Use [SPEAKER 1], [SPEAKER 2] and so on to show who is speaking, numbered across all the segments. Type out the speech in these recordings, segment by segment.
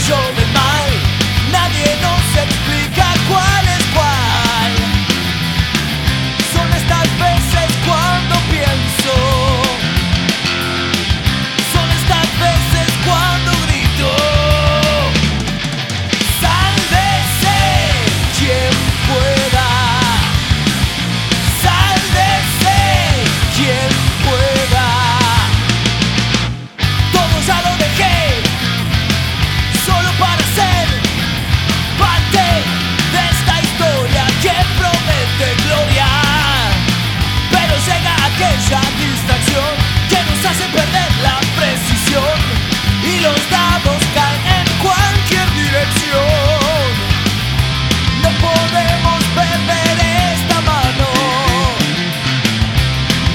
[SPEAKER 1] show del mal. Nadie nos explica cuál es cuál. Son estas veces cuando pienso. Son estas veces cuando grito. Sálvese quien pueda. Sálvese quien pueda. Todo ya lo dejé, solo para ser parte de esta historia que promete gloria. Pero llega aquella distracción que nos hace perder la precisión y los dados caen en cualquier dirección. No podemos perder esta mano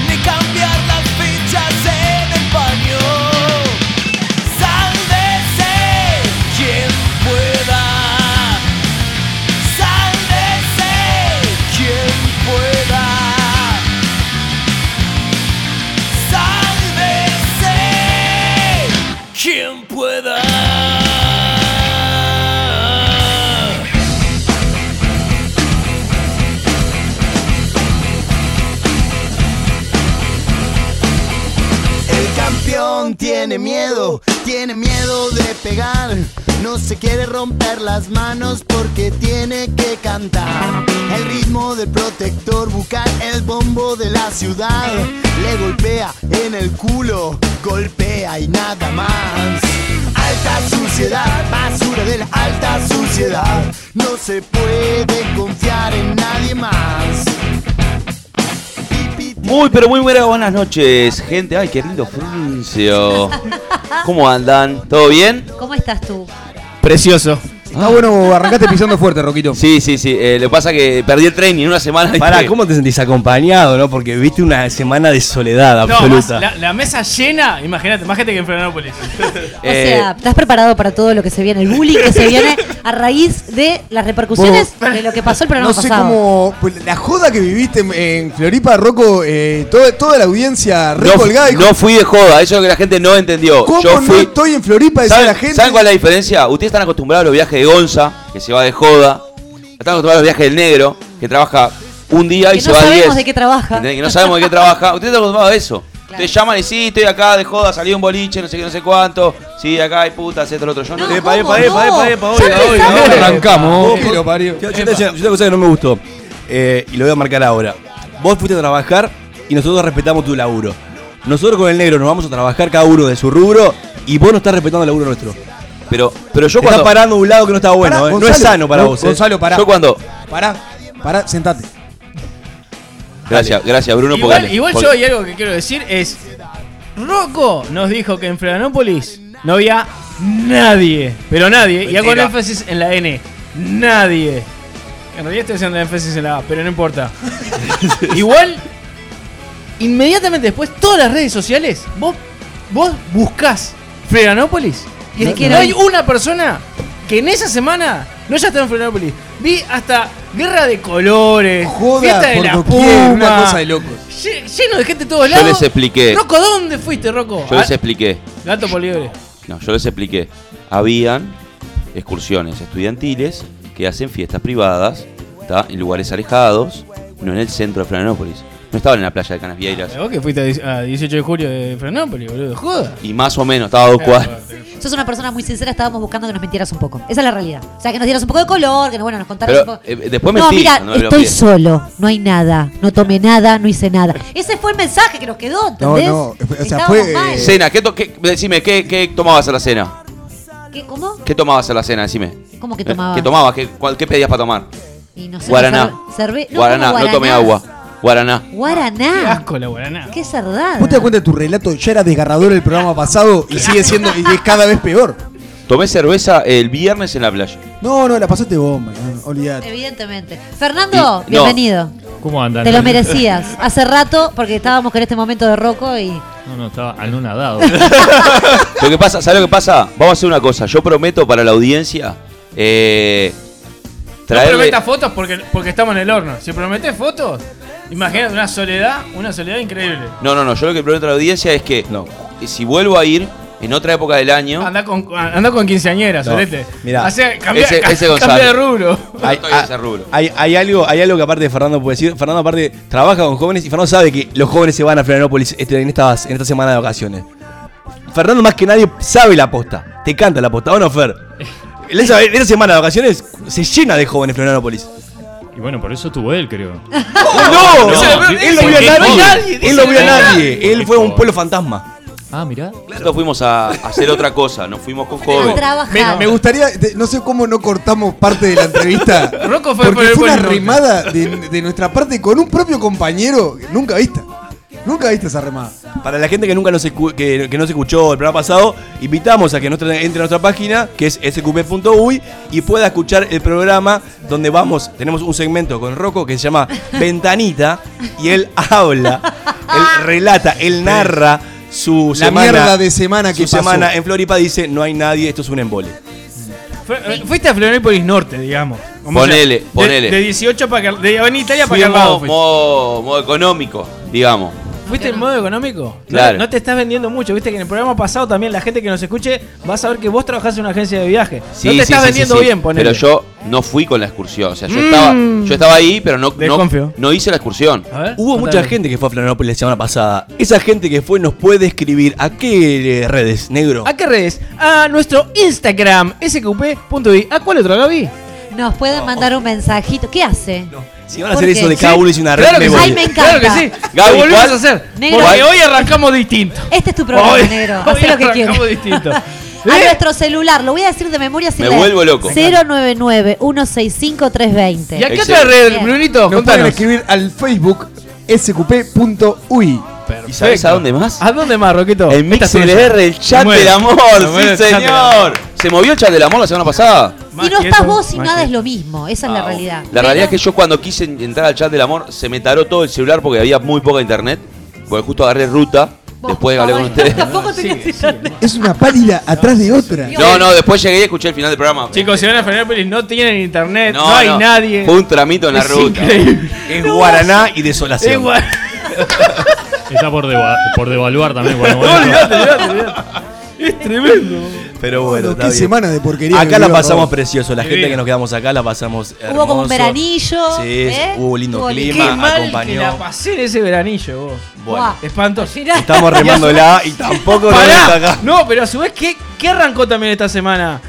[SPEAKER 1] ni cambiar las fichas en el baño. Sálvese quien pueda. Sálvese quien pueda. Sálvese quien pueda.
[SPEAKER 2] El campeón tiene miedo, tiene miedo de pegar. No se quiere romper las manos porque tiene que cantar. El ritmo del protector bucal, el bombo de la ciudad. Le golpea en el culo, golpea y nada más. Alta suciedad, basura de la alta suciedad. No se puede confiar en nadie más.
[SPEAKER 3] Muy, pero muy buenas, buenas noches, gente. Ay, qué lindo Fruncio. ¿Cómo andan? ¿Todo bien?
[SPEAKER 4] ¿Cómo estás tú?
[SPEAKER 5] Precioso.
[SPEAKER 6] Está Ah, bueno, arrancaste pisando fuerte, Roquito.
[SPEAKER 3] Sí, sí, sí. eh, lo que pasa que perdí el tren y en una semana.
[SPEAKER 5] Pará,
[SPEAKER 3] ¿viste?
[SPEAKER 5] ¿cómo te sentís acompañado, no? Porque viste una semana de soledad
[SPEAKER 7] No, más,
[SPEAKER 5] absoluta.
[SPEAKER 7] la, la mesa llena, imagínate, más gente que en Florianópolis. Eh,
[SPEAKER 4] O
[SPEAKER 3] Eh,
[SPEAKER 4] sea, ¿estás preparado para todo lo que se viene? El bullying que se viene a raíz de las repercusiones de lo que pasó el programa
[SPEAKER 6] No sé
[SPEAKER 4] pasado.
[SPEAKER 6] cómo. pues, la joda que viviste en, en Floripa, Rocco, eh, todo- toda la audiencia
[SPEAKER 3] no,
[SPEAKER 6] recolgada. y
[SPEAKER 3] no fui de joda, eso es lo que la gente no entendió.
[SPEAKER 6] ¿Cómo
[SPEAKER 3] Yo
[SPEAKER 6] no
[SPEAKER 3] fui.
[SPEAKER 6] estoy en Floripa? Decía
[SPEAKER 3] ¿Saben,
[SPEAKER 6] la gente.
[SPEAKER 3] saben cuál es la diferencia? Ustedes están acostumbrados a los viajes de Gonza, que se va de joda. Están acostumbrados a los viajes del negro, que trabaja un día y
[SPEAKER 4] Que
[SPEAKER 3] se
[SPEAKER 4] no
[SPEAKER 3] va
[SPEAKER 4] sabemos
[SPEAKER 3] 10.
[SPEAKER 4] de qué
[SPEAKER 7] Ah.
[SPEAKER 4] trabaja.
[SPEAKER 3] ¿Entendés? Que no sabemos de qué trabaja. Ustedes están acostumbrados a eso. Ustedes llaman y sí, estoy acá de joda, salí un boliche, no sé qué, no sé cuánto. Sí, acá hay putas, esto, lo otro. Yo no.
[SPEAKER 4] No,
[SPEAKER 5] Epa,
[SPEAKER 4] ¿cómo
[SPEAKER 5] epa, epa,
[SPEAKER 4] no?
[SPEAKER 5] epa, epa,
[SPEAKER 4] Ya
[SPEAKER 5] oiga, oiga,
[SPEAKER 4] empezamos.
[SPEAKER 5] oiga.
[SPEAKER 6] Arrancamos.
[SPEAKER 5] Vos-
[SPEAKER 6] Que lo parió.
[SPEAKER 5] Yo, yo te decía- yo te decía una cosa que no me gustó. eh, y lo voy a marcar ahora. Vos fuiste a trabajar y nosotros respetamos tu laburo. Nosotros con el negro nos vamos a trabajar cada uno de su rubro y vos no estás respetando el laburo nuestro.
[SPEAKER 3] Pero, pero yo
[SPEAKER 5] Te estás
[SPEAKER 3] cuando.
[SPEAKER 5] parando a un lado que no está bueno,
[SPEAKER 6] Pará,
[SPEAKER 5] eh. no
[SPEAKER 6] Gonzalo.
[SPEAKER 5] es sano para
[SPEAKER 6] Gon-
[SPEAKER 5] vos. eh.
[SPEAKER 6] Gonzalo, pará.
[SPEAKER 3] Yo cuando.
[SPEAKER 6] Pará, pará, sentate.
[SPEAKER 3] Gracias, gracias, Bruno. porque
[SPEAKER 7] igual
[SPEAKER 3] dale,
[SPEAKER 7] igual
[SPEAKER 3] porque-
[SPEAKER 7] yo hay algo que quiero decir es. Rocco nos dijo que en Florianópolis no había nadie. Pero nadie. Y hago el énfasis en la N. Nadie. En realidad estoy haciendo el énfasis en la A, pero no importa. igual, inmediatamente después, todas las redes sociales, vos, vos buscás Florianópolis. Y
[SPEAKER 4] Me
[SPEAKER 7] es que
[SPEAKER 4] quiero
[SPEAKER 7] no hay
[SPEAKER 4] ir.
[SPEAKER 7] una persona que en esa semana no ya está en Florianópolis. Vi hasta guerra de colores,
[SPEAKER 6] Joda
[SPEAKER 7] fiesta de
[SPEAKER 6] por
[SPEAKER 7] la
[SPEAKER 6] doquier, una
[SPEAKER 7] Puma.
[SPEAKER 6] cosa de locos.
[SPEAKER 7] Lle- Lleno de gente de todos
[SPEAKER 3] Yo
[SPEAKER 7] lados.
[SPEAKER 3] les expliqué.
[SPEAKER 7] Rocco, ¿dónde fuiste, Rocco?
[SPEAKER 3] Yo
[SPEAKER 7] Ah,
[SPEAKER 3] les expliqué.
[SPEAKER 7] Gato por liebre.
[SPEAKER 3] No, yo les expliqué. Habían excursiones estudiantiles que hacen fiestas privadas, ¿tá? en lugares alejados, no en el centro de Florianópolis. No estaban en la playa de Canasvieiras.
[SPEAKER 7] Vos que fuiste a dieci- a 18 de julio de Frenópolis, boludo. Joda.
[SPEAKER 3] Y más o menos, estaba a dos cuadras.
[SPEAKER 4] Sos una persona muy sincera, estábamos buscando que nos mintieras un poco. Esa es la realidad. O sea, que nos dieras un poco de color, que bueno, nos contaras
[SPEAKER 3] Pero,
[SPEAKER 4] un poco.
[SPEAKER 3] eh, después
[SPEAKER 4] no,
[SPEAKER 3] mentí,
[SPEAKER 4] mira,
[SPEAKER 3] no me lo
[SPEAKER 4] estoy
[SPEAKER 3] pide.
[SPEAKER 4] solo, no hay nada, no tomé nada, no hice nada. Ese fue el mensaje que nos quedó, ¿entendés?
[SPEAKER 6] no, o sea,
[SPEAKER 4] Estábamos
[SPEAKER 6] fue,
[SPEAKER 4] mal.
[SPEAKER 6] eh, Sí.
[SPEAKER 3] Cena, ¿qué, to- qué- decime, ¿qué, qué tomabas a la cena?
[SPEAKER 4] ¿Qué, ¿Cómo?
[SPEAKER 3] ¿Qué tomabas a la cena? Decime.
[SPEAKER 4] ¿Cómo que
[SPEAKER 3] Eh,
[SPEAKER 4] tomabas?
[SPEAKER 3] ¿Qué tomabas? ¿Qué, cuál- qué pedías para tomar?
[SPEAKER 4] Y nosotros
[SPEAKER 3] Guaraná.
[SPEAKER 4] cerve- no,
[SPEAKER 3] guaraná,
[SPEAKER 4] ¿cómo
[SPEAKER 3] no tomé agua. Guaraná.
[SPEAKER 4] Guaraná.
[SPEAKER 7] Qué asco la guaraná.
[SPEAKER 4] Qué cerdada. Ah.
[SPEAKER 6] ¿Vos te das cuenta de tu relato? Ya era desgarrador el programa pasado y sigue siendo y es cada vez peor.
[SPEAKER 3] Tomé cerveza el viernes en la playa.
[SPEAKER 6] No, no, la pasaste bomba, no, olvidate.
[SPEAKER 4] Evidentemente. Fernando,
[SPEAKER 3] Y- no.
[SPEAKER 4] bienvenido.
[SPEAKER 8] ¿Cómo andan?
[SPEAKER 4] Te lo merecías. Hace rato, porque estábamos con este momento de Rocco y.
[SPEAKER 8] No, no, estaba anonadado.
[SPEAKER 3] Lo que pasa, ¿sabes lo que pasa? Vamos a hacer una cosa. Yo prometo para la audiencia eh,
[SPEAKER 7] No
[SPEAKER 3] traerle.
[SPEAKER 7] prometas fotos porque, porque estamos en el horno. Si prometes fotos, imagínate una soledad, una soledad increíble.
[SPEAKER 3] No, no, no. Yo lo que prometo a la audiencia es que
[SPEAKER 5] No.
[SPEAKER 3] si vuelvo a ir, en otra época del año.
[SPEAKER 7] Anda con, anda con quinceañeras,
[SPEAKER 5] No,
[SPEAKER 7] solete.
[SPEAKER 5] mirá.
[SPEAKER 7] cambia,
[SPEAKER 3] Ese- ese
[SPEAKER 7] cambia
[SPEAKER 3] Gonzalo.
[SPEAKER 7] de rubro.
[SPEAKER 5] Hay,
[SPEAKER 3] estoy
[SPEAKER 5] hay-
[SPEAKER 3] en ese rubro.
[SPEAKER 5] hay- hay algo, hay algo que aparte de Fernando puede decir. Fernando aparte trabaja con jóvenes y Fernando sabe que los jóvenes se van a Florianópolis este- en, estas, en esta semana de vacaciones. Fernando más que nadie sabe la posta. Te canta la posta, ¿o no, Fer? En esa, en esa semana de vacaciones se llena de jóvenes Florianópolis.
[SPEAKER 8] Y bueno, por eso estuvo él, creo.
[SPEAKER 5] ¡No!
[SPEAKER 8] no, sí,
[SPEAKER 5] él no
[SPEAKER 8] sí,
[SPEAKER 5] vio
[SPEAKER 8] sí,
[SPEAKER 5] a
[SPEAKER 8] sí,
[SPEAKER 5] nadie.
[SPEAKER 7] sí,
[SPEAKER 5] Él no
[SPEAKER 7] sí,
[SPEAKER 5] vio a
[SPEAKER 7] sí,
[SPEAKER 5] nadie.
[SPEAKER 8] sí,
[SPEAKER 5] Él fue
[SPEAKER 8] sí,
[SPEAKER 5] un
[SPEAKER 8] sí.
[SPEAKER 5] pueblo fantasma.
[SPEAKER 8] Ah, mirá.
[SPEAKER 3] Nosotros fuimos a, a hacer otra cosa, nos fuimos con
[SPEAKER 4] A
[SPEAKER 3] jóvenes.
[SPEAKER 4] trabajar.
[SPEAKER 6] Me, me gustaría, te- no sé cómo no cortamos parte de la entrevista.
[SPEAKER 7] Rocco fue por
[SPEAKER 6] porque
[SPEAKER 7] el
[SPEAKER 6] fue una
[SPEAKER 7] buen Rocco.
[SPEAKER 6] remada de, de nuestra parte con un propio compañero que nunca vista. Nunca viste esa remada.
[SPEAKER 5] Para la gente que nunca nos escu- que, que no se escuchó el programa pasado, invitamos a que nuestra- entre a nuestra página, que es sqp.uy, y pueda escuchar el programa donde vamos, tenemos un segmento con Rocco que se llama Ventanita, y él habla, él relata, él narra su
[SPEAKER 6] La
[SPEAKER 5] semana.
[SPEAKER 6] mierda de semana que pasó.
[SPEAKER 5] su semana en Floripa dice, no hay nadie, esto es un embole.
[SPEAKER 7] Fue- eh, Fuiste a Florianópolis Norte, digamos. Como
[SPEAKER 3] Ponele,
[SPEAKER 7] sea, de-
[SPEAKER 3] ponele.
[SPEAKER 7] De, 18 para acá- de Avenida Italia para acá al lado.
[SPEAKER 3] Fuimos
[SPEAKER 7] Fuiste,
[SPEAKER 3] modo, modo económico, digamos.
[SPEAKER 7] ¿Fuiste en modo económico. No-
[SPEAKER 3] Claro.
[SPEAKER 7] No, te estás vendiendo mucho. Viste que en el programa pasado también la gente que nos escuche va a saber que vos trabajás en una agencia de viaje.
[SPEAKER 3] Sí,
[SPEAKER 7] no te
[SPEAKER 3] sí,
[SPEAKER 7] estás
[SPEAKER 3] sí,
[SPEAKER 7] vendiendo
[SPEAKER 3] sí, sí.
[SPEAKER 7] bien, ponele. Mm.
[SPEAKER 3] Pero yo no fui con la excursión. O sea, yo, estaba, yo estaba ahí, pero no, no,
[SPEAKER 7] Desconfío.
[SPEAKER 3] no hice la excursión.
[SPEAKER 7] A ver,
[SPEAKER 5] Hubo mucha
[SPEAKER 7] contame.
[SPEAKER 5] gente que fue a Florianópolis la semana pasada. Esa gente que fue nos puede escribir a qué eh, redes, negro.
[SPEAKER 7] ¿A qué redes? A nuestro Instagram, sqp.di. ¿A cuál otro, Gaby?
[SPEAKER 4] Nos pueden mandar un mensajito. ¿é hace?
[SPEAKER 5] No, Si van a
[SPEAKER 4] ¿Por
[SPEAKER 5] hacer
[SPEAKER 4] qué?
[SPEAKER 5] eso de cada
[SPEAKER 4] Sí,
[SPEAKER 5] uno es una red,
[SPEAKER 7] claro
[SPEAKER 5] me
[SPEAKER 7] que
[SPEAKER 5] voy.
[SPEAKER 4] Ay, me encanta.
[SPEAKER 7] Claro que sí.
[SPEAKER 3] Gaby,
[SPEAKER 7] Lo volvemos
[SPEAKER 3] ¿cuál?
[SPEAKER 7] a hacer.
[SPEAKER 4] Negro.
[SPEAKER 7] Porque
[SPEAKER 4] ¿Cuál?
[SPEAKER 7] hoy arrancamos distinto.
[SPEAKER 4] Este es tu programa,
[SPEAKER 7] Hoy-
[SPEAKER 4] negro.
[SPEAKER 7] hoy
[SPEAKER 4] Haz lo que quieras.
[SPEAKER 7] arrancamos distinto.
[SPEAKER 4] A
[SPEAKER 7] ¿Eh?
[SPEAKER 4] nuestro celular, lo voy a decir de memoria sin
[SPEAKER 3] Me
[SPEAKER 4] leer.
[SPEAKER 3] vuelvo loco.
[SPEAKER 4] 099-165-320.
[SPEAKER 7] ¿Y a qué otra
[SPEAKER 3] Excelente.
[SPEAKER 7] red,
[SPEAKER 4] Bien.
[SPEAKER 7] Brunito?
[SPEAKER 6] Nos pueden
[SPEAKER 7] Contanos.
[SPEAKER 6] escribir al Facebook sqp.uy.
[SPEAKER 3] ¿Y sabes
[SPEAKER 7] Perfecto.
[SPEAKER 3] a dónde más?
[SPEAKER 7] ¿A dónde más, Roquito?
[SPEAKER 3] El
[SPEAKER 7] Esta
[SPEAKER 3] Mix
[SPEAKER 7] es tuya.
[SPEAKER 3] LR, el chat
[SPEAKER 7] Me muero.
[SPEAKER 3] del amor,
[SPEAKER 7] Me muero
[SPEAKER 3] sí
[SPEAKER 7] el chat del
[SPEAKER 3] señor. ¿Se movió el chat del amor la semana pasada?
[SPEAKER 7] Más
[SPEAKER 4] Y no
[SPEAKER 7] que
[SPEAKER 4] estás
[SPEAKER 7] eso,
[SPEAKER 4] vos y
[SPEAKER 7] más
[SPEAKER 4] nada
[SPEAKER 7] que
[SPEAKER 4] es
[SPEAKER 7] eso.
[SPEAKER 4] lo mismo. Esa es la
[SPEAKER 3] Ah,
[SPEAKER 4] realidad.
[SPEAKER 3] La realidad es que yo cuando quise entrar al chat del amor se me taró todo el celular porque había muy poca internet. Porque justo agarré ruta después de que hablé con ustedes.
[SPEAKER 4] Tampoco tenías
[SPEAKER 7] Sigue,
[SPEAKER 4] internet.
[SPEAKER 6] Es una pálida atrás de otra.
[SPEAKER 3] No, no, después llegué y escuché el final del programa.
[SPEAKER 7] Chicos, si van a Florianópolis no tienen internet, no, hay nadie.
[SPEAKER 3] Fue un tramito en la
[SPEAKER 7] Es
[SPEAKER 3] ruta.
[SPEAKER 7] increíble.
[SPEAKER 5] En Guaraná y desolación.
[SPEAKER 7] Es guay.
[SPEAKER 8] Está por, deva- por devaluar también. por el
[SPEAKER 7] No,
[SPEAKER 8] momento.
[SPEAKER 7] olvidate, olvidate, olvidate. Es tremendo.
[SPEAKER 5] Pero bueno,
[SPEAKER 6] Bueno,
[SPEAKER 5] está
[SPEAKER 6] qué
[SPEAKER 5] bien.
[SPEAKER 6] semana de porquería. que
[SPEAKER 5] Acá la
[SPEAKER 6] vivió
[SPEAKER 5] pasamos
[SPEAKER 6] Rodolfo.
[SPEAKER 5] precioso. La gente
[SPEAKER 7] Divino.
[SPEAKER 5] que nos quedamos acá la pasamos hermoso.
[SPEAKER 4] Hubo como un veranillo.
[SPEAKER 5] Sí,
[SPEAKER 4] ¿eh?
[SPEAKER 5] hubo lindo
[SPEAKER 7] Qué
[SPEAKER 5] clima.
[SPEAKER 7] mal
[SPEAKER 5] acompañó.
[SPEAKER 7] que la pasé en ese veranillo, vos.
[SPEAKER 5] Bueno,
[SPEAKER 4] Buah.
[SPEAKER 7] Espantoso.
[SPEAKER 4] Mirá.
[SPEAKER 5] estamos remándola y tampoco nos gusta
[SPEAKER 7] Pará.
[SPEAKER 5] acá.
[SPEAKER 7] No, pero a su vez, ¿qué, qué arrancó también esta semana?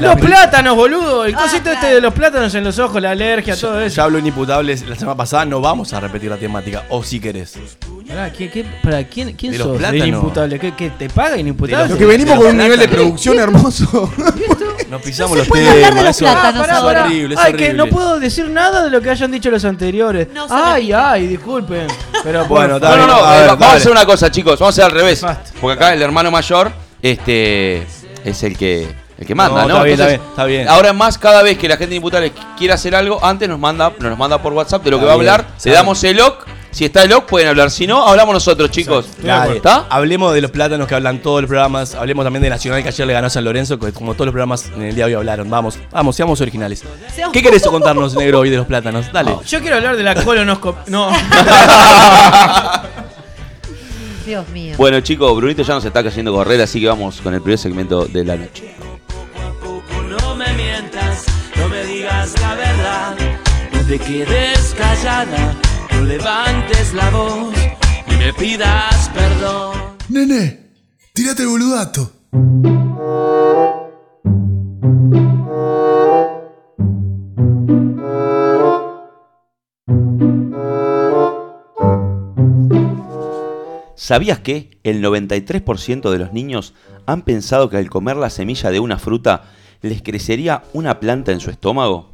[SPEAKER 7] los plátanos, boludo. El
[SPEAKER 4] Ah,
[SPEAKER 7] cosito este
[SPEAKER 4] claro.
[SPEAKER 7] de los plátanos en los ojos, la alergia, todo
[SPEAKER 5] Ya
[SPEAKER 7] eso.
[SPEAKER 5] habló en Imputables la semana pasada, no vamos a repetir la temática, o si querés.
[SPEAKER 7] Pará, ¿qué- qué- pará, ¿quién, quién
[SPEAKER 5] De los
[SPEAKER 7] sos?
[SPEAKER 5] plátanos.
[SPEAKER 7] inimputable. ¿Qué, qué, te paga inimputable?
[SPEAKER 6] Lo que venimos
[SPEAKER 5] Pero
[SPEAKER 6] con un
[SPEAKER 5] la
[SPEAKER 6] nivel de
[SPEAKER 5] plata.
[SPEAKER 6] producción hermoso.
[SPEAKER 5] Nos pisamos
[SPEAKER 4] se
[SPEAKER 5] los
[SPEAKER 4] puede hablar de
[SPEAKER 5] temas.
[SPEAKER 4] los
[SPEAKER 5] eso-
[SPEAKER 7] Ah,
[SPEAKER 4] plátanos
[SPEAKER 7] pará,
[SPEAKER 5] es
[SPEAKER 7] pará.
[SPEAKER 4] ahora.
[SPEAKER 5] horrible, es
[SPEAKER 7] Ay,
[SPEAKER 5] horrible.
[SPEAKER 7] que no puedo decir nada de lo que hayan dicho los anteriores.
[SPEAKER 4] No se
[SPEAKER 7] ay,
[SPEAKER 4] repita.
[SPEAKER 7] ay, disculpen. Pero
[SPEAKER 5] Bueno,
[SPEAKER 7] por
[SPEAKER 5] está
[SPEAKER 3] No, no,
[SPEAKER 7] favor.
[SPEAKER 3] no,
[SPEAKER 5] A
[SPEAKER 3] eh,
[SPEAKER 5] ver,
[SPEAKER 3] vamos a
[SPEAKER 5] dale.
[SPEAKER 3] hacer una cosa, chicos. Vamos a hacer al revés.
[SPEAKER 7] Basta.
[SPEAKER 3] Porque acá el hermano mayor este, es el que, el que manda,
[SPEAKER 5] No, está
[SPEAKER 3] ¿no?
[SPEAKER 5] bien,
[SPEAKER 3] Entonces,
[SPEAKER 5] está bien, está bien.
[SPEAKER 3] Ahora más, cada vez que la gente de Imputables quiera hacer algo, antes nos manda, nos manda por WhatsApp de lo que
[SPEAKER 5] Está
[SPEAKER 3] va
[SPEAKER 5] bien,
[SPEAKER 3] a hablar.
[SPEAKER 5] está
[SPEAKER 3] Le damos el OK. Si está el OK, pueden hablar. Si no, hablamos nosotros, chicos.
[SPEAKER 5] Dale.
[SPEAKER 3] ¿Está?
[SPEAKER 5] Hablemos de los plátanos que hablan todos los programas. Hablemos también de Nacional que ayer le ganó a San Lorenzo, que como todos los programas en el día de hoy hablaron. Vamos, vamos, seamos originales.
[SPEAKER 4] Seamos-
[SPEAKER 5] ¿Qué querés contarnos, negro, hoy de los plátanos? Dale.
[SPEAKER 7] Yo quiero hablar de la colonoscopia. No.
[SPEAKER 4] Dios mío.
[SPEAKER 3] Bueno, chicos, Brunito ya nos está cayendo correr, así que vamos con el primer segmento de la noche.
[SPEAKER 1] No me mientas, no me digas la verdad, no te quedes callada, no levantes la voz y me pidas perdón.
[SPEAKER 9] Nene, tírate el boludato.
[SPEAKER 3] ¿Sabías que el 93% de los niños han pensado que al comer la semilla de una fruta les crecería una planta en su estómago?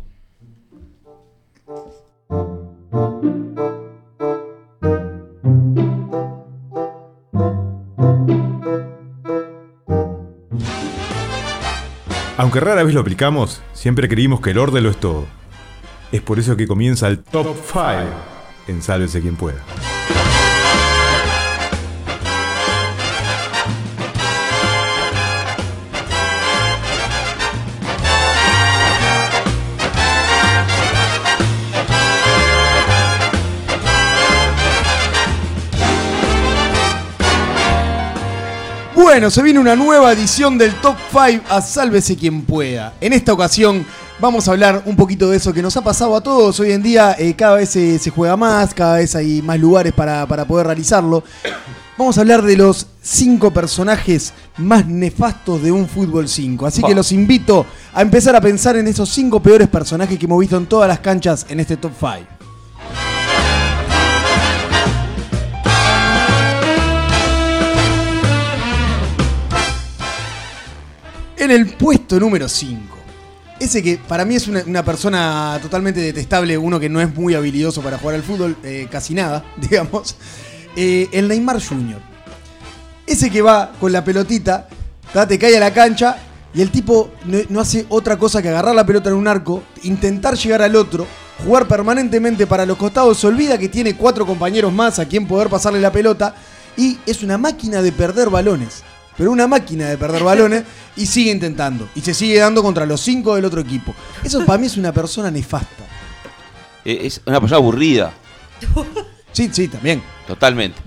[SPEAKER 9] Aunque rara vez lo aplicamos, siempre creímos que el orden lo es todo. Es por eso que comienza el Top 5 en Sálvese quien pueda.
[SPEAKER 6] Bueno, se viene una nueva edición del Top 5 a Sálvese quien pueda. En esta ocasión vamos a hablar un poquito de eso que nos ha pasado a todos. Hoy en día eh, cada vez se, se juega más, cada vez hay más lugares para, para poder realizarlo. Vamos a hablar de los cinco personajes más nefastos de un fútbol 5. Así que los invito a empezar a pensar en esos cinco peores personajes que hemos visto en todas las canchas en este Top 5. En el puesto número 5. Ese que para mí es una, una persona totalmente detestable, uno que no es muy habilidoso para jugar al fútbol, eh, casi nada, digamos. Eh, el Neymar Jr. Ese que va con la pelotita, ta, te cae a la cancha y el tipo no, no hace otra cosa que agarrar la pelota en un arco, intentar llegar al otro, jugar permanentemente para los costados, se olvida que tiene cuatro compañeros más a quien poder pasarle la pelota y es una máquina de perder balones. Pero una máquina de perder balones y sigue intentando. Y se sigue dando contra los cinco del otro equipo. Eso para mí es una persona nefasta.
[SPEAKER 3] Eh, Es una persona aburrida,
[SPEAKER 6] Sí, sí, también.
[SPEAKER 3] totalmente.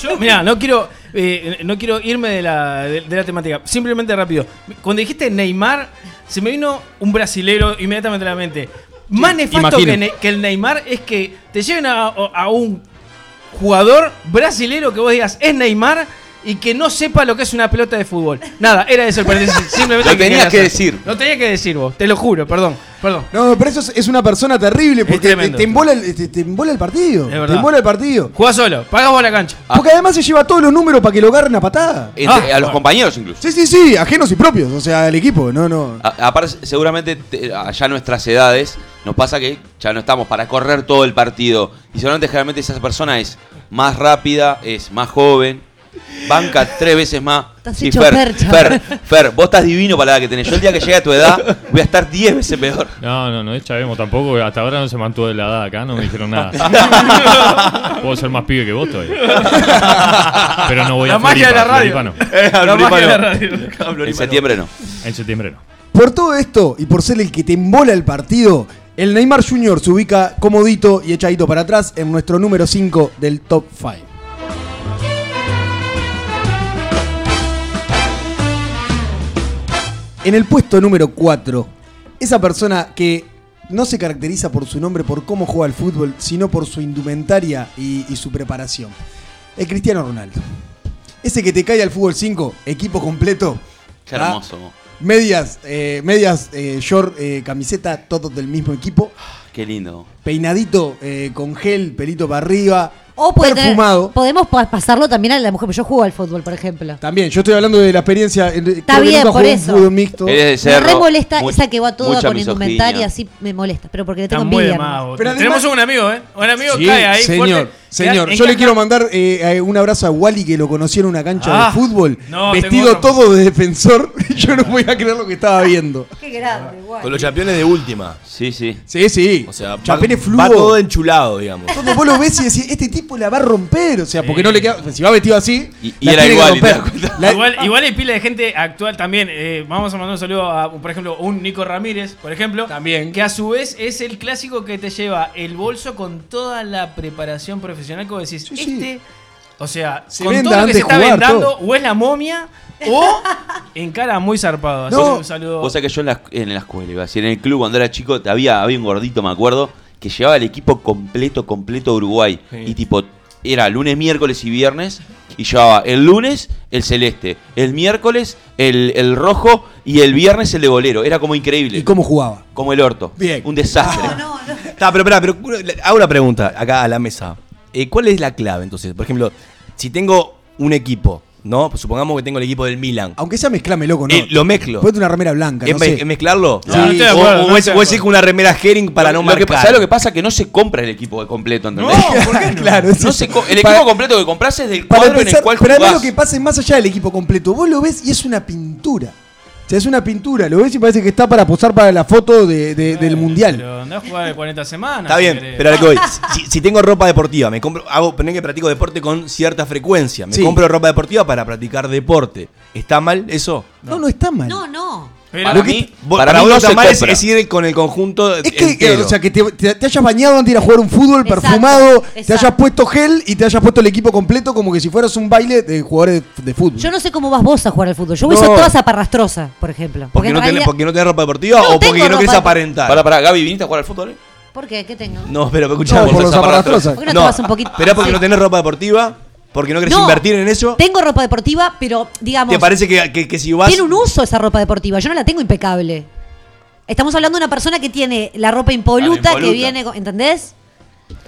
[SPEAKER 7] Yo, mirá, no quiero, eh, no quiero irme de la, de, de la temática. Simplemente rápido. Cuando dijiste Neymar, se me vino un brasilero inmediatamente a la mente. Más nefasto
[SPEAKER 8] imagino.
[SPEAKER 7] que, Ne- que el Neymar es que te lleven a, a un jugador brasilero que vos digas es Neymar y que no sepa lo que es una pelota de fútbol. Nada, era eso el paréntesis. Simplemente
[SPEAKER 3] Lo tenías
[SPEAKER 7] quería
[SPEAKER 3] que
[SPEAKER 7] hacer.
[SPEAKER 3] decir.
[SPEAKER 7] Lo tenías que decir vos, te lo juro, perdón, perdón.
[SPEAKER 6] No, pero eso es, es una persona terrible porque te,
[SPEAKER 7] tremendo.
[SPEAKER 6] te embola el, te, te embola el partido.
[SPEAKER 7] verdad.
[SPEAKER 6] Te embola el partido.
[SPEAKER 7] Jugá solo, pagá vos la cancha.
[SPEAKER 6] Porque además se lleva todos los números para que lo agarren a patada.
[SPEAKER 3] Entre-
[SPEAKER 7] Ah,
[SPEAKER 3] a los
[SPEAKER 7] bueno.
[SPEAKER 3] compañeros incluso.
[SPEAKER 6] Sí, sí, sí, ajenos y propios, o sea, el equipo, no, no.
[SPEAKER 3] A- aparte, seguramente te- allá a nuestras edades nos pasa que ya no estamos para correr todo el partido. Y seguramente generalmente esa persona es más rápida, es más joven, banca tres veces más.
[SPEAKER 4] Estás hecho percha.
[SPEAKER 3] Fer, Fer, vos estás divino para la edad que tenés. Yo el día que llegue a tu edad voy a estar 10 veces peor.
[SPEAKER 8] No, no, no, chavemos tampoco. Hasta ahora no se mantuvo de la edad acá, no me dijeron nada. Puedo ser más pibe que vos todavía. Pero no voy
[SPEAKER 7] La
[SPEAKER 8] a
[SPEAKER 7] magia de la
[SPEAKER 8] Floripa,
[SPEAKER 7] radio. Eh,
[SPEAKER 8] Floripa no.
[SPEAKER 7] La magia de la radio.
[SPEAKER 3] En septiembre no.
[SPEAKER 8] En septiembre no.
[SPEAKER 6] Por todo esto y por ser el que te embola el partido, el Neymar Jr. se ubica comodito y echadito para atrás en nuestro número 5 del top 5. En el puesto número 4, esa persona que no se caracteriza por su nombre, por cómo juega al fútbol, sino por su indumentaria y, y su preparación. El Cristiano Ronaldo. Ese que te cae al fútbol 5, equipo completo.
[SPEAKER 3] Qué
[SPEAKER 6] ¿ah?
[SPEAKER 3] hermoso. vos.
[SPEAKER 6] Medias, eh, medias, eh, short, eh, camiseta, todos del mismo equipo.
[SPEAKER 3] Qué lindo.
[SPEAKER 6] Peinadito eh, con gel, pelito para arriba.
[SPEAKER 4] O puede tener-
[SPEAKER 6] perfumado.
[SPEAKER 4] podemos pa- pasarlo también a la mujer. Yo juego al fútbol, por ejemplo.
[SPEAKER 6] También, yo estoy hablando de la experiencia. Está
[SPEAKER 4] bien, por eso.
[SPEAKER 6] mixto.
[SPEAKER 3] Eres de
[SPEAKER 4] Me
[SPEAKER 3] cerro.
[SPEAKER 4] re molesta
[SPEAKER 3] mu-
[SPEAKER 4] esa que va toda
[SPEAKER 3] mucha
[SPEAKER 4] con
[SPEAKER 3] misoginia.
[SPEAKER 4] indumentaria, así me molesta. Pero porque le tengo
[SPEAKER 7] Está muy de
[SPEAKER 4] envidia.
[SPEAKER 7] más,
[SPEAKER 4] ¿no?
[SPEAKER 7] vos.
[SPEAKER 6] Pero además-
[SPEAKER 7] Tenemos un amigo, ¿eh? Un amigo
[SPEAKER 6] Sí,
[SPEAKER 7] cae ahí.
[SPEAKER 6] señor,
[SPEAKER 7] fuerte.
[SPEAKER 6] señor.
[SPEAKER 7] Mirá,
[SPEAKER 6] Yo le
[SPEAKER 7] encaja-
[SPEAKER 6] quiero mandar eh, eh, un abrazo a Wally que lo conocí en una cancha
[SPEAKER 7] Ah,
[SPEAKER 6] de fútbol,
[SPEAKER 7] no,
[SPEAKER 6] vestido
[SPEAKER 7] tengo otro.
[SPEAKER 6] todo de defensor. yo no podía creer lo que estaba viendo.
[SPEAKER 4] Qué grande, guay.
[SPEAKER 5] Con los campeones de última.
[SPEAKER 3] Sí, sí.
[SPEAKER 6] Sí, sí.
[SPEAKER 5] O sea, va,
[SPEAKER 6] Chapene fluo.
[SPEAKER 5] va todo enchulado, digamos.
[SPEAKER 6] Entonces vos lo ves y decís, este tipo la va a romper. O sea, porque no le queda. Si va vestido así.
[SPEAKER 3] Y- y
[SPEAKER 6] la
[SPEAKER 3] era
[SPEAKER 6] tiene que
[SPEAKER 3] igual, y te
[SPEAKER 6] romper.
[SPEAKER 3] das cuenta.
[SPEAKER 6] La-
[SPEAKER 7] Igual, igual hay pila de gente actual también. Eh, vamos a mandar un saludo a, por ejemplo, un Nico Ramírez, por ejemplo.
[SPEAKER 6] También.
[SPEAKER 7] Que a su vez es el clásico que te lleva el bolso con toda la preparación profesional. Como decís,
[SPEAKER 6] Sí, sí.
[SPEAKER 7] este. O sea,
[SPEAKER 6] Se
[SPEAKER 7] con
[SPEAKER 6] venda
[SPEAKER 7] todo lo que
[SPEAKER 6] antes
[SPEAKER 7] se
[SPEAKER 6] de
[SPEAKER 7] está
[SPEAKER 6] jugar,
[SPEAKER 7] vendando,
[SPEAKER 6] todo.
[SPEAKER 7] o es la momia, o encara muy zarpado. Así
[SPEAKER 6] No.
[SPEAKER 7] que un saludo.
[SPEAKER 3] Vos sabés que yo en la, en la escuela, iba a decir, en el club cuando era chico, había, había un gordito, me acuerdo, que llevaba el equipo completo, completo de Uruguay. Y tipo, era lunes, miércoles y viernes, y llevaba el lunes el celeste, el miércoles el, el rojo y el viernes el de bolero. Era como increíble.
[SPEAKER 6] ¿Y cómo jugaba?
[SPEAKER 3] Como el orto.
[SPEAKER 6] Bien.
[SPEAKER 3] Un desastre.
[SPEAKER 5] Está, pero pará, pero le- hago una pregunta acá a la mesa. Eh, ¿Cuál es la clave entonces? Por ejemplo, si tengo un equipo, ¿no? Pues supongamos que tengo el equipo del Milan.
[SPEAKER 6] Aunque sea mezclámelo con
[SPEAKER 5] Eh, lo mezclo.
[SPEAKER 6] Ponete una remera blanca.
[SPEAKER 5] ¿Es,
[SPEAKER 6] no
[SPEAKER 5] me-
[SPEAKER 6] sé.
[SPEAKER 5] es mezclarlo?
[SPEAKER 6] No, no estoy de
[SPEAKER 5] O-
[SPEAKER 7] acuerdo,
[SPEAKER 5] o,
[SPEAKER 7] no
[SPEAKER 5] es,
[SPEAKER 7] estoy de
[SPEAKER 5] o es ir con una remera herring para no
[SPEAKER 3] lo que,
[SPEAKER 5] marcar.
[SPEAKER 3] ¿Sabes lo que pasa? Que no se compra el equipo completo, ¿entendés?
[SPEAKER 7] ¿por qué no?
[SPEAKER 6] claro, es
[SPEAKER 3] No
[SPEAKER 6] eso.
[SPEAKER 3] se co- el equipo
[SPEAKER 6] Para-
[SPEAKER 3] completo que compras es del
[SPEAKER 6] Para
[SPEAKER 3] cuadro en
[SPEAKER 6] empezar,
[SPEAKER 3] el cual
[SPEAKER 6] pero además lo
[SPEAKER 3] jugás.
[SPEAKER 6] que pasa es más allá del equipo completo. Vos lo ves y es una pintura. O sea, es una pintura. Lo ves y parece que está para posar para la foto de- de- del mundial.
[SPEAKER 7] Pero andá a jugar de 40 semanas.
[SPEAKER 5] Está
[SPEAKER 7] si
[SPEAKER 5] bien,
[SPEAKER 7] querés.
[SPEAKER 5] pero a lo que voy. Si, si tengo ropa deportiva, me compro, hago, poner que practico deporte con cierta frecuencia. Me
[SPEAKER 6] Sí.
[SPEAKER 5] compro ropa deportiva para practicar deporte. ¿Está mal eso?
[SPEAKER 6] No, no está mal.
[SPEAKER 4] No, no.
[SPEAKER 7] Pero
[SPEAKER 3] para
[SPEAKER 5] Lo que-
[SPEAKER 3] mí,
[SPEAKER 5] vo-
[SPEAKER 3] para mí
[SPEAKER 5] vos
[SPEAKER 3] no
[SPEAKER 5] lo
[SPEAKER 3] se
[SPEAKER 5] mal es,
[SPEAKER 3] compra.
[SPEAKER 5] es ir con el conjunto
[SPEAKER 6] Es que, eh,
[SPEAKER 5] entero.
[SPEAKER 6] o sea, que te, te- te hayas bañado antes de ir a jugar un fútbol
[SPEAKER 4] Exacto,
[SPEAKER 6] perfumado, te
[SPEAKER 4] exacto.
[SPEAKER 6] hayas puesto gel y te hayas puesto el equipo completo como que si fueras un baile de jugadores de, de fútbol.
[SPEAKER 4] Yo no sé cómo vas vos a jugar al fútbol. Yo voy
[SPEAKER 5] No.
[SPEAKER 4] a toda esa parrastrosa, por ejemplo.
[SPEAKER 5] porque,
[SPEAKER 4] en
[SPEAKER 5] no tenés,
[SPEAKER 4] realidad-
[SPEAKER 5] porque no tenés ropa deportiva
[SPEAKER 4] No
[SPEAKER 5] o porque
[SPEAKER 4] tengo
[SPEAKER 5] no querés
[SPEAKER 4] ropa-
[SPEAKER 5] aparentar.
[SPEAKER 3] Pará, pará, Gaby, ¿viniste a jugar al fútbol? eh?
[SPEAKER 4] ¿Por qué? ¿Qué tengo?
[SPEAKER 5] No, pero escuchamos.
[SPEAKER 6] por los aparatos.
[SPEAKER 4] ¿Por qué no te vas un poquito- Ah,
[SPEAKER 5] Pero porque
[SPEAKER 4] Sí.
[SPEAKER 5] no tenés ropa deportiva, porque no querés
[SPEAKER 4] No.
[SPEAKER 5] invertir en eso.
[SPEAKER 4] Tengo ropa deportiva, pero digamos.
[SPEAKER 5] ¿Te parece que, que, que si vas.
[SPEAKER 4] Tiene un uso esa ropa deportiva. Yo no la tengo impecable. Estamos hablando de una persona que tiene la ropa impoluta,
[SPEAKER 5] impoluta.
[SPEAKER 4] que viene. con- ¿Entendés?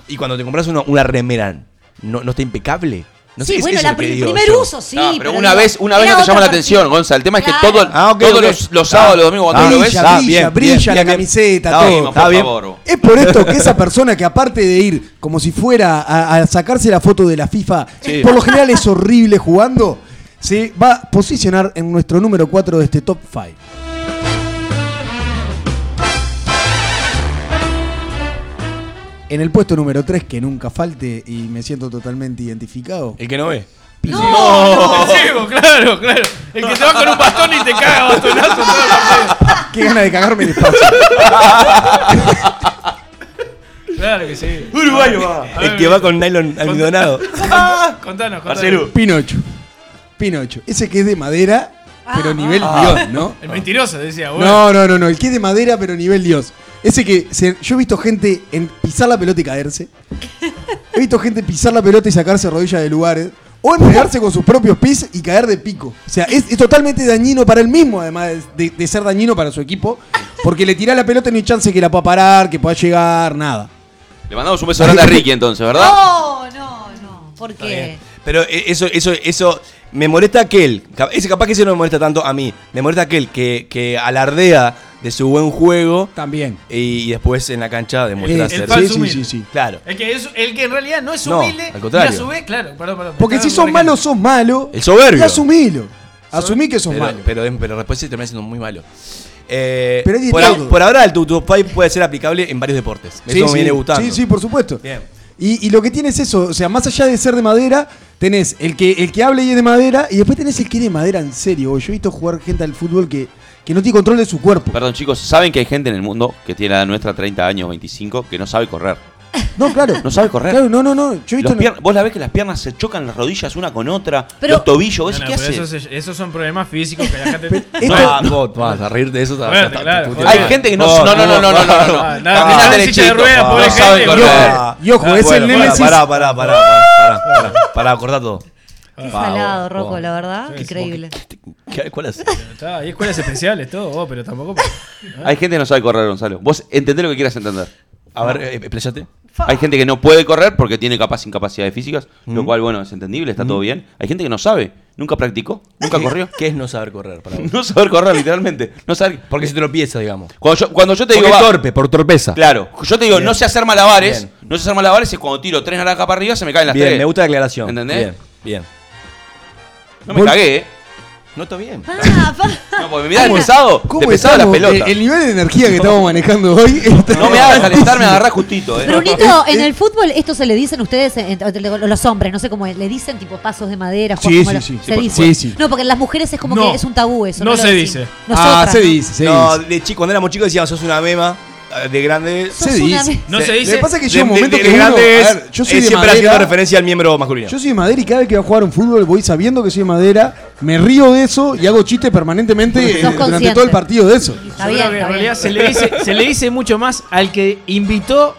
[SPEAKER 5] Y cuando te compras una, una remera, ¿no, no está impecable? No
[SPEAKER 4] sí,
[SPEAKER 5] es
[SPEAKER 4] bueno,
[SPEAKER 5] eso
[SPEAKER 4] la
[SPEAKER 5] lo que
[SPEAKER 4] prim-
[SPEAKER 5] digo
[SPEAKER 4] primer
[SPEAKER 5] yo.
[SPEAKER 4] uso, sí.
[SPEAKER 3] No, pero, una
[SPEAKER 4] digo,
[SPEAKER 3] vez, una vez
[SPEAKER 4] era
[SPEAKER 3] no te
[SPEAKER 4] otra
[SPEAKER 3] llama
[SPEAKER 4] partida.
[SPEAKER 3] la atención, Gonzalo. El tema es que
[SPEAKER 4] Claro.
[SPEAKER 3] todo-
[SPEAKER 5] Ah, ok,
[SPEAKER 3] todos
[SPEAKER 5] ok.
[SPEAKER 3] los, los sábados, los domingos, cuando
[SPEAKER 5] Ah,
[SPEAKER 3] lo ves,
[SPEAKER 5] ya,
[SPEAKER 6] brilla,
[SPEAKER 5] bien, bien,
[SPEAKER 6] brilla la
[SPEAKER 5] bien, bien.
[SPEAKER 6] camiseta,
[SPEAKER 5] Está
[SPEAKER 6] todo.
[SPEAKER 5] bien,
[SPEAKER 3] por
[SPEAKER 5] está bien.
[SPEAKER 3] favor. vos.
[SPEAKER 6] Es por esto que esa persona que aparte de ir como si fuera a, a sacarse la foto de la FIFA,
[SPEAKER 5] Sí.
[SPEAKER 6] por lo general es horrible jugando, se va a posicionar en nuestro número 4 de este top 5. En el puesto número 3, que nunca falte y me siento totalmente identificado.
[SPEAKER 5] El que no ve.
[SPEAKER 4] No,
[SPEAKER 7] El ciego, claro, claro. El que te va con un bastón y te caga a bastonazo. toda la vida.
[SPEAKER 6] Qué gana de cagarme el espacio.
[SPEAKER 7] Claro que sí.
[SPEAKER 5] Uruguayo va. El que va con nylon almidonado.
[SPEAKER 7] Contanos, contanos.
[SPEAKER 5] Marcelo.
[SPEAKER 6] Pinocho. Pinocho. Ese que es de madera,
[SPEAKER 7] Ah.
[SPEAKER 6] pero nivel
[SPEAKER 5] Ah.
[SPEAKER 6] Dios, ¿no?
[SPEAKER 7] El mentiroso decía, bueno.
[SPEAKER 6] Ah. No, no, no, no. El que es de madera, pero nivel Dios. Ese que. se- yo he visto gente en pisar la pelota y caerse. He visto gente pisar la pelota y sacarse rodillas de lugares. O en pegarse con sus propios pies y caer de pico. O sea, es, es totalmente dañino para él mismo, además de, de ser dañino para su equipo. Porque le tirás la pelota y no hay chance que la pueda parar, que pueda llegar, nada.
[SPEAKER 3] Le mandamos un beso grande a Ricky entonces, ¿verdad?
[SPEAKER 4] No, no, no. ¿Por qué?
[SPEAKER 5] Pero eh, eso, eso, eso. Me molesta aquel. Cap- Ese capaz que ese no me molesta tanto a mí. Me molesta aquel que, que alardea de su buen juego
[SPEAKER 6] También.
[SPEAKER 5] y, después en la cancha demuestra
[SPEAKER 6] Eh,
[SPEAKER 5] ser.
[SPEAKER 7] el falso
[SPEAKER 6] sí, sí,
[SPEAKER 7] humilde.
[SPEAKER 6] sí, sí.
[SPEAKER 5] Claro.
[SPEAKER 7] El que, es, el que en realidad no es
[SPEAKER 5] No,
[SPEAKER 7] humilde.
[SPEAKER 5] al contrario.
[SPEAKER 7] Y a su vez, claro, perdón, perdón.
[SPEAKER 6] Porque si sos malo, sos malo.
[SPEAKER 5] El soberbio.
[SPEAKER 6] Y asumilo. Asumí que sos
[SPEAKER 5] Pero,
[SPEAKER 6] malo.
[SPEAKER 5] pero, pero después se termina siendo muy malo. Eh,
[SPEAKER 6] Pero hay de
[SPEAKER 5] por,
[SPEAKER 6] todo.
[SPEAKER 5] a- por ahora el Tutu Five puede ser aplicable en varios deportes. Eso
[SPEAKER 6] Sí,
[SPEAKER 5] me
[SPEAKER 6] sí.
[SPEAKER 5] viene gustando.
[SPEAKER 6] Sí, sí, por supuesto.
[SPEAKER 5] Bien.
[SPEAKER 6] Y, y lo que tiene es eso, o sea, más allá de ser de madera, tenés el que, el que habla y es de madera, y después tenés el que es de madera en serio. Yo he visto jugar gente al fútbol que, que no tiene control de su cuerpo.
[SPEAKER 3] Perdón, chicos, ¿saben que hay gente en el mundo que tiene la edad nuestra 30 años, 25, que no sabe correr?
[SPEAKER 6] No, claro.
[SPEAKER 3] No sabe correr.
[SPEAKER 6] Claro, no, no, no. Yo he
[SPEAKER 3] Los
[SPEAKER 6] visto.
[SPEAKER 3] pier- Vos la ves que las piernas se chocan las rodillas una con otra,
[SPEAKER 4] Pero-
[SPEAKER 3] los tobillos, ¿vos
[SPEAKER 7] No, no,
[SPEAKER 3] decís, qué
[SPEAKER 7] pero
[SPEAKER 3] haces?
[SPEAKER 7] esos, esos son problemas físicos que la gente.
[SPEAKER 6] esto-
[SPEAKER 5] Ah, vos vas a reír de eso. está-
[SPEAKER 7] Bueno,
[SPEAKER 5] está-
[SPEAKER 7] claro,
[SPEAKER 5] está-
[SPEAKER 7] joder.
[SPEAKER 3] Hay gente que no.
[SPEAKER 5] Oh,
[SPEAKER 3] no, no, no, no, no, no. no.
[SPEAKER 7] Ah, nada,
[SPEAKER 3] Camina
[SPEAKER 7] nada, en
[SPEAKER 3] derechito.
[SPEAKER 7] silla de ruedas,
[SPEAKER 3] Ah,
[SPEAKER 7] pobre
[SPEAKER 3] no sabe
[SPEAKER 7] gente,
[SPEAKER 3] correr.
[SPEAKER 7] boludo.
[SPEAKER 6] Y ojo, es el
[SPEAKER 5] Ah. bueno,
[SPEAKER 6] némesis.
[SPEAKER 5] Pará, pará, pará, pará, pará, pará, pará, cortá todo.
[SPEAKER 4] Qué
[SPEAKER 5] Pa,
[SPEAKER 4] salado,
[SPEAKER 5] vos,
[SPEAKER 4] Rocco,
[SPEAKER 5] vos.
[SPEAKER 4] la verdad. Increíble.
[SPEAKER 5] ¿Qué- ¿Cuál es?
[SPEAKER 7] Está, hay escuelas especiales, todo, vos, pero tampoco.
[SPEAKER 3] ¿Eh? Hay gente que no sabe correr, Gonzalo. Vos entendés lo que quieras entender.
[SPEAKER 5] A ver, eh, explayate.
[SPEAKER 3] Hay gente que no puede correr porque tiene capaz incapacidades físicas,
[SPEAKER 5] Mm.
[SPEAKER 3] lo cual, bueno, es entendible, está todo bien. Hay gente que no sabe, nunca practicó, nunca corrió.
[SPEAKER 5] ¿Qué es no saber correr para vos?
[SPEAKER 3] No saber correr, literalmente. No saber.
[SPEAKER 5] Porque se tropieza, digamos.
[SPEAKER 3] Cuando yo, cuando yo te
[SPEAKER 5] Porque
[SPEAKER 3] digo. va-
[SPEAKER 5] torpe, por torpeza.
[SPEAKER 3] Claro, yo te digo,
[SPEAKER 5] Bien.
[SPEAKER 3] no sé hacer malabares.
[SPEAKER 5] Bien.
[SPEAKER 3] No sé hacer malabares es cuando tiro tres naranjas para arriba se me caen las
[SPEAKER 5] Bien,
[SPEAKER 3] tres.
[SPEAKER 5] me gusta la aclaración.
[SPEAKER 3] ¿Entendés?
[SPEAKER 5] Bien, bien.
[SPEAKER 3] No me
[SPEAKER 6] Vol-
[SPEAKER 3] cagué, eh.
[SPEAKER 5] No está bien.
[SPEAKER 4] Pa, pa.
[SPEAKER 3] No, porque me mirá el pesado.
[SPEAKER 6] ¿Cómo
[SPEAKER 3] de pesado la
[SPEAKER 6] estamos?
[SPEAKER 3] pelota.
[SPEAKER 5] Eh,
[SPEAKER 6] El, el nivel de energía que estamos manejando hoy. está-
[SPEAKER 3] No me hagas calentar, me agarrás justito, eh.
[SPEAKER 4] Brunito, en el fútbol esto se le dicen ustedes, en- en- los hombres, no sé cómo es, le dicen tipo pasos de madera,
[SPEAKER 6] Sí,
[SPEAKER 4] jugar como
[SPEAKER 6] sí,
[SPEAKER 4] lo-
[SPEAKER 6] sí.
[SPEAKER 4] se
[SPEAKER 6] Sí, por
[SPEAKER 4] dice.
[SPEAKER 6] supuesto. Sí, sí.
[SPEAKER 4] No, porque en las mujeres es como
[SPEAKER 7] No.
[SPEAKER 4] que es un tabú eso.
[SPEAKER 7] No
[SPEAKER 4] lo
[SPEAKER 7] se
[SPEAKER 4] decimos.
[SPEAKER 7] dice.
[SPEAKER 6] ah,
[SPEAKER 4] Nosotras,
[SPEAKER 6] se
[SPEAKER 4] ¿no?
[SPEAKER 6] dice, se
[SPEAKER 5] No,
[SPEAKER 6] dice.
[SPEAKER 5] de chico, cuando éramos chicos decíamos, sos una mema eh, de grande.
[SPEAKER 4] Sos
[SPEAKER 6] Se
[SPEAKER 4] una
[SPEAKER 6] dice.
[SPEAKER 4] vez-
[SPEAKER 7] No se
[SPEAKER 6] Lo
[SPEAKER 7] dice.
[SPEAKER 6] que pasa es que llega un
[SPEAKER 5] de- de-
[SPEAKER 6] momento
[SPEAKER 5] de
[SPEAKER 6] que uno- a
[SPEAKER 5] grande es,
[SPEAKER 6] ver, yo soy
[SPEAKER 5] es
[SPEAKER 6] de
[SPEAKER 5] siempre
[SPEAKER 6] madera.
[SPEAKER 5] haciendo referencia al miembro masculino.
[SPEAKER 6] Yo soy de madera y cada vez que voy a jugar un fútbol voy sabiendo que soy de madera, me río de eso y hago chistes permanentemente eh,
[SPEAKER 4] Sos
[SPEAKER 6] durante
[SPEAKER 4] consciente.
[SPEAKER 6] todo el partido de eso.
[SPEAKER 4] Está
[SPEAKER 7] Yo
[SPEAKER 4] bien,
[SPEAKER 7] creo que
[SPEAKER 4] está
[SPEAKER 7] en
[SPEAKER 4] bien.
[SPEAKER 7] realidad se le, dice, se le dice mucho más al que invitó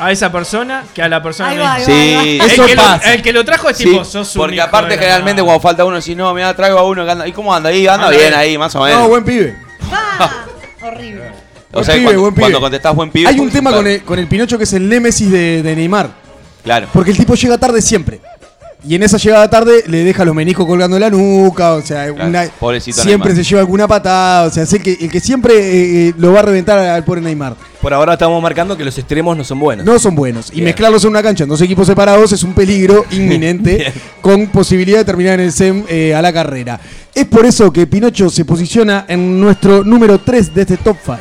[SPEAKER 7] a esa persona que a la persona
[SPEAKER 4] Ahí va,
[SPEAKER 7] misma.
[SPEAKER 4] ahí va, ahí va.
[SPEAKER 3] Sí,
[SPEAKER 7] El
[SPEAKER 6] Eso
[SPEAKER 7] que lo-
[SPEAKER 6] pasa.
[SPEAKER 7] el que lo trajo es
[SPEAKER 3] sí,
[SPEAKER 7] tipo, sos un
[SPEAKER 3] porque
[SPEAKER 7] hijo de
[SPEAKER 3] aparte
[SPEAKER 7] la
[SPEAKER 3] generalmente
[SPEAKER 7] madre.
[SPEAKER 3] cuando falta uno decís, no, mira, traigo a uno que anda. ¿Y cómo anda? Ahí anda,
[SPEAKER 7] Anda
[SPEAKER 3] bien
[SPEAKER 7] bien.
[SPEAKER 3] ahí, más o menos.
[SPEAKER 6] No, buen pibe.
[SPEAKER 4] Ah, Horrible.
[SPEAKER 3] o sea,
[SPEAKER 6] buen pibe,
[SPEAKER 3] cuando,
[SPEAKER 6] buen pibe.
[SPEAKER 3] cuando contestás buen pibe.
[SPEAKER 6] Hay un
[SPEAKER 3] porque-
[SPEAKER 6] tema con el, con el Pinocho que es el némesis de, de Neymar.
[SPEAKER 3] Claro.
[SPEAKER 6] Porque el tipo llega tarde siempre. Y en esa llegada tarde le deja los meniscos colgando en la nuca, o sea,
[SPEAKER 3] Claro,
[SPEAKER 6] una-
[SPEAKER 3] pobrecito
[SPEAKER 6] siempre
[SPEAKER 3] Neymar.
[SPEAKER 6] se lleva alguna patada, o sea, es el que, el que siempre eh, eh, lo va a reventar al pobre Neymar.
[SPEAKER 5] Por ahora estamos marcando que los extremos no son buenos.
[SPEAKER 6] No son buenos. Y
[SPEAKER 5] Bien.
[SPEAKER 6] mezclarlos en una cancha en dos equipos separados es un peligro inminente con posibilidad de terminar en el SEM eh, a la carrera. Es por eso que Pinocho se posiciona en nuestro número 3 de este top 5.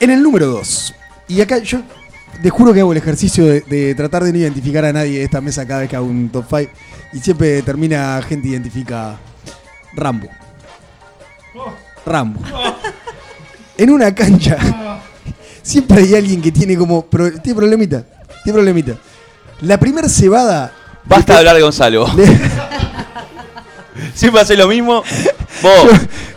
[SPEAKER 6] En el número 2. Y acá yo te juro que hago el ejercicio de, de tratar de no identificar a nadie de esta mesa cada vez que hago un top 5. Y siempre termina gente identifica Rambo. Rambo. En una cancha siempre hay alguien que tiene como. pro- tiene problemita. Tiene problemita. La primera cebada.
[SPEAKER 3] Basta
[SPEAKER 6] Este-
[SPEAKER 3] de hablar de Gonzalo. Siempre hace lo mismo. Vos.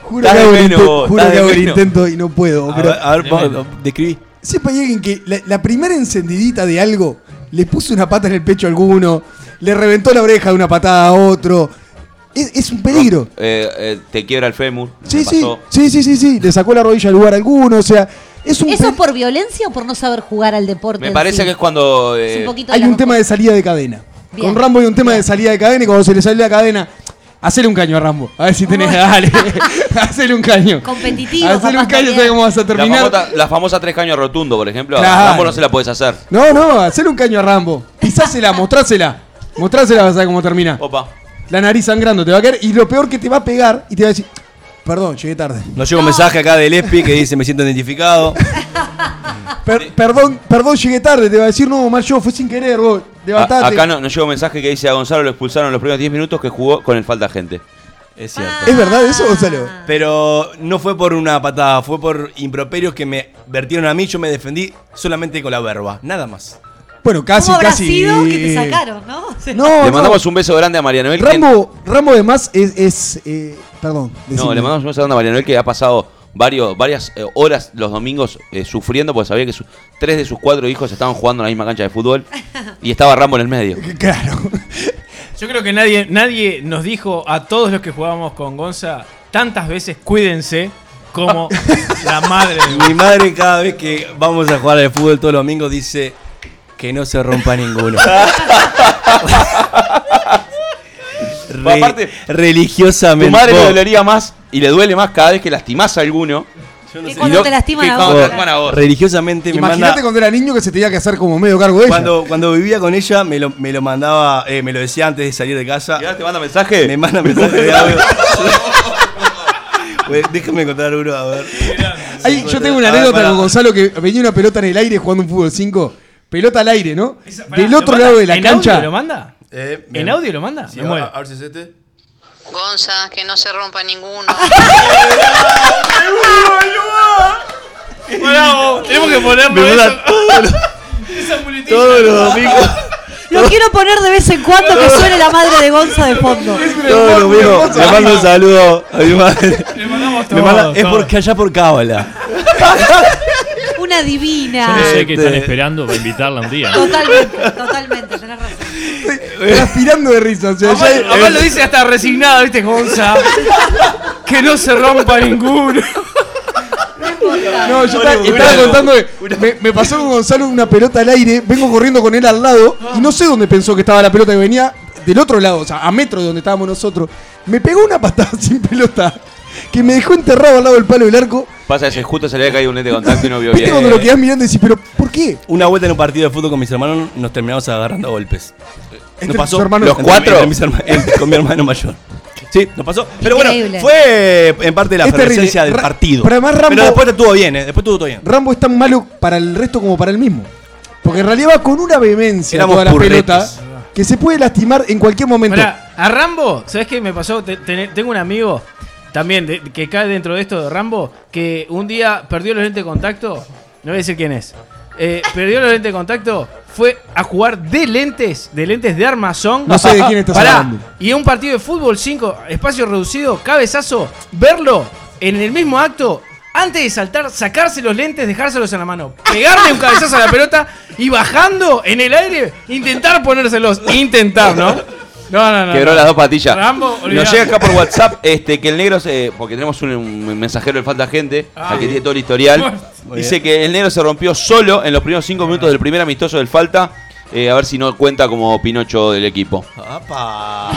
[SPEAKER 6] Juro
[SPEAKER 3] estás
[SPEAKER 6] que
[SPEAKER 3] de
[SPEAKER 6] hago el
[SPEAKER 3] menos,
[SPEAKER 6] inten-
[SPEAKER 3] vos,
[SPEAKER 6] juro
[SPEAKER 3] estás
[SPEAKER 6] que
[SPEAKER 3] de
[SPEAKER 6] hago el
[SPEAKER 3] menos.
[SPEAKER 6] intento y no puedo.
[SPEAKER 5] A
[SPEAKER 6] pero-
[SPEAKER 5] ver, a ver, vamos, describí.
[SPEAKER 6] Siempre hay alguien que la, la primera encendidita de algo le puso una pata en el pecho a alguno, le reventó la oreja de una patada a otro. Es, es un peligro.
[SPEAKER 3] Eh, eh, te quiebra el fémur.
[SPEAKER 6] Sí,
[SPEAKER 3] me
[SPEAKER 6] sí,
[SPEAKER 3] pasó.
[SPEAKER 6] sí, sí, sí, sí. Le sacó la rodilla al lugar a alguno, o sea, es un
[SPEAKER 4] ¿Eso
[SPEAKER 6] pe-
[SPEAKER 4] por violencia o por no saber jugar al deporte?
[SPEAKER 3] Me
[SPEAKER 4] en
[SPEAKER 3] parece
[SPEAKER 4] sí?
[SPEAKER 3] que es cuando. eh,
[SPEAKER 4] Es un poquito
[SPEAKER 6] hay
[SPEAKER 4] las
[SPEAKER 6] un
[SPEAKER 4] dos
[SPEAKER 6] tema de
[SPEAKER 4] cosas.
[SPEAKER 6] salida de cadena.
[SPEAKER 4] Bien.
[SPEAKER 6] Con Rambo hay un tema de salida de cadena y cuando se le sale la cadena, hacele un caño a Rambo. A ver si tenés, dale. hacele un caño.
[SPEAKER 4] Competitivo,
[SPEAKER 6] Hacele un
[SPEAKER 4] capaz,
[SPEAKER 6] caño,
[SPEAKER 4] también.
[SPEAKER 6] sabes cómo vas a
[SPEAKER 3] la,
[SPEAKER 6] terminar.
[SPEAKER 3] famosa, la famosa tres caños rotundo, por ejemplo.
[SPEAKER 6] Claro.
[SPEAKER 3] A Rambo no se la podés hacer.
[SPEAKER 6] No, no, hacele un caño a Rambo. Pisásela, mostrásela. Mostrásela, vas a ver cómo termina.
[SPEAKER 3] Opa.
[SPEAKER 6] La nariz sangrando te va a caer y lo peor que te va a pegar y te va a decir, perdón, llegué tarde.
[SPEAKER 5] Nos llega un mensaje acá del E ESPI que dice me siento identificado.
[SPEAKER 6] Per- perdón, perdón, llegué tarde, te va a decir, no, mal yo, fue sin querer, vos,
[SPEAKER 3] A-
[SPEAKER 6] levantate.
[SPEAKER 3] acá no- nos llega un mensaje que dice a Gonzalo lo expulsaron los primeros 10 minutos que jugó con el falta gente.
[SPEAKER 5] Es cierto.
[SPEAKER 6] ¿Es verdad eso, Gonzalo?
[SPEAKER 5] Pero no fue por una patada, fue por improperios que me vertieron a mí, yo me defendí solamente con la verba, nada más.
[SPEAKER 6] Bueno, casi,
[SPEAKER 4] ¿Cómo habrá
[SPEAKER 6] casi.
[SPEAKER 4] sido que te sacaron, no? O sea,
[SPEAKER 6] No,
[SPEAKER 3] le
[SPEAKER 6] no.
[SPEAKER 3] mandamos un beso grande a María Noel. que-
[SPEAKER 6] Rambo, Rambo además es, es eh, perdón,
[SPEAKER 3] no,
[SPEAKER 6] decime.
[SPEAKER 3] le mandamos un beso grande a María Noel que ha pasado varios, varias eh, horas los domingos eh, sufriendo porque sabía que su- tres de sus cuatro hijos estaban jugando en la misma cancha de fútbol y estaba Rambo en el medio.
[SPEAKER 6] Claro.
[SPEAKER 7] Yo creo que nadie, nadie nos dijo a todos los que jugábamos con Gonza tantas veces cuídense como la madre de Gonza.
[SPEAKER 5] Mi madre cada vez que vamos a jugar al fútbol todos los domingos dice que no se rompa ninguno. Re-
[SPEAKER 3] Aparte,
[SPEAKER 5] religiosamente.
[SPEAKER 3] Tu madre le
[SPEAKER 5] Vos,
[SPEAKER 3] dolería más y le duele más cada vez que lastimás a alguno.
[SPEAKER 4] que
[SPEAKER 3] Y
[SPEAKER 4] cuando
[SPEAKER 3] no-
[SPEAKER 4] te lastiman
[SPEAKER 3] que
[SPEAKER 4] a
[SPEAKER 3] cuando
[SPEAKER 4] vos.
[SPEAKER 3] te lastiman a vos.
[SPEAKER 5] religiosamente me manda
[SPEAKER 6] Imagínate cuando era niño que se tenía que hacer como medio cargo de ella.
[SPEAKER 5] cuando, cuando vivía con ella me lo, me lo mandaba, eh, me lo decía antes de salir de casa.
[SPEAKER 3] Y ahora te manda mensaje.
[SPEAKER 5] Me manda mensaje de audio. Güey, Déjame encontrar uno, a ver.
[SPEAKER 6] Ahí, yo tengo una
[SPEAKER 5] A ver,
[SPEAKER 6] anécdota
[SPEAKER 5] Ah, pará.
[SPEAKER 6] con Gonzalo que venía una pelota en el aire jugando un fútbol 5. Pelota al aire, ¿no?
[SPEAKER 7] Esa- pará,
[SPEAKER 6] Del
[SPEAKER 7] ¿lo
[SPEAKER 6] otro
[SPEAKER 7] manda?
[SPEAKER 6] lado de la
[SPEAKER 7] ¿En
[SPEAKER 6] cancha.
[SPEAKER 7] audio lo manda?
[SPEAKER 5] Eh,
[SPEAKER 7] ¿En
[SPEAKER 5] me-
[SPEAKER 7] audio lo manda?
[SPEAKER 5] Sí,
[SPEAKER 7] Me muero.
[SPEAKER 5] a, a ver si es este.
[SPEAKER 10] Gonza, que no se rompa ninguno.
[SPEAKER 7] Bravo, tenemos que ponerlo
[SPEAKER 5] Me
[SPEAKER 7] eso.
[SPEAKER 5] manda todos los-
[SPEAKER 7] Esa muletilla.
[SPEAKER 5] todos los domingos.
[SPEAKER 4] Lo quiero poner de vez en cuando que suene la madre de Gonza de fondo.
[SPEAKER 5] Todos los domingos. Le mando un saludo a mi madre.
[SPEAKER 7] Le mandamos
[SPEAKER 5] Me manda-
[SPEAKER 7] todo,
[SPEAKER 5] es
[SPEAKER 7] todo.
[SPEAKER 5] porque allá por cábala.
[SPEAKER 4] Una
[SPEAKER 8] Yo
[SPEAKER 4] divina.
[SPEAKER 8] no sé qué están
[SPEAKER 5] Este-
[SPEAKER 8] esperando para invitarla un día.
[SPEAKER 4] Totalmente, totalmente, tenés razón.
[SPEAKER 6] Transpirando de risa. O sea,
[SPEAKER 7] Además,
[SPEAKER 6] ya-
[SPEAKER 7] además lo dice hasta resignado, ¿viste, Gonza? que no se rompa ninguno.
[SPEAKER 6] No, yo estaba, estaba contando que me, me pasó con Gonzalo una pelota al aire, vengo corriendo con él al lado y no sé dónde pensó que estaba la pelota que venía del otro lado, o sea, a metro de donde estábamos nosotros. Me pegó una patada sin pelota que me dejó enterrado al lado del palo del arco.
[SPEAKER 3] Pasa
[SPEAKER 5] eh,
[SPEAKER 3] que justo se le había caído un net de contacto y no vio
[SPEAKER 6] Viste cuando lo
[SPEAKER 3] bien.
[SPEAKER 6] quedás mirando y decís, pero ¿por qué?
[SPEAKER 5] Una vuelta en un partido de fútbol con mis hermanos nos terminamos agarrando a golpes.
[SPEAKER 6] Entre
[SPEAKER 5] Nos pasó.
[SPEAKER 6] tus hermanos-
[SPEAKER 3] Los
[SPEAKER 5] Entre-
[SPEAKER 3] cuatro.
[SPEAKER 5] entre mis herma- entre- con mi hermano mayor. Sí, nos pasó. Pero bueno,
[SPEAKER 4] Increíble.
[SPEAKER 5] fue en parte de la
[SPEAKER 6] Es terrible.
[SPEAKER 5] presencia del
[SPEAKER 6] Ra-
[SPEAKER 5] partido.
[SPEAKER 6] pero además Rambo-
[SPEAKER 5] después estuvo bien, ¿eh? Después estuvo todo bien.
[SPEAKER 6] Rambo es tan malo para el resto como para él mismo. Porque en realidad va con una vehemencia
[SPEAKER 5] Éramos
[SPEAKER 6] toda la
[SPEAKER 5] purretes.
[SPEAKER 6] pelota que se puede lastimar en cualquier momento.
[SPEAKER 7] Pará, a Rambo, ¿sabes qué me pasó? Te- te- tengo un amigo también de- que cae dentro de esto de Rambo, que un día perdió los lentes de contacto, no voy a decir quién es, eh, perdió los lentes de contacto, fue a jugar de lentes, de lentes de armazón.
[SPEAKER 6] No sé de quién estás
[SPEAKER 7] Pará,
[SPEAKER 6] hablando.
[SPEAKER 7] Y un partido de fútbol 5, espacio reducido, cabezazo, verlo en el mismo acto. Antes de saltar, sacarse los lentes, dejárselos en la mano, pegarle un cabezazo a la pelota y bajando en el aire, intentar ponérselos. Intentar, ¿no? No, no, no.
[SPEAKER 3] Quebró
[SPEAKER 7] no.
[SPEAKER 3] las dos patillas.
[SPEAKER 7] Rambo,
[SPEAKER 3] Nos
[SPEAKER 7] olvidate.
[SPEAKER 3] llega acá por WhatsApp este, que el negro se. Porque tenemos un, un mensajero del falta gente,
[SPEAKER 7] Ah.
[SPEAKER 3] al que tiene todo el historial.
[SPEAKER 5] Muy
[SPEAKER 3] Dice que el negro se rompió solo en los primeros cinco minutos del primer amistoso del falta. Eh, a ver si no cuenta como Pinocho del equipo.
[SPEAKER 5] ¡Apa!
[SPEAKER 6] Ah,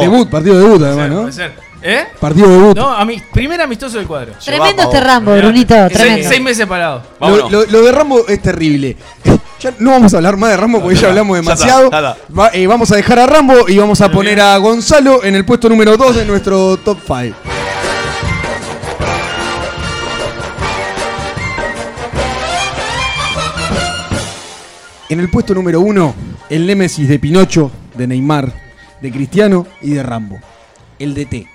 [SPEAKER 6] Debut, partido debut además,
[SPEAKER 7] Puede
[SPEAKER 6] ¿no?
[SPEAKER 7] ser. ¿Eh?
[SPEAKER 6] Partido debut.
[SPEAKER 7] No, a mi primer amistoso del cuadro.
[SPEAKER 4] Tremendo
[SPEAKER 5] va,
[SPEAKER 4] este
[SPEAKER 5] Pau.
[SPEAKER 4] Rambo, Brunito,
[SPEAKER 7] Seis-
[SPEAKER 4] tremendo.
[SPEAKER 7] Seis meses parado.
[SPEAKER 3] Vámonos.
[SPEAKER 6] Lo, lo- lo de Rambo es terrible. Ya no vamos a hablar más de Rambo porque ya hablamos
[SPEAKER 5] está,
[SPEAKER 6] demasiado.
[SPEAKER 5] ya está.
[SPEAKER 6] Va- eh, vamos a dejar a Rambo y vamos a poner a Gonzalo en el puesto número 2 de nuestro top 5. En el puesto número uno, el némesis de Pinocho, de Neymar, de Cristiano y de Rambo. El DT.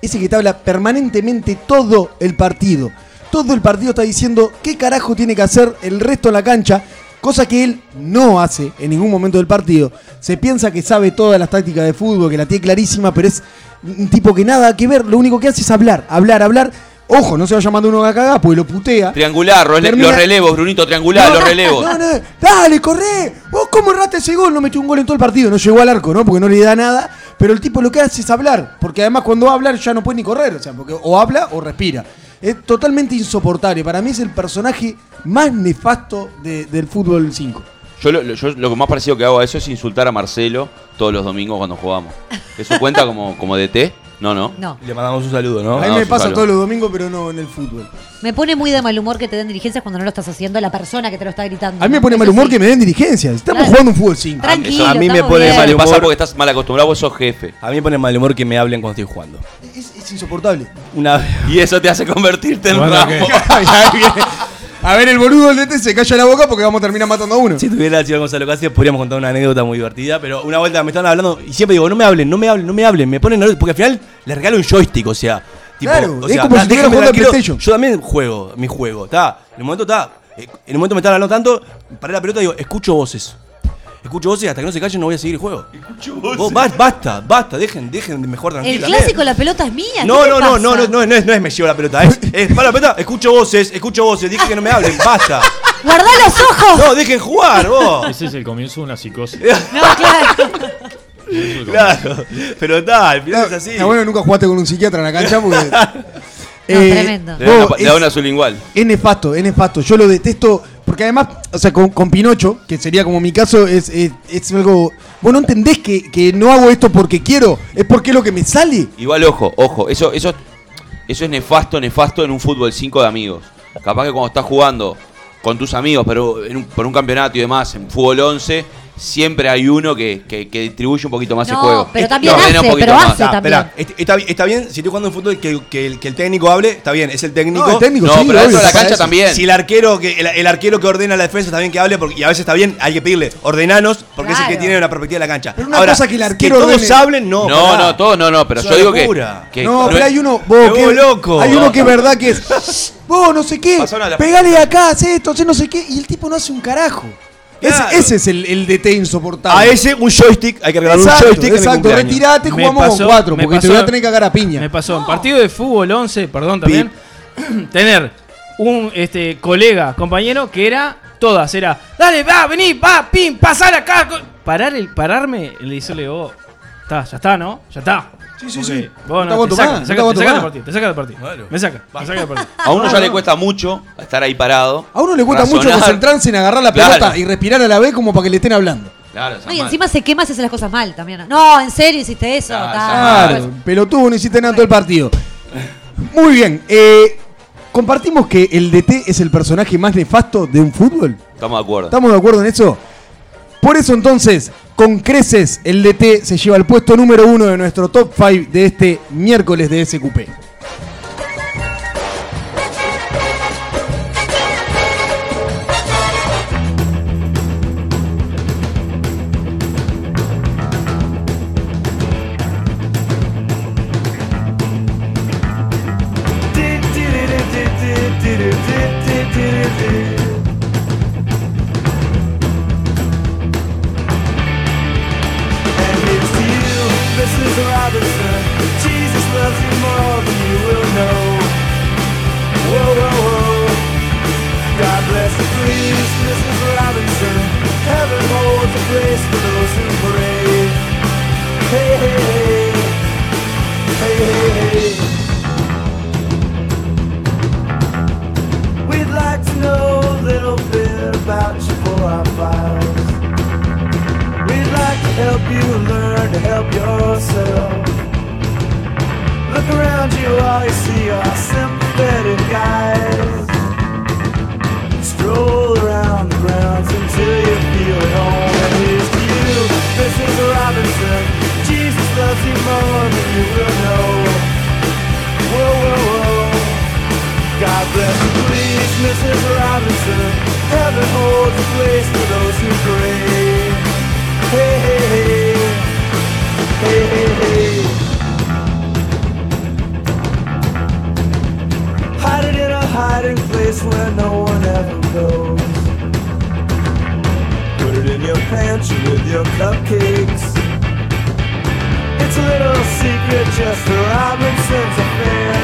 [SPEAKER 6] Ese que te habla permanentemente todo el partido. Todo el partido está diciendo qué carajo tiene que hacer el resto de la cancha. Cosa que él no hace en ningún momento del partido. Se piensa que sabe todas las tácticas de fútbol, que la tiene clarísima, pero es un tipo que nada que ver. Lo único que hace es hablar, hablar, hablar. Ojo, no se va llamando uno a cagar, porque lo putea.
[SPEAKER 3] Triangular, role-
[SPEAKER 6] Termina-
[SPEAKER 3] los relevos, Brunito, triangular, los relevos.
[SPEAKER 6] No, no, dale, corre. Vos cómo erraste ese gol, no metió un gol en todo el partido, no llegó al arco, ¿no? Porque no le da nada. Pero el tipo lo que hace es hablar, porque además cuando va a hablar ya no puede ni correr, o sea, porque o habla o respira. Es totalmente insoportable. Para mí es el personaje más nefasto de- del fútbol 5.
[SPEAKER 3] Yo, lo, lo- yo lo que más parecido que hago a eso es insultar a Marcelo todos los domingos cuando jugamos. ¿Eso cuenta como, como DT? No, no.
[SPEAKER 4] No.
[SPEAKER 5] Le mandamos un saludo,
[SPEAKER 6] A
[SPEAKER 5] ¿no?
[SPEAKER 6] mí
[SPEAKER 3] no,
[SPEAKER 6] me
[SPEAKER 3] sí,
[SPEAKER 6] pasa
[SPEAKER 3] Pablo.
[SPEAKER 6] todos los domingos, pero no en el fútbol.
[SPEAKER 4] Me pone muy de mal humor que te den dirigencias cuando no lo estás haciendo la persona que te lo está gritando.
[SPEAKER 6] A mí me pone
[SPEAKER 4] Eso
[SPEAKER 6] mal humor
[SPEAKER 4] sí.
[SPEAKER 6] que me den dirigencias. Estamos
[SPEAKER 4] Claro.
[SPEAKER 6] jugando un fútbol 5.
[SPEAKER 4] Tranquilo,
[SPEAKER 3] Eso a
[SPEAKER 5] Ah, mí me
[SPEAKER 4] estamos
[SPEAKER 5] pone
[SPEAKER 4] bien.
[SPEAKER 5] mal
[SPEAKER 3] Te
[SPEAKER 5] humor.
[SPEAKER 3] pasa porque estás mal acostumbrado, vos sos jefe.
[SPEAKER 5] A mí me pone mal humor que me hablen cuando estoy jugando.
[SPEAKER 6] Es, es insoportable.
[SPEAKER 5] Una vez.
[SPEAKER 3] Y eso te hace convertirte en
[SPEAKER 9] Bueno,
[SPEAKER 3] Rambo.
[SPEAKER 6] a ver, el boludo del DT se calla la boca porque vamos a terminar matando a uno.
[SPEAKER 5] Si tuviera el señor Gonzalo Cáceres podríamos contar una anécdota muy divertida, pero una vuelta me estaban hablando y siempre digo, no me hablen, no me hablen, no me hablen, me ponen nervioso, porque al final les regalo un joystick, o sea,
[SPEAKER 6] Claro,
[SPEAKER 5] o
[SPEAKER 6] es como si estuviera
[SPEAKER 5] déjenme
[SPEAKER 6] jugando al
[SPEAKER 5] tranquilo,
[SPEAKER 6] PlayStation.
[SPEAKER 5] Yo también juego, mi juego, está, en el momento está, eh, en el momento me estaban hablando tanto, paré la pelota y digo, escucho voces. Escucho voces, hasta que no se callen no voy a seguir el juego. Escucho voces. basta, basta, dejen, dejen de mejor
[SPEAKER 4] El
[SPEAKER 5] tranquilo.
[SPEAKER 4] clásico, la pelota es mía.
[SPEAKER 5] No,
[SPEAKER 4] ¿qué
[SPEAKER 5] no,
[SPEAKER 4] te
[SPEAKER 5] no,
[SPEAKER 4] pasa?
[SPEAKER 5] no, no, no, es- no es, no es me llevo la pelota, es, es para la pelota, escucho voces, escucho voces, dije que no me hablen, basta.
[SPEAKER 4] ¡Guardá los ojos!
[SPEAKER 5] No, dejen jugar, vos.
[SPEAKER 8] Ese es el comienzo de una psicosis.
[SPEAKER 4] No, claro.
[SPEAKER 5] Claro, pero está, al final es
[SPEAKER 6] Ah,
[SPEAKER 5] así.
[SPEAKER 6] ah, bueno, nunca jugaste con un psiquiatra en la cancha porque. eh,
[SPEAKER 4] tremendo.
[SPEAKER 3] Le da una,
[SPEAKER 6] vos,
[SPEAKER 3] le da una
[SPEAKER 6] es,
[SPEAKER 3] sublingual.
[SPEAKER 6] es nefasto, es nefasto. Yo lo detesto porque además, o sea, con, con Pinocho, que sería como mi caso, es, es, es algo. Vos no entendés que, que no hago esto porque quiero, es porque es lo que me sale.
[SPEAKER 3] Igual, ojo, ojo, eso, eso, eso es nefasto, nefasto en un fútbol 5 de amigos. Capaz que cuando estás jugando con tus amigos, pero en un- por un campeonato y demás, en fútbol 11, siempre hay uno que, que, que distribuye un poquito más el
[SPEAKER 4] No,
[SPEAKER 3] juego.
[SPEAKER 4] pero
[SPEAKER 3] Que
[SPEAKER 4] también
[SPEAKER 3] ordena
[SPEAKER 4] hace,
[SPEAKER 3] un poquito
[SPEAKER 4] pero
[SPEAKER 3] más. Ah.
[SPEAKER 4] hace.
[SPEAKER 5] Está,
[SPEAKER 4] también.
[SPEAKER 5] espera, Ah, est- está, bi- está bien, si estoy jugando en fútbol, que, que- que el, técnico hable, está bien, es el técnico.
[SPEAKER 6] No, el técnico,
[SPEAKER 3] No,
[SPEAKER 6] sí,
[SPEAKER 3] pero
[SPEAKER 6] obvio,
[SPEAKER 3] dentro de la
[SPEAKER 6] para
[SPEAKER 3] cancha
[SPEAKER 6] eso.
[SPEAKER 3] también.
[SPEAKER 5] Si el arquero, que, el, el arquero que ordena la defensa está bien que hable, porque, y a veces está bien, hay que pedirle, ordenanos, porque es el que
[SPEAKER 4] Claro.
[SPEAKER 5] tiene una perspectiva de la cancha.
[SPEAKER 6] Pero una cosa que el arquero
[SPEAKER 5] todos
[SPEAKER 6] ordene-
[SPEAKER 5] hablen, no.
[SPEAKER 3] No,
[SPEAKER 5] pará.
[SPEAKER 3] no, todos no, no, pero
[SPEAKER 5] Es
[SPEAKER 3] yo
[SPEAKER 5] una
[SPEAKER 3] digo que,
[SPEAKER 5] locura.
[SPEAKER 3] que-
[SPEAKER 6] no, pero hay uno.
[SPEAKER 5] me
[SPEAKER 6] Vos,
[SPEAKER 5] vuelvo
[SPEAKER 6] que-
[SPEAKER 5] loco.
[SPEAKER 6] Hay uno
[SPEAKER 5] No,
[SPEAKER 6] que es verdad que es. Vos, no sé qué.
[SPEAKER 3] Pasó una de las-
[SPEAKER 6] Pegale acá, hace esto, hace no sé qué. Y el tipo no hace un carajo. Es-
[SPEAKER 5] Claro.
[SPEAKER 6] ese es el, el DT insoportable.
[SPEAKER 5] A ese un joystick, hay que regalar
[SPEAKER 6] Exacto,
[SPEAKER 5] un joystick.
[SPEAKER 6] exacto,
[SPEAKER 5] en el cumpleaños.
[SPEAKER 6] retirate,
[SPEAKER 7] Me
[SPEAKER 6] jugamos
[SPEAKER 7] pasó-
[SPEAKER 6] con cuatro,
[SPEAKER 7] me
[SPEAKER 6] porque te
[SPEAKER 7] pasó-
[SPEAKER 6] voy a tener que cagar a piña.
[SPEAKER 7] Me pasó en partido de fútbol 11, perdón también, tener un este colega, compañero que era todas, era, dale, va, vení, va, pim, pasar acá. co-". Parar el pararme, le hizo le digo, está, ya está, ¿no? Ya está.
[SPEAKER 6] Sí, sí,
[SPEAKER 7] Ok.
[SPEAKER 6] sí. No
[SPEAKER 7] Vos no,
[SPEAKER 6] te aguanto
[SPEAKER 7] te saca,
[SPEAKER 6] más,
[SPEAKER 7] te
[SPEAKER 6] no
[SPEAKER 7] saca,
[SPEAKER 6] te aguanto
[SPEAKER 7] te saca del
[SPEAKER 6] más.
[SPEAKER 7] partido, te saca del partido.
[SPEAKER 5] Claro.
[SPEAKER 7] Me saca, me saca del partido.
[SPEAKER 3] A uno ya le cuesta mucho estar ahí parado.
[SPEAKER 6] A uno le cuesta mucho
[SPEAKER 3] razonar.
[SPEAKER 6] concentrarse en agarrar la
[SPEAKER 3] Claro.
[SPEAKER 6] pelota y respirar a la vez como para que le estén hablando.
[SPEAKER 3] Claro, está
[SPEAKER 4] No, y
[SPEAKER 3] mal.
[SPEAKER 4] encima se quema si hace las cosas mal también. No, en serio hiciste eso. Ta,
[SPEAKER 3] Ah, Claro.
[SPEAKER 4] pues.
[SPEAKER 6] Claro, pelotudo, no hiciste nada todo el partido. Muy bien, eh, compartimos que el DT es el personaje más nefasto de un fútbol.
[SPEAKER 3] Estamos de acuerdo.
[SPEAKER 6] ¿Estamos de acuerdo en eso? Por eso entonces, con creces, el DT se lleva el puesto número uno de nuestro top 5 de este miércoles de SQP.
[SPEAKER 1] God bless you, please, Mrs. Robinson. Heaven holds a place for those who pray.
[SPEAKER 11] future for Robinson's affair.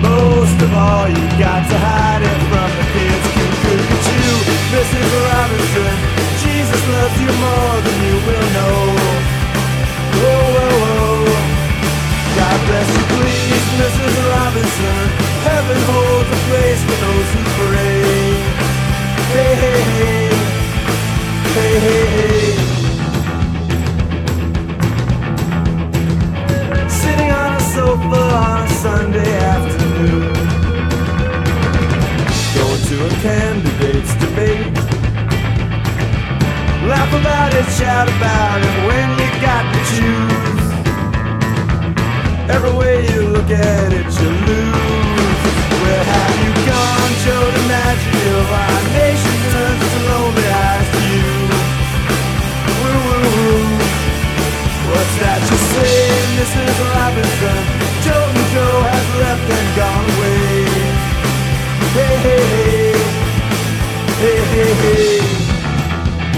[SPEAKER 11] Most of all, you got to hide it from the kids. Could you, Mrs. Robinson? Jesus loves you more than you will know. Whoa, whoa, whoa. God bless you, please, Mrs. Robinson. Heaven holds a place for those who pray. Hey, hey, hey. Hey, hey, hey. Sitting on a sofa on a Sunday afternoon. Going to a candidate's debate. Laugh about it, shout about it when you got to choose. Every way you look at it, you lose. Where have you gone? Show the magic of our nation turns its lonely eyes to you. Woo, woo, woo. What's that you say, Mrs. Robinson? Joe and Joe has left and gone away. Hey, hey, hey. Hey, hey, hey.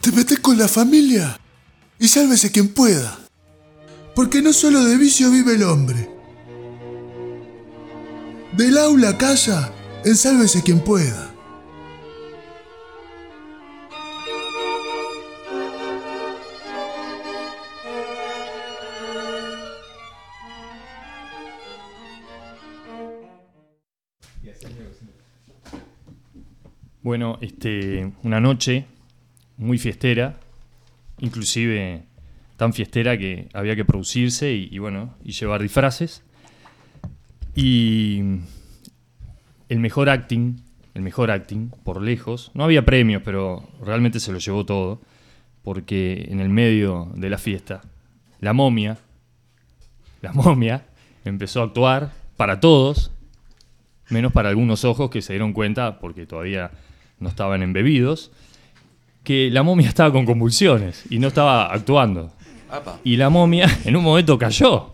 [SPEAKER 12] Te metes con la familia y sálvese quien pueda. Porque no solo de vicio vive el hombre. Del aula calla en sálvese quien pueda.
[SPEAKER 8] Bueno, este, una noche muy fiestera, inclusive tan fiestera que había que producirse y, y bueno, y llevar disfraces. Y el mejor acting, el mejor acting, por lejos, no había premios, pero realmente se lo llevó todo, porque en el medio de la fiesta, la momia, la momia empezó a actuar para todos, menos para algunos ojos que se dieron cuenta, porque todavía no estaban embebidos, que la momia estaba con convulsiones y no estaba actuando.
[SPEAKER 3] Apa.
[SPEAKER 8] Y la momia en un momento cayó.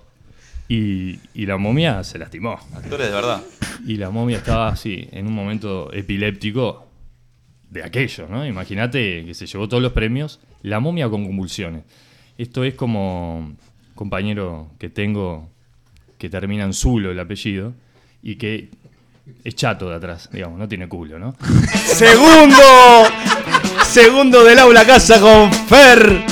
[SPEAKER 8] Y, y la momia se lastimó.
[SPEAKER 3] Actores de verdad.
[SPEAKER 8] Y la momia estaba así, en un momento epiléptico de aquello, ¿no? Imagínate que se llevó todos los premios. La momia con convulsiones. Esto es como compañero que tengo que termina en Zulo el apellido y que es chato de atrás, digamos, no tiene culo, ¿no?
[SPEAKER 5] Segundo. Segundo del aula casa con Fer.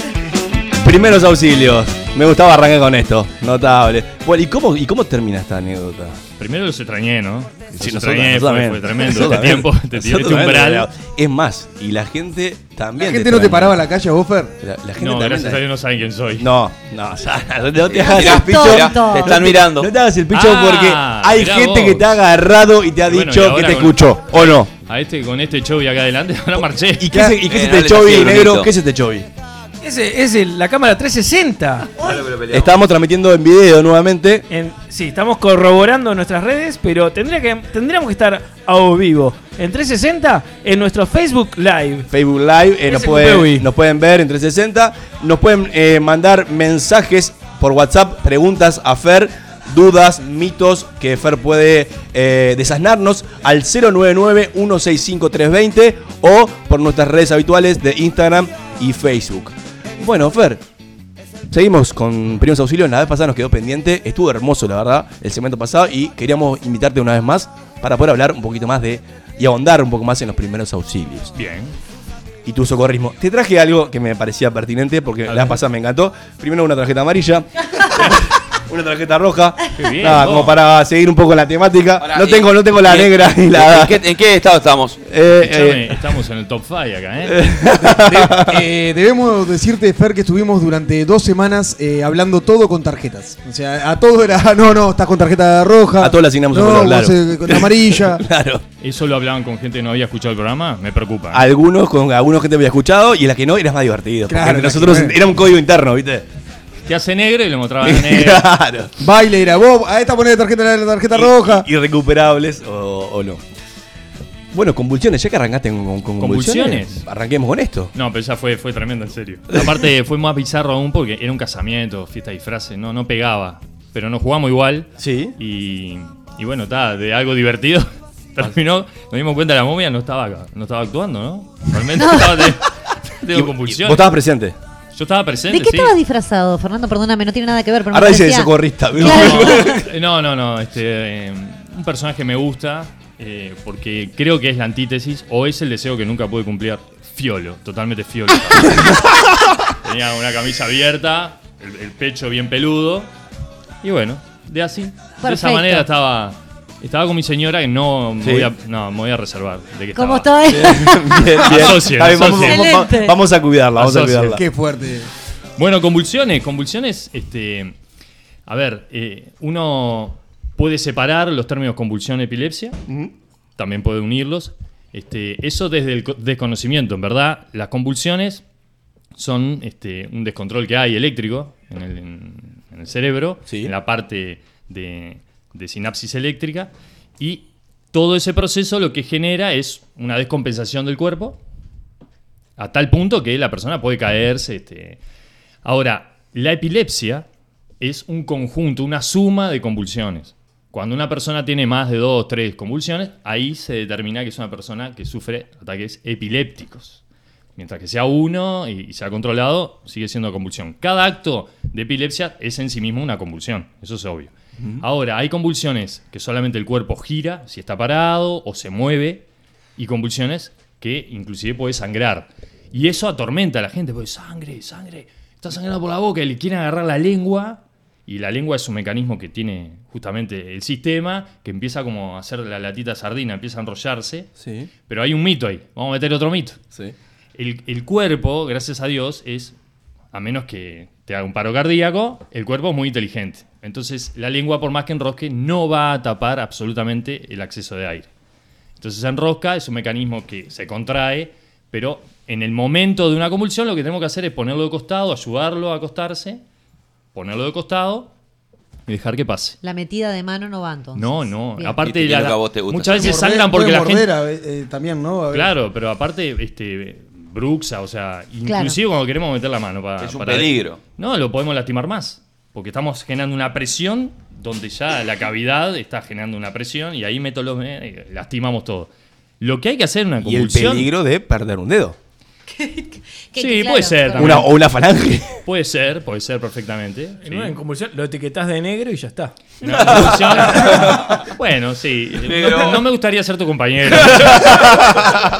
[SPEAKER 5] Primeros auxilios. Me gustaba arrancar con esto. Notable. Bueno, ¿y cómo, y cómo termina esta anécdota?
[SPEAKER 8] Primero los extrañé, ¿no? Los
[SPEAKER 5] Sí, nosotros-
[SPEAKER 8] extrañé,
[SPEAKER 5] nosotros
[SPEAKER 8] fue,
[SPEAKER 5] también.
[SPEAKER 8] fue tremendo.
[SPEAKER 5] Nosotros
[SPEAKER 8] Este
[SPEAKER 5] también.
[SPEAKER 8] tiempo, este,
[SPEAKER 5] Nosotros
[SPEAKER 8] este
[SPEAKER 5] también
[SPEAKER 8] umbral.
[SPEAKER 5] la- Es más, y la gente también.
[SPEAKER 6] ¿La gente no te paraba en la calle, Bofer?
[SPEAKER 5] La, la gente
[SPEAKER 8] No,
[SPEAKER 5] también
[SPEAKER 8] gracias
[SPEAKER 5] te-
[SPEAKER 8] a Dios no saben quién soy.
[SPEAKER 5] No, no, o sea, no te
[SPEAKER 8] Mirá,
[SPEAKER 5] hagas el
[SPEAKER 8] mirá,
[SPEAKER 5] picho.
[SPEAKER 8] mirá, te están
[SPEAKER 5] No
[SPEAKER 3] mirando.
[SPEAKER 5] No te hagas el picho
[SPEAKER 8] Ah,
[SPEAKER 5] porque hay
[SPEAKER 8] mirá
[SPEAKER 5] gente
[SPEAKER 8] vos.
[SPEAKER 5] que te ha agarrado y te ha
[SPEAKER 8] Y bueno,
[SPEAKER 5] dicho
[SPEAKER 8] y
[SPEAKER 5] que
[SPEAKER 8] ahora
[SPEAKER 5] te
[SPEAKER 8] con-
[SPEAKER 5] escuchó, ¿o no?
[SPEAKER 8] A este, con este show y acá adelante, ahora marché.
[SPEAKER 5] ¿Y qué se, y qué se te echó hoy, este negro? ¿Qué este se te echó hoy?
[SPEAKER 7] Ese es el- la cámara 360.
[SPEAKER 5] Estábamos transmitiendo en video nuevamente.
[SPEAKER 7] En- sí, estamos corroborando nuestras redes, pero tendría que, tendríamos que estar a vivo en 360 en nuestro Facebook Live.
[SPEAKER 5] Facebook Live, eh,
[SPEAKER 7] Ese
[SPEAKER 5] nos,
[SPEAKER 7] Cupewi.
[SPEAKER 5] pueden, nos pueden ver en 360. Nos pueden eh, mandar mensajes por WhatsApp, preguntas a Fer, dudas, mitos que Fer puede eh, desasnarnos al 099-165-320 o por nuestras redes habituales de Instagram y Facebook. Bueno, Fer, seguimos con Primos Auxilios. La vez pasada nos quedó pendiente. Estuvo hermoso, la verdad, el segmento pasado y queríamos invitarte una vez más para poder hablar un poquito más de y ahondar un poco más en los primeros auxilios
[SPEAKER 8] Bien.
[SPEAKER 5] y tu socorrismo. Te traje algo que me parecía pertinente porque la pasada me encantó. Primero una tarjeta amarilla. una tarjeta roja.
[SPEAKER 3] Qué bien,
[SPEAKER 5] Nada,
[SPEAKER 3] vos.
[SPEAKER 5] como para seguir un poco la temática.
[SPEAKER 3] Pará,
[SPEAKER 5] no
[SPEAKER 3] y-
[SPEAKER 5] tengo, no tengo la
[SPEAKER 3] y-
[SPEAKER 5] negra ni la. Eh,
[SPEAKER 3] ¿En qué, en qué estado estamos?
[SPEAKER 8] Ah. Escuchame, estamos en el top 5 acá, ¿eh?
[SPEAKER 6] Eh, debemos decirte, Fer, que estuvimos durante dos semanas eh, hablando todo con tarjetas. O sea, a todo era, no, no, estás con tarjeta roja.
[SPEAKER 5] A todos le asignamos un
[SPEAKER 6] no,
[SPEAKER 5] color,
[SPEAKER 6] vos,
[SPEAKER 5] claro.
[SPEAKER 6] eh, con la amarilla.
[SPEAKER 5] Claro.
[SPEAKER 8] ¿Eso lo hablaban con gente que no había escuchado el programa? Me preocupa.
[SPEAKER 5] Algunos con algunos gente había escuchado y las que no eras más divertido.
[SPEAKER 8] Claro,
[SPEAKER 5] porque
[SPEAKER 8] las que
[SPEAKER 5] nosotros
[SPEAKER 8] no.
[SPEAKER 5] era un código interno, ¿viste?
[SPEAKER 8] Te hace negro y lo mostraban negro.
[SPEAKER 6] Baile era, vos, a esta ponés la tarjeta, la tarjeta roja.
[SPEAKER 5] Irrecuperables o, o no. Bueno, convulsiones, ya que arrancaste con, con- con convulsiones,
[SPEAKER 8] ¿Convulsiones?
[SPEAKER 5] Arranquemos con esto.
[SPEAKER 8] No, pero ya fue, fue tremendo, en serio. Aparte, fue más bizarro aún porque era un casamiento, fiesta de disfraces, no, no pegaba. Pero nos jugamos igual.
[SPEAKER 5] Sí.
[SPEAKER 8] Y, y bueno, está, de algo divertido. Terminó, nos dimos cuenta la momia no estaba acá, no estaba actuando, ¿no? Realmente estaba de,
[SPEAKER 5] Y- y-
[SPEAKER 8] tengo convulsiones.
[SPEAKER 5] Vos estabas presente.
[SPEAKER 8] Yo estaba presente,
[SPEAKER 4] ¿De qué
[SPEAKER 8] sí.
[SPEAKER 4] estabas disfrazado, Fernando? Perdóname, no tiene nada que ver. Pero me
[SPEAKER 5] Ahora dice de
[SPEAKER 4] parecía-
[SPEAKER 5] socorrista. ¿viste?
[SPEAKER 8] No, no, no. Este, eh, un personaje me gusta eh, porque creo que es la antítesis o es el deseo que nunca pude cumplir. Fiolo, totalmente fiolo. Tenía una camisa abierta, el, el pecho bien peludo. Y bueno, de así. De esa
[SPEAKER 4] Perfecto.
[SPEAKER 8] manera estaba. Estaba con mi señora que no,
[SPEAKER 5] Sí.
[SPEAKER 8] me, voy a, no me voy a reservar. De que
[SPEAKER 4] ¿Cómo
[SPEAKER 8] estaba.
[SPEAKER 4] estoy?
[SPEAKER 5] Bien, bien.
[SPEAKER 8] Asocien,
[SPEAKER 5] Está bien, vamos,
[SPEAKER 8] asocien.
[SPEAKER 5] vamos-
[SPEAKER 4] Excelente.
[SPEAKER 5] vamos a cuidarla, vamos a
[SPEAKER 8] Asocien.
[SPEAKER 5] cuidarla.
[SPEAKER 6] Qué fuerte.
[SPEAKER 8] Bueno, convulsiones, convulsiones, este, a ver, eh, uno puede separar los términos convulsión epilepsia, también puede unirlos. Este, eso desde el co- desconocimiento, en verdad, las convulsiones son este, un descontrol que hay eléctrico en el, en- en el cerebro, en la parte de, de sinapsis eléctrica, y todo ese proceso lo que genera es una descompensación del cuerpo, a tal punto que la persona puede caerse. Este. Ahora, la epilepsia es un conjunto, una suma de convulsiones. Cuando una persona tiene más de dos, tres convulsiones, ahí se determina que es una persona que sufre ataques epilépticos. Mientras que sea uno y, y sea controlado, sigue siendo convulsión. Cada acto de epilepsia es en sí mismo una convulsión, eso es obvio. Ahora, hay convulsiones que solamente el cuerpo gira, si está parado o se mueve, y convulsiones que inclusive puede sangrar. Y eso atormenta a la gente, porque sangre, sangre, está sangrando por la boca y le quieren agarrar la lengua. Y la lengua es un mecanismo que tiene justamente el sistema, que empieza como a hacer la latita de sardina, empieza a enrollarse.
[SPEAKER 5] Sí.
[SPEAKER 8] Pero hay un mito ahí, vamos a meter otro mito.
[SPEAKER 5] Sí.
[SPEAKER 8] El, el cuerpo, gracias a Dios, es, a menos que te haga un paro cardíaco, el cuerpo es muy inteligente. Entonces la lengua, por más que enrosque, no va a tapar absolutamente el acceso de aire. Entonces se enrosca, es un mecanismo que se contrae, pero en el momento de una convulsión lo que tenemos que hacer es ponerlo de costado, ayudarlo a acostarse, ponerlo de costado y dejar que pase.
[SPEAKER 4] La metida de mano no va entonces.
[SPEAKER 7] Ah,
[SPEAKER 8] No, no.
[SPEAKER 4] Bien.
[SPEAKER 8] Aparte,
[SPEAKER 3] Y te- y
[SPEAKER 8] la-
[SPEAKER 3] lo que a vos te gusta.
[SPEAKER 8] muchas veces
[SPEAKER 6] Puede
[SPEAKER 8] sangran porque
[SPEAKER 6] puede
[SPEAKER 8] la gente...
[SPEAKER 6] morder a ve- eh, también, ¿no? A ver.
[SPEAKER 8] Claro, pero aparte, este, Bruxa, o sea,
[SPEAKER 6] Claro.
[SPEAKER 8] inclusive cuando queremos meter la mano para.
[SPEAKER 3] Es un
[SPEAKER 8] para-
[SPEAKER 3] peligro.
[SPEAKER 8] No, lo podemos lastimar más. Porque estamos generando una presión donde ya la cavidad está generando una presión y ahí meto los. eh, lastimamos todo. Lo que hay que hacer en una
[SPEAKER 5] Y el
[SPEAKER 8] convulsión.
[SPEAKER 5] peligro de perder un dedo.
[SPEAKER 4] Que-
[SPEAKER 8] sí,
[SPEAKER 4] claro,
[SPEAKER 8] puede ser.
[SPEAKER 4] pero-
[SPEAKER 8] también.
[SPEAKER 5] Una- o una falange.
[SPEAKER 8] Puede ser, puede ser perfectamente.
[SPEAKER 7] En
[SPEAKER 8] sí.
[SPEAKER 7] una convulsión lo etiquetás de negro y ya está.
[SPEAKER 8] Una convulsión. bueno, sí. No,
[SPEAKER 3] Negro.
[SPEAKER 8] no me gustaría ser tu compañero.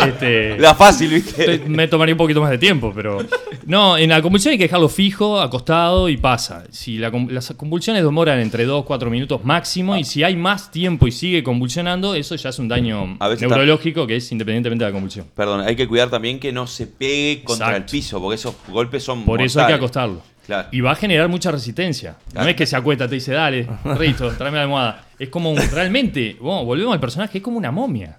[SPEAKER 8] Este,
[SPEAKER 3] La fácil, ¿viste?
[SPEAKER 8] Te- me tomaría un poquito más de tiempo, pero. No, en la convulsión hay que dejarlo fijo, acostado y pasa. Si la con- las convulsiones demoran entre 2, 4 minutos máximo, y si hay más tiempo y sigue convulsionando, eso ya es un daño
[SPEAKER 3] A veces está-
[SPEAKER 8] neurológico que es independientemente de la convulsión.
[SPEAKER 3] Perdón, hay que cuidar también que no se pegue contra
[SPEAKER 8] Exacto.
[SPEAKER 3] el piso, porque esos golpes son
[SPEAKER 8] Por eso hay que
[SPEAKER 3] mortales.
[SPEAKER 8] acostarlo.
[SPEAKER 3] Claro.
[SPEAKER 8] Y va a generar mucha resistencia. No
[SPEAKER 3] Claro.
[SPEAKER 8] es que se acuesta, te dice, dale, Rito, tráeme la almohada. Es como un- realmente, bueno, volvemos al personaje, es como una momia.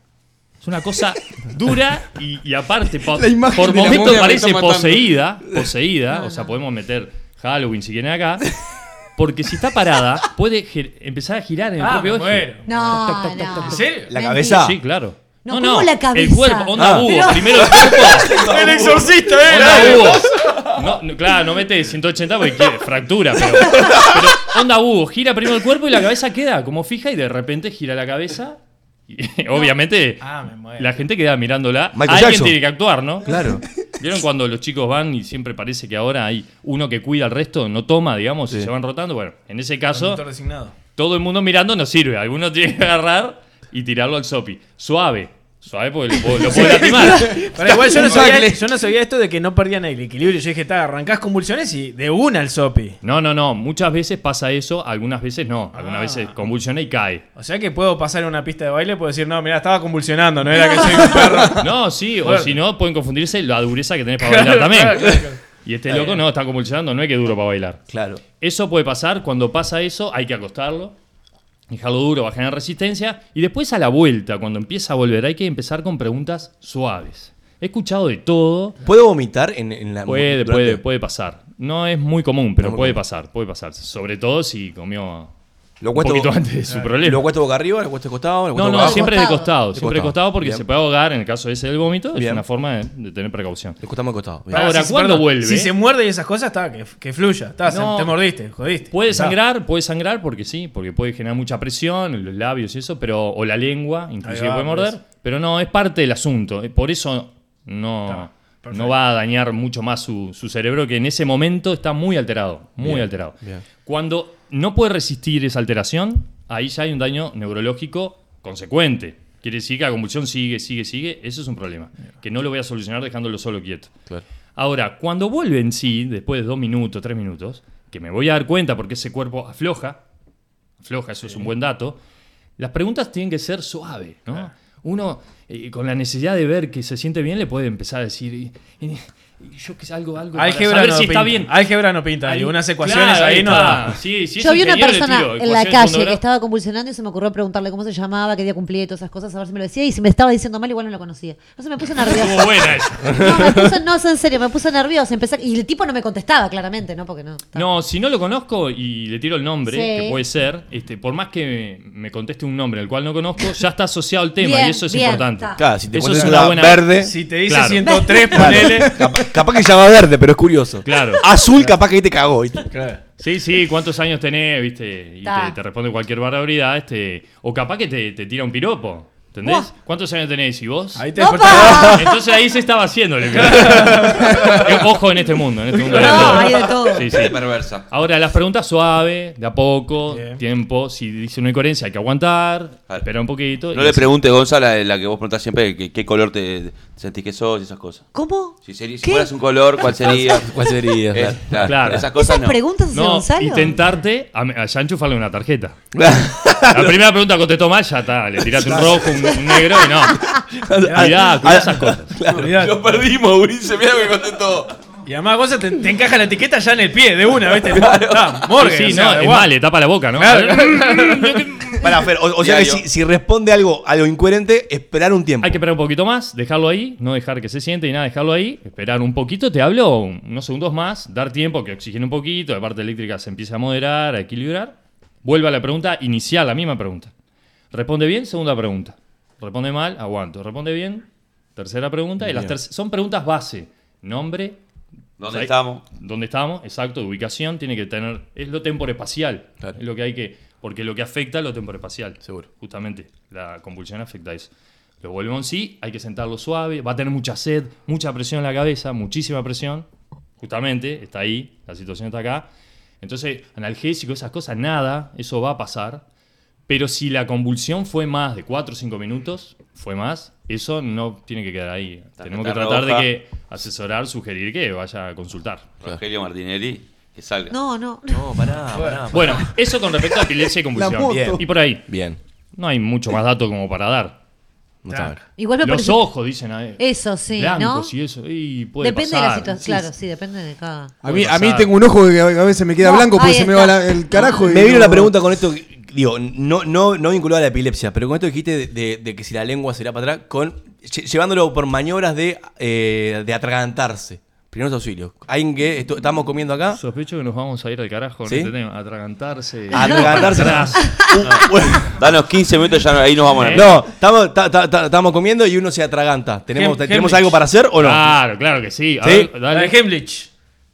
[SPEAKER 8] Es una cosa dura y, y aparte, po-
[SPEAKER 6] La imagen
[SPEAKER 8] por
[SPEAKER 6] de la
[SPEAKER 8] momentos
[SPEAKER 6] momia me está
[SPEAKER 8] parece
[SPEAKER 6] matando.
[SPEAKER 8] poseída, poseída, o sea, podemos meter Halloween si quieren acá, porque si está parada, puede gir- empezar a girar en el
[SPEAKER 7] Ah,
[SPEAKER 8] propio
[SPEAKER 7] me muero.
[SPEAKER 4] No, no.
[SPEAKER 7] ¿En serio?
[SPEAKER 5] La
[SPEAKER 4] Mentira.
[SPEAKER 5] cabeza.
[SPEAKER 8] Sí, claro.
[SPEAKER 4] No, ¿cómo la cabeza?
[SPEAKER 8] El cuerpo, onda
[SPEAKER 5] Ah.
[SPEAKER 8] búho,
[SPEAKER 4] Pero-
[SPEAKER 8] primero el cuerpo.
[SPEAKER 7] ¡El exorcista
[SPEAKER 8] Onda búho. No, no, claro, no mete 180 porque quiere, fractura, pero, pero onda búho, gira primero el cuerpo y la cabeza queda como fija y de repente gira la cabeza. Y, obviamente,
[SPEAKER 7] Ah, me muero.
[SPEAKER 8] la gente queda mirándola.
[SPEAKER 5] Michael
[SPEAKER 8] Alguien
[SPEAKER 5] Jackson.
[SPEAKER 8] tiene que actuar, ¿no?
[SPEAKER 5] Claro.
[SPEAKER 8] ¿Vieron cuando los chicos van y siempre parece que ahora hay uno que cuida al resto, no toma, digamos, y se van rotando? Bueno, en ese caso,
[SPEAKER 7] Conductor designado.
[SPEAKER 8] todo el mundo mirando no sirve. Alguno tiene que agarrar y tirarlo al sopi. Suave. Suave porque lo puedo, lo puedo lastimar.
[SPEAKER 7] Pero igual yo no, sabía, yo no sabía esto de que no perdían el equilibrio. Yo dije, está, arrancás convulsiones y de una al sopi.
[SPEAKER 8] No, no, no. Muchas veces pasa eso, algunas veces no. Algunas veces convulsiona y cae.
[SPEAKER 7] Ah. O sea que puedo pasar en una pista de baile y puedo decir, no, mira, estaba convulsionando, no era que soy un perro.
[SPEAKER 8] No, sí, o
[SPEAKER 7] Bueno.
[SPEAKER 8] si no, pueden confundirse la dureza que tenés para bailar
[SPEAKER 7] Claro,
[SPEAKER 8] también.
[SPEAKER 7] claro, claro.
[SPEAKER 8] Y este
[SPEAKER 7] Está
[SPEAKER 8] loco
[SPEAKER 7] bien.
[SPEAKER 8] no, está convulsionando, no es que es duro para bailar.
[SPEAKER 5] Claro.
[SPEAKER 8] Eso puede pasar, cuando pasa eso, hay que acostarlo, dejarlo duro, va a generar resistencia. Y después a la vuelta, cuando empieza a volver, hay que empezar con preguntas suaves. He escuchado de todo.
[SPEAKER 5] ¿Puedo vomitar en, en la
[SPEAKER 8] Puede,
[SPEAKER 5] durante-
[SPEAKER 8] puede, puede pasar. No es muy común, pero
[SPEAKER 5] No muy
[SPEAKER 8] puede
[SPEAKER 5] común.
[SPEAKER 8] pasar, puede pasar. Sobre todo si comió
[SPEAKER 5] Lo
[SPEAKER 8] un
[SPEAKER 5] cuesto-
[SPEAKER 8] poquito antes de su
[SPEAKER 5] Claro.
[SPEAKER 8] problema.
[SPEAKER 5] ¿Lo cuesto boca arriba, lo cuesto de costado? Lo cuesto
[SPEAKER 8] No, no,
[SPEAKER 5] boca abajo?
[SPEAKER 8] siempre de costado. Siempre de costado porque
[SPEAKER 5] Bien.
[SPEAKER 8] se puede ahogar en el caso ese del vómito. Es
[SPEAKER 5] Bien.
[SPEAKER 8] una forma de, de tener precaución.
[SPEAKER 5] Escuchamos costado.
[SPEAKER 7] Pará,
[SPEAKER 8] Ahora,
[SPEAKER 7] si se-
[SPEAKER 8] ¿cuándo
[SPEAKER 7] Ah, perdón,
[SPEAKER 8] vuelve?
[SPEAKER 7] Si se muerde y esas cosas, está, que, que fluya. Está, se-
[SPEAKER 8] No.
[SPEAKER 7] te mordiste, jodiste.
[SPEAKER 8] Puede
[SPEAKER 7] Está.
[SPEAKER 8] sangrar, puede sangrar porque sí, porque puede generar mucha presión en los labios y eso, pero o la lengua, inclusive
[SPEAKER 7] va,
[SPEAKER 8] puede morder.
[SPEAKER 7] por eso.
[SPEAKER 8] Pero no, es parte del asunto. eh, Por eso no, no va a dañar mucho más su, su cerebro, que en ese momento está muy alterado, muy
[SPEAKER 5] Bien,
[SPEAKER 8] alterado.
[SPEAKER 5] bien.
[SPEAKER 8] Cuando no puede resistir esa alteración, ahí ya hay un daño neurológico consecuente. Quiere decir que la convulsión sigue, sigue, sigue. Eso es un problema. Que no lo voy a solucionar dejándolo solo quieto.
[SPEAKER 5] Claro.
[SPEAKER 8] Ahora, cuando vuelve en sí, después de dos minutos, tres minutos, que me voy a dar cuenta porque ese cuerpo afloja, afloja, eso es un buen dato, las preguntas tienen que ser suaves, ¿no? Uno, eh, con la necesidad de ver que se siente bien, le puede empezar a decir, y- y- y yo que algo, algo, para
[SPEAKER 7] Álgebra
[SPEAKER 8] saber
[SPEAKER 7] no
[SPEAKER 8] si está
[SPEAKER 7] pinta.
[SPEAKER 8] bien.
[SPEAKER 7] Álgebra no pinta,
[SPEAKER 8] Ahí-
[SPEAKER 7] y unas ecuaciones
[SPEAKER 8] claro,
[SPEAKER 7] ahí no
[SPEAKER 8] está.
[SPEAKER 7] da.
[SPEAKER 8] Sí, sí,
[SPEAKER 4] Yo
[SPEAKER 8] es
[SPEAKER 4] vi una
[SPEAKER 8] ingeniero,
[SPEAKER 4] persona
[SPEAKER 8] tiro
[SPEAKER 4] en la
[SPEAKER 8] ecuaciones
[SPEAKER 4] calle que
[SPEAKER 8] fundamental.
[SPEAKER 4] estaba convulsionando y se me ocurrió preguntarle cómo se llamaba, qué día cumplía y todas esas cosas, a ver si me lo decía. Y si me estaba diciendo mal, igual no lo conocía. Entonces me puse nerviosa.
[SPEAKER 8] Estuvo buena esa.
[SPEAKER 4] No, me puse, no, es en serio, me puse nerviosa. Empecé, y el tipo no me contestaba, claramente, ¿no? Porque no.
[SPEAKER 8] No, si no lo conozco y le tiro el nombre,
[SPEAKER 4] Sí.
[SPEAKER 8] que puede ser, este, por más que me conteste un nombre al cual no conozco, ya está asociado el tema
[SPEAKER 4] Bien,
[SPEAKER 8] y eso es
[SPEAKER 4] bien,
[SPEAKER 8] importante.
[SPEAKER 4] está.
[SPEAKER 5] Claro, si te
[SPEAKER 8] Eso
[SPEAKER 5] pones
[SPEAKER 8] es
[SPEAKER 5] una
[SPEAKER 8] buena-
[SPEAKER 5] verde-
[SPEAKER 7] Si te dice
[SPEAKER 8] Claro.
[SPEAKER 7] 103,
[SPEAKER 5] Claro.
[SPEAKER 7] ponele.
[SPEAKER 5] Capaz, capaz que llama verde, pero es curioso.
[SPEAKER 8] Claro.
[SPEAKER 5] Azul, capaz que ahí te cagó. ¿viste?
[SPEAKER 8] Sí, sí, ¿cuántos años tenés? ¿Viste? Y
[SPEAKER 4] Ta.
[SPEAKER 8] te, te responde cualquier barbaridad, este, o capaz que te, te tira un piropo. ¿Entendés?
[SPEAKER 4] Buah.
[SPEAKER 8] ¿Cuántos años tenés? ¿Y vos?
[SPEAKER 7] Ahí te
[SPEAKER 4] ¡Opa!
[SPEAKER 7] despertás.
[SPEAKER 8] Entonces ahí se estaba haciendo. el piropo. Eh, Ojo en este mundo. En este mundo
[SPEAKER 4] No,
[SPEAKER 8] todo.
[SPEAKER 4] hay de todo.
[SPEAKER 8] Sí, sí.
[SPEAKER 3] Gente perversa.
[SPEAKER 8] Ahora, las preguntas suaves, de a poco,
[SPEAKER 7] Bien.
[SPEAKER 8] tiempo. Si dice una incoherencia, hay que aguantar,
[SPEAKER 3] Claro.
[SPEAKER 8] esperar un poquito.
[SPEAKER 3] No
[SPEAKER 8] y
[SPEAKER 3] le
[SPEAKER 8] así.
[SPEAKER 3] preguntes, Gonzalo, la que vos preguntás siempre, que- qué color te sentís que sos y esas cosas.
[SPEAKER 4] ¿Cómo?
[SPEAKER 3] Si, sería- si
[SPEAKER 4] ¿Qué?
[SPEAKER 3] fueras un color, ¿cuál sería?
[SPEAKER 5] ¿Cuál sería?
[SPEAKER 3] Eh, claro,
[SPEAKER 8] Claro.
[SPEAKER 3] Esas
[SPEAKER 4] ¿Esas
[SPEAKER 3] cosas no.
[SPEAKER 4] preguntas hacia
[SPEAKER 8] No,
[SPEAKER 4] Gonzalo?
[SPEAKER 8] y tentarte a, a ya enchufarle una tarjeta. La primera pregunta que contestó mal, ya está. Le tiraste un rojo, un, un negro y no. Mirá, cuidá esas cosas.
[SPEAKER 7] Olvidate.
[SPEAKER 3] Lo perdimos, Ulises, mira lo que contestó.
[SPEAKER 7] Y además vos te, te encaja la etiqueta ya en el pie, de una, ¿viste? Está, morgue,
[SPEAKER 8] Sí,
[SPEAKER 7] o
[SPEAKER 8] sí,
[SPEAKER 7] sea,
[SPEAKER 8] no,
[SPEAKER 7] de
[SPEAKER 8] es
[SPEAKER 7] guau.
[SPEAKER 8] mal, le tapa la boca, ¿no?
[SPEAKER 7] Claro.
[SPEAKER 5] Pará, Fer, o, o sea que
[SPEAKER 3] Diario.
[SPEAKER 5] si, si responde algo, algo incoherente, esperar un tiempo.
[SPEAKER 8] Hay que esperar un poquito más, dejarlo ahí, no dejar que se siente y nada, dejarlo ahí, esperar un poquito, te hablo un- unos segundos más, dar tiempo que oxigene un poquito, la parte eléctrica se empieza a moderar, a equilibrar. Vuelve a la pregunta inicial, la misma pregunta. Responde bien, segunda pregunta. Responde mal, aguanto. Responde bien, tercera pregunta. Y las terc- son preguntas base. Nombre,
[SPEAKER 3] ¿Dónde
[SPEAKER 8] Ahí-
[SPEAKER 3] estamos?
[SPEAKER 8] ¿Dónde estamos? Exacto, de ubicación tiene que tener. Es lo temporespacial.
[SPEAKER 5] Claro.
[SPEAKER 8] Es lo que hay que. Porque lo que afecta es lo temporespacial.
[SPEAKER 5] Seguro.
[SPEAKER 8] Justamente. La convulsión afecta a eso. Lo volvemos en sí, hay que sentarlo suave. Va a tener mucha sed, mucha presión en la cabeza, muchísima presión. Justamente, está ahí, la situación está acá. Entonces, analgésico, esas cosas, nada, eso va a pasar. Pero si la convulsión fue más de 4 o 5 minutos, fue más, eso no tiene que quedar ahí. Tenemos que
[SPEAKER 3] Tarjeta
[SPEAKER 8] tratar de
[SPEAKER 3] roja.
[SPEAKER 8] que asesorar, sugerir que vaya a consultar.
[SPEAKER 3] Rogelio Martinelli, que salga.
[SPEAKER 4] No, no.
[SPEAKER 5] No, pará, pará.
[SPEAKER 8] Bueno, eso con respecto a epilepsia y convulsión.
[SPEAKER 6] moto.
[SPEAKER 8] Bien. Y por ahí.
[SPEAKER 5] Bien.
[SPEAKER 8] No hay mucho más dato como para dar.
[SPEAKER 5] No está mal.
[SPEAKER 4] Igual me
[SPEAKER 8] Los
[SPEAKER 4] pareció-
[SPEAKER 8] ojos, dicen a
[SPEAKER 4] Eso sí,
[SPEAKER 8] Blancos
[SPEAKER 4] ¿no?
[SPEAKER 8] y eso. Y puede
[SPEAKER 4] Depende de la
[SPEAKER 8] pasar.
[SPEAKER 4] situación.
[SPEAKER 8] Sí,
[SPEAKER 4] Claro,
[SPEAKER 8] sí.
[SPEAKER 4] sí, depende de cada.
[SPEAKER 6] A mí,
[SPEAKER 8] Puede
[SPEAKER 6] a mí
[SPEAKER 8] pasar.
[SPEAKER 6] tengo un ojo que a a veces me queda
[SPEAKER 4] No,
[SPEAKER 6] blanco porque
[SPEAKER 4] ahí
[SPEAKER 6] se me
[SPEAKER 4] está.
[SPEAKER 6] va la- el carajo. y
[SPEAKER 5] Me vino
[SPEAKER 6] no-
[SPEAKER 5] la pregunta con esto, que- digo, no, no, no vinculado a la epilepsia, pero con esto dijiste de, de- de que si la lengua será para atrás, con lle- llevándolo por maniobras de, eh, de atragantarse. Primeros auxilios. Alguien que esto- estamos comiendo acá.
[SPEAKER 8] Sospecho que nos vamos a ir al carajo con
[SPEAKER 5] ¿Sí?
[SPEAKER 8] este tema. Atragantarse.
[SPEAKER 5] Atragantarse.
[SPEAKER 8] Atrás.
[SPEAKER 3] Danos 15 minutos, ya no- ahí nos vamos.
[SPEAKER 8] Eh.
[SPEAKER 3] a-
[SPEAKER 5] Eh, No, estamos, ta- ta- ta- estamos comiendo y uno se atraganta. ¿Tenemos,
[SPEAKER 7] Hem-
[SPEAKER 5] ¿tenemos
[SPEAKER 7] Hemlich.
[SPEAKER 5] algo para hacer o no?
[SPEAKER 8] Claro, claro que sí. A
[SPEAKER 5] ¿Sí?
[SPEAKER 8] ver,
[SPEAKER 7] La
[SPEAKER 8] dale.
[SPEAKER 7] de Heimlich.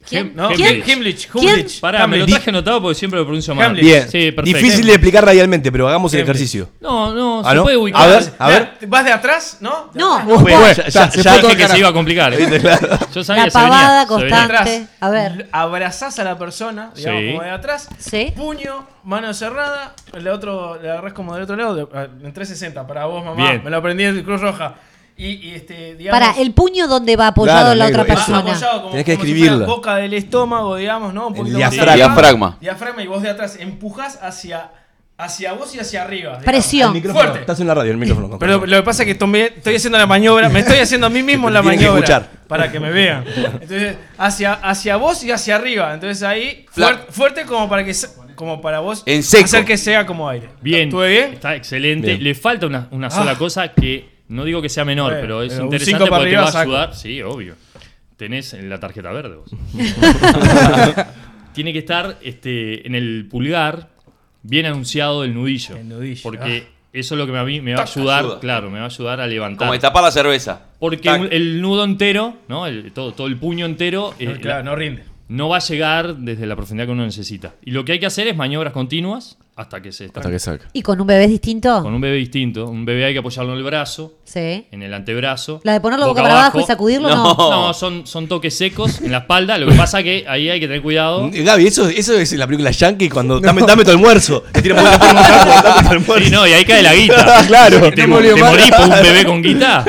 [SPEAKER 7] ¿Quién?
[SPEAKER 8] Hem- Hemlich.
[SPEAKER 7] ¿Quién? Hemlich, Hemlich.
[SPEAKER 8] Pará, me lo
[SPEAKER 7] Hemlich.
[SPEAKER 8] traje anotado porque siempre lo pronuncio mal.
[SPEAKER 7] Hemlich. Bien.
[SPEAKER 8] Sí, perfecto.
[SPEAKER 5] Difícil de explicar radialmente, pero hagamos el
[SPEAKER 8] Hemlich.
[SPEAKER 5] ejercicio.
[SPEAKER 7] No, no,
[SPEAKER 5] Ah,
[SPEAKER 7] se
[SPEAKER 5] ¿no?
[SPEAKER 7] puede ubicar.
[SPEAKER 5] A ver, a
[SPEAKER 7] Mirá,
[SPEAKER 5] ver.
[SPEAKER 7] ¿Vas de atrás? No.
[SPEAKER 4] No,
[SPEAKER 7] Ah,
[SPEAKER 4] vos
[SPEAKER 7] bueno,
[SPEAKER 4] podés.
[SPEAKER 7] ya-
[SPEAKER 8] Ya,
[SPEAKER 7] ya-
[SPEAKER 8] ya
[SPEAKER 7] ya-
[SPEAKER 8] dije que se iba a complicar. ¿eh?
[SPEAKER 7] ¿Viste? Claro.
[SPEAKER 8] Yo sabía
[SPEAKER 4] la
[SPEAKER 8] se venía,
[SPEAKER 4] pavada
[SPEAKER 8] se venía.
[SPEAKER 4] constante. A ver.
[SPEAKER 7] Abrazás a la persona, digamos,
[SPEAKER 8] Sí.
[SPEAKER 7] como de atrás. Puño, mano cerrada. El otro, la agarrás como del otro lado, de- ah, en 360. Para vos, mamá.
[SPEAKER 8] Bien.
[SPEAKER 7] Me lo aprendí en Cruz Roja. Y, y, este, digamos.
[SPEAKER 4] Para, el puño donde va apoyado
[SPEAKER 7] Claro,
[SPEAKER 4] la
[SPEAKER 7] negro,
[SPEAKER 4] otra
[SPEAKER 7] eso.
[SPEAKER 4] persona.
[SPEAKER 7] apoyado como-
[SPEAKER 5] Tenés que
[SPEAKER 7] como si
[SPEAKER 5] describirla.
[SPEAKER 7] fuera boca del estómago, digamos, ¿no? Un poquito más
[SPEAKER 5] diafragma.
[SPEAKER 7] arriba.
[SPEAKER 5] Diafragma.
[SPEAKER 7] Diafragma y vos de atrás empujás hacia, hacia vos y hacia arriba. digamos.
[SPEAKER 5] El micrófono.
[SPEAKER 7] Fuerte.
[SPEAKER 5] Estás en la radio, el micrófono. con
[SPEAKER 7] Pero
[SPEAKER 5] calma.
[SPEAKER 7] lo que pasa es que tomé- estoy haciendo la maniobra, me estoy haciendo a mí mismo la
[SPEAKER 5] Tienen que
[SPEAKER 7] maniobra.
[SPEAKER 5] escuchar.
[SPEAKER 7] Para que me vean. Entonces, hacia, hacia vos y hacia arriba. Entonces ahí, fuer- fuerte como para que se- como para vos
[SPEAKER 8] En seco.
[SPEAKER 7] hacer que sea como aire.
[SPEAKER 8] Bien.
[SPEAKER 7] ¿Estuve bien?
[SPEAKER 8] Está excelente.
[SPEAKER 7] Bien.
[SPEAKER 8] Le falta una, una
[SPEAKER 7] Ah.
[SPEAKER 8] sola cosa que no digo que sea menor,
[SPEAKER 7] Bueno,
[SPEAKER 8] pero es
[SPEAKER 7] pero un
[SPEAKER 8] interesante
[SPEAKER 7] cinco para
[SPEAKER 8] porque te
[SPEAKER 7] arriba
[SPEAKER 8] va a
[SPEAKER 7] saco.
[SPEAKER 8] ayudar. Sí, obvio. Tenés en la tarjeta verde vos. Tiene que estar este, en el pulgar bien anunciado el nudillo. ah. Porque eso es lo que a mí me va a
[SPEAKER 3] Tac,
[SPEAKER 8] ayudar,
[SPEAKER 3] ayuda.
[SPEAKER 8] claro, me va a ayudar a levantar.
[SPEAKER 3] Como de tapar la cerveza.
[SPEAKER 8] Porque
[SPEAKER 3] Tac.
[SPEAKER 8] un- el nudo entero, ¿no? El- todo, todo el puño entero. eh,
[SPEAKER 7] No, claro, no rinde.
[SPEAKER 8] No va a llegar desde la profundidad que uno necesita. Y lo que hay que hacer es maniobras continuas hasta que se
[SPEAKER 5] Hasta que saca.
[SPEAKER 4] ¿Y con un bebé es distinto?
[SPEAKER 8] Con un bebé distinto. Un bebé hay que apoyarlo en el brazo,
[SPEAKER 4] Sí.
[SPEAKER 8] en el antebrazo.
[SPEAKER 4] ¿La de ponerlo boca para abajo y sacudirlo? No.
[SPEAKER 8] No, son, son toques secos en la espalda. Lo que pasa que ahí hay que tener cuidado.
[SPEAKER 5] Eh, Gaby, eso, eso es en la película Yankee cuando dame, dame tu almuerzo. Te tira por la forma, dame tu almuerzo.
[SPEAKER 8] Sí, no, y ahí cae la
[SPEAKER 3] Ah,
[SPEAKER 8] guita.
[SPEAKER 5] claro.
[SPEAKER 8] Te, mo- te morís por un bebé con guita.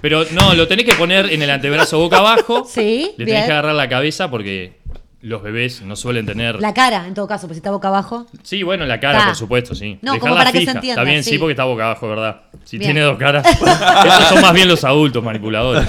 [SPEAKER 8] Pero no, lo tenés que poner en el antebrazo boca abajo.
[SPEAKER 4] Sí,
[SPEAKER 8] Le
[SPEAKER 4] bien.
[SPEAKER 8] tenés que agarrar la cabeza porque los bebés no suelen tener.
[SPEAKER 4] La cara, en todo caso, pues si está boca abajo.
[SPEAKER 8] Sí, bueno, la cara,
[SPEAKER 4] Ta.
[SPEAKER 8] por supuesto, sí.
[SPEAKER 4] No, como para
[SPEAKER 8] Dejala
[SPEAKER 4] que se
[SPEAKER 8] fija.
[SPEAKER 4] entienda,
[SPEAKER 8] Está bien, sí.
[SPEAKER 4] sí.
[SPEAKER 8] porque está boca abajo, ¿verdad? Si
[SPEAKER 4] Bien.
[SPEAKER 8] tiene dos caras. Esos son más bien los adultos manipuladores.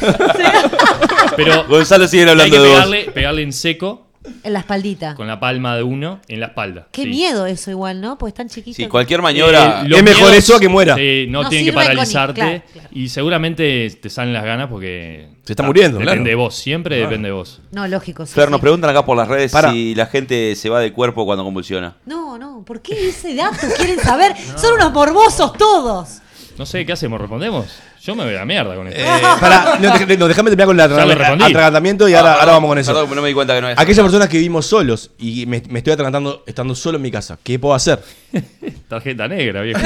[SPEAKER 8] Pero
[SPEAKER 3] Gonzalo sigue hablando
[SPEAKER 8] hay que
[SPEAKER 3] de vos.
[SPEAKER 8] pegarle, pegarle en seco
[SPEAKER 4] En la espaldita.
[SPEAKER 8] con la palma de uno en la espalda.
[SPEAKER 4] Qué
[SPEAKER 8] sí.
[SPEAKER 4] miedo eso igual, ¿no? Pues tan chiquito. que-
[SPEAKER 8] Eh, los
[SPEAKER 5] Es mejor
[SPEAKER 8] miedos,
[SPEAKER 5] eso a que muera.
[SPEAKER 8] eh, no,
[SPEAKER 4] No
[SPEAKER 8] tienen que
[SPEAKER 4] sirve con-
[SPEAKER 8] paralizarte.
[SPEAKER 4] claro,
[SPEAKER 8] Y seguramente te salen las ganas porque.
[SPEAKER 5] Se
[SPEAKER 3] Ah,
[SPEAKER 5] está muriendo,
[SPEAKER 8] Depende
[SPEAKER 5] claro. Ah.
[SPEAKER 8] de vos, siempre
[SPEAKER 5] Claro.
[SPEAKER 8] depende de vos.
[SPEAKER 4] No, lógico. sí,
[SPEAKER 3] Fer,
[SPEAKER 4] sí.
[SPEAKER 3] nos preguntan acá por las redes
[SPEAKER 5] Para.
[SPEAKER 3] si la gente se va de cuerpo cuando convulsiona.
[SPEAKER 4] No, no, ¿por qué ese dato quieren saber? Son unos morbosos todos.
[SPEAKER 8] No sé, ¿qué hacemos? ¿Respondemos? Yo me voy a la mierda con esto.
[SPEAKER 5] Eh, Pará, no, dej- no, déjame terminar con la
[SPEAKER 8] Ya le respondí.
[SPEAKER 5] atragantamiento y ahora,
[SPEAKER 3] Ah,
[SPEAKER 5] ahora
[SPEAKER 3] perdón,
[SPEAKER 5] vamos con eso.
[SPEAKER 3] perdón, no me di cuenta que no es.
[SPEAKER 5] Aquellas personas que vivimos solos y me, me estoy atragantando estando solo en mi casa, ¿qué puedo hacer?
[SPEAKER 8] Tarjeta negra, viejo.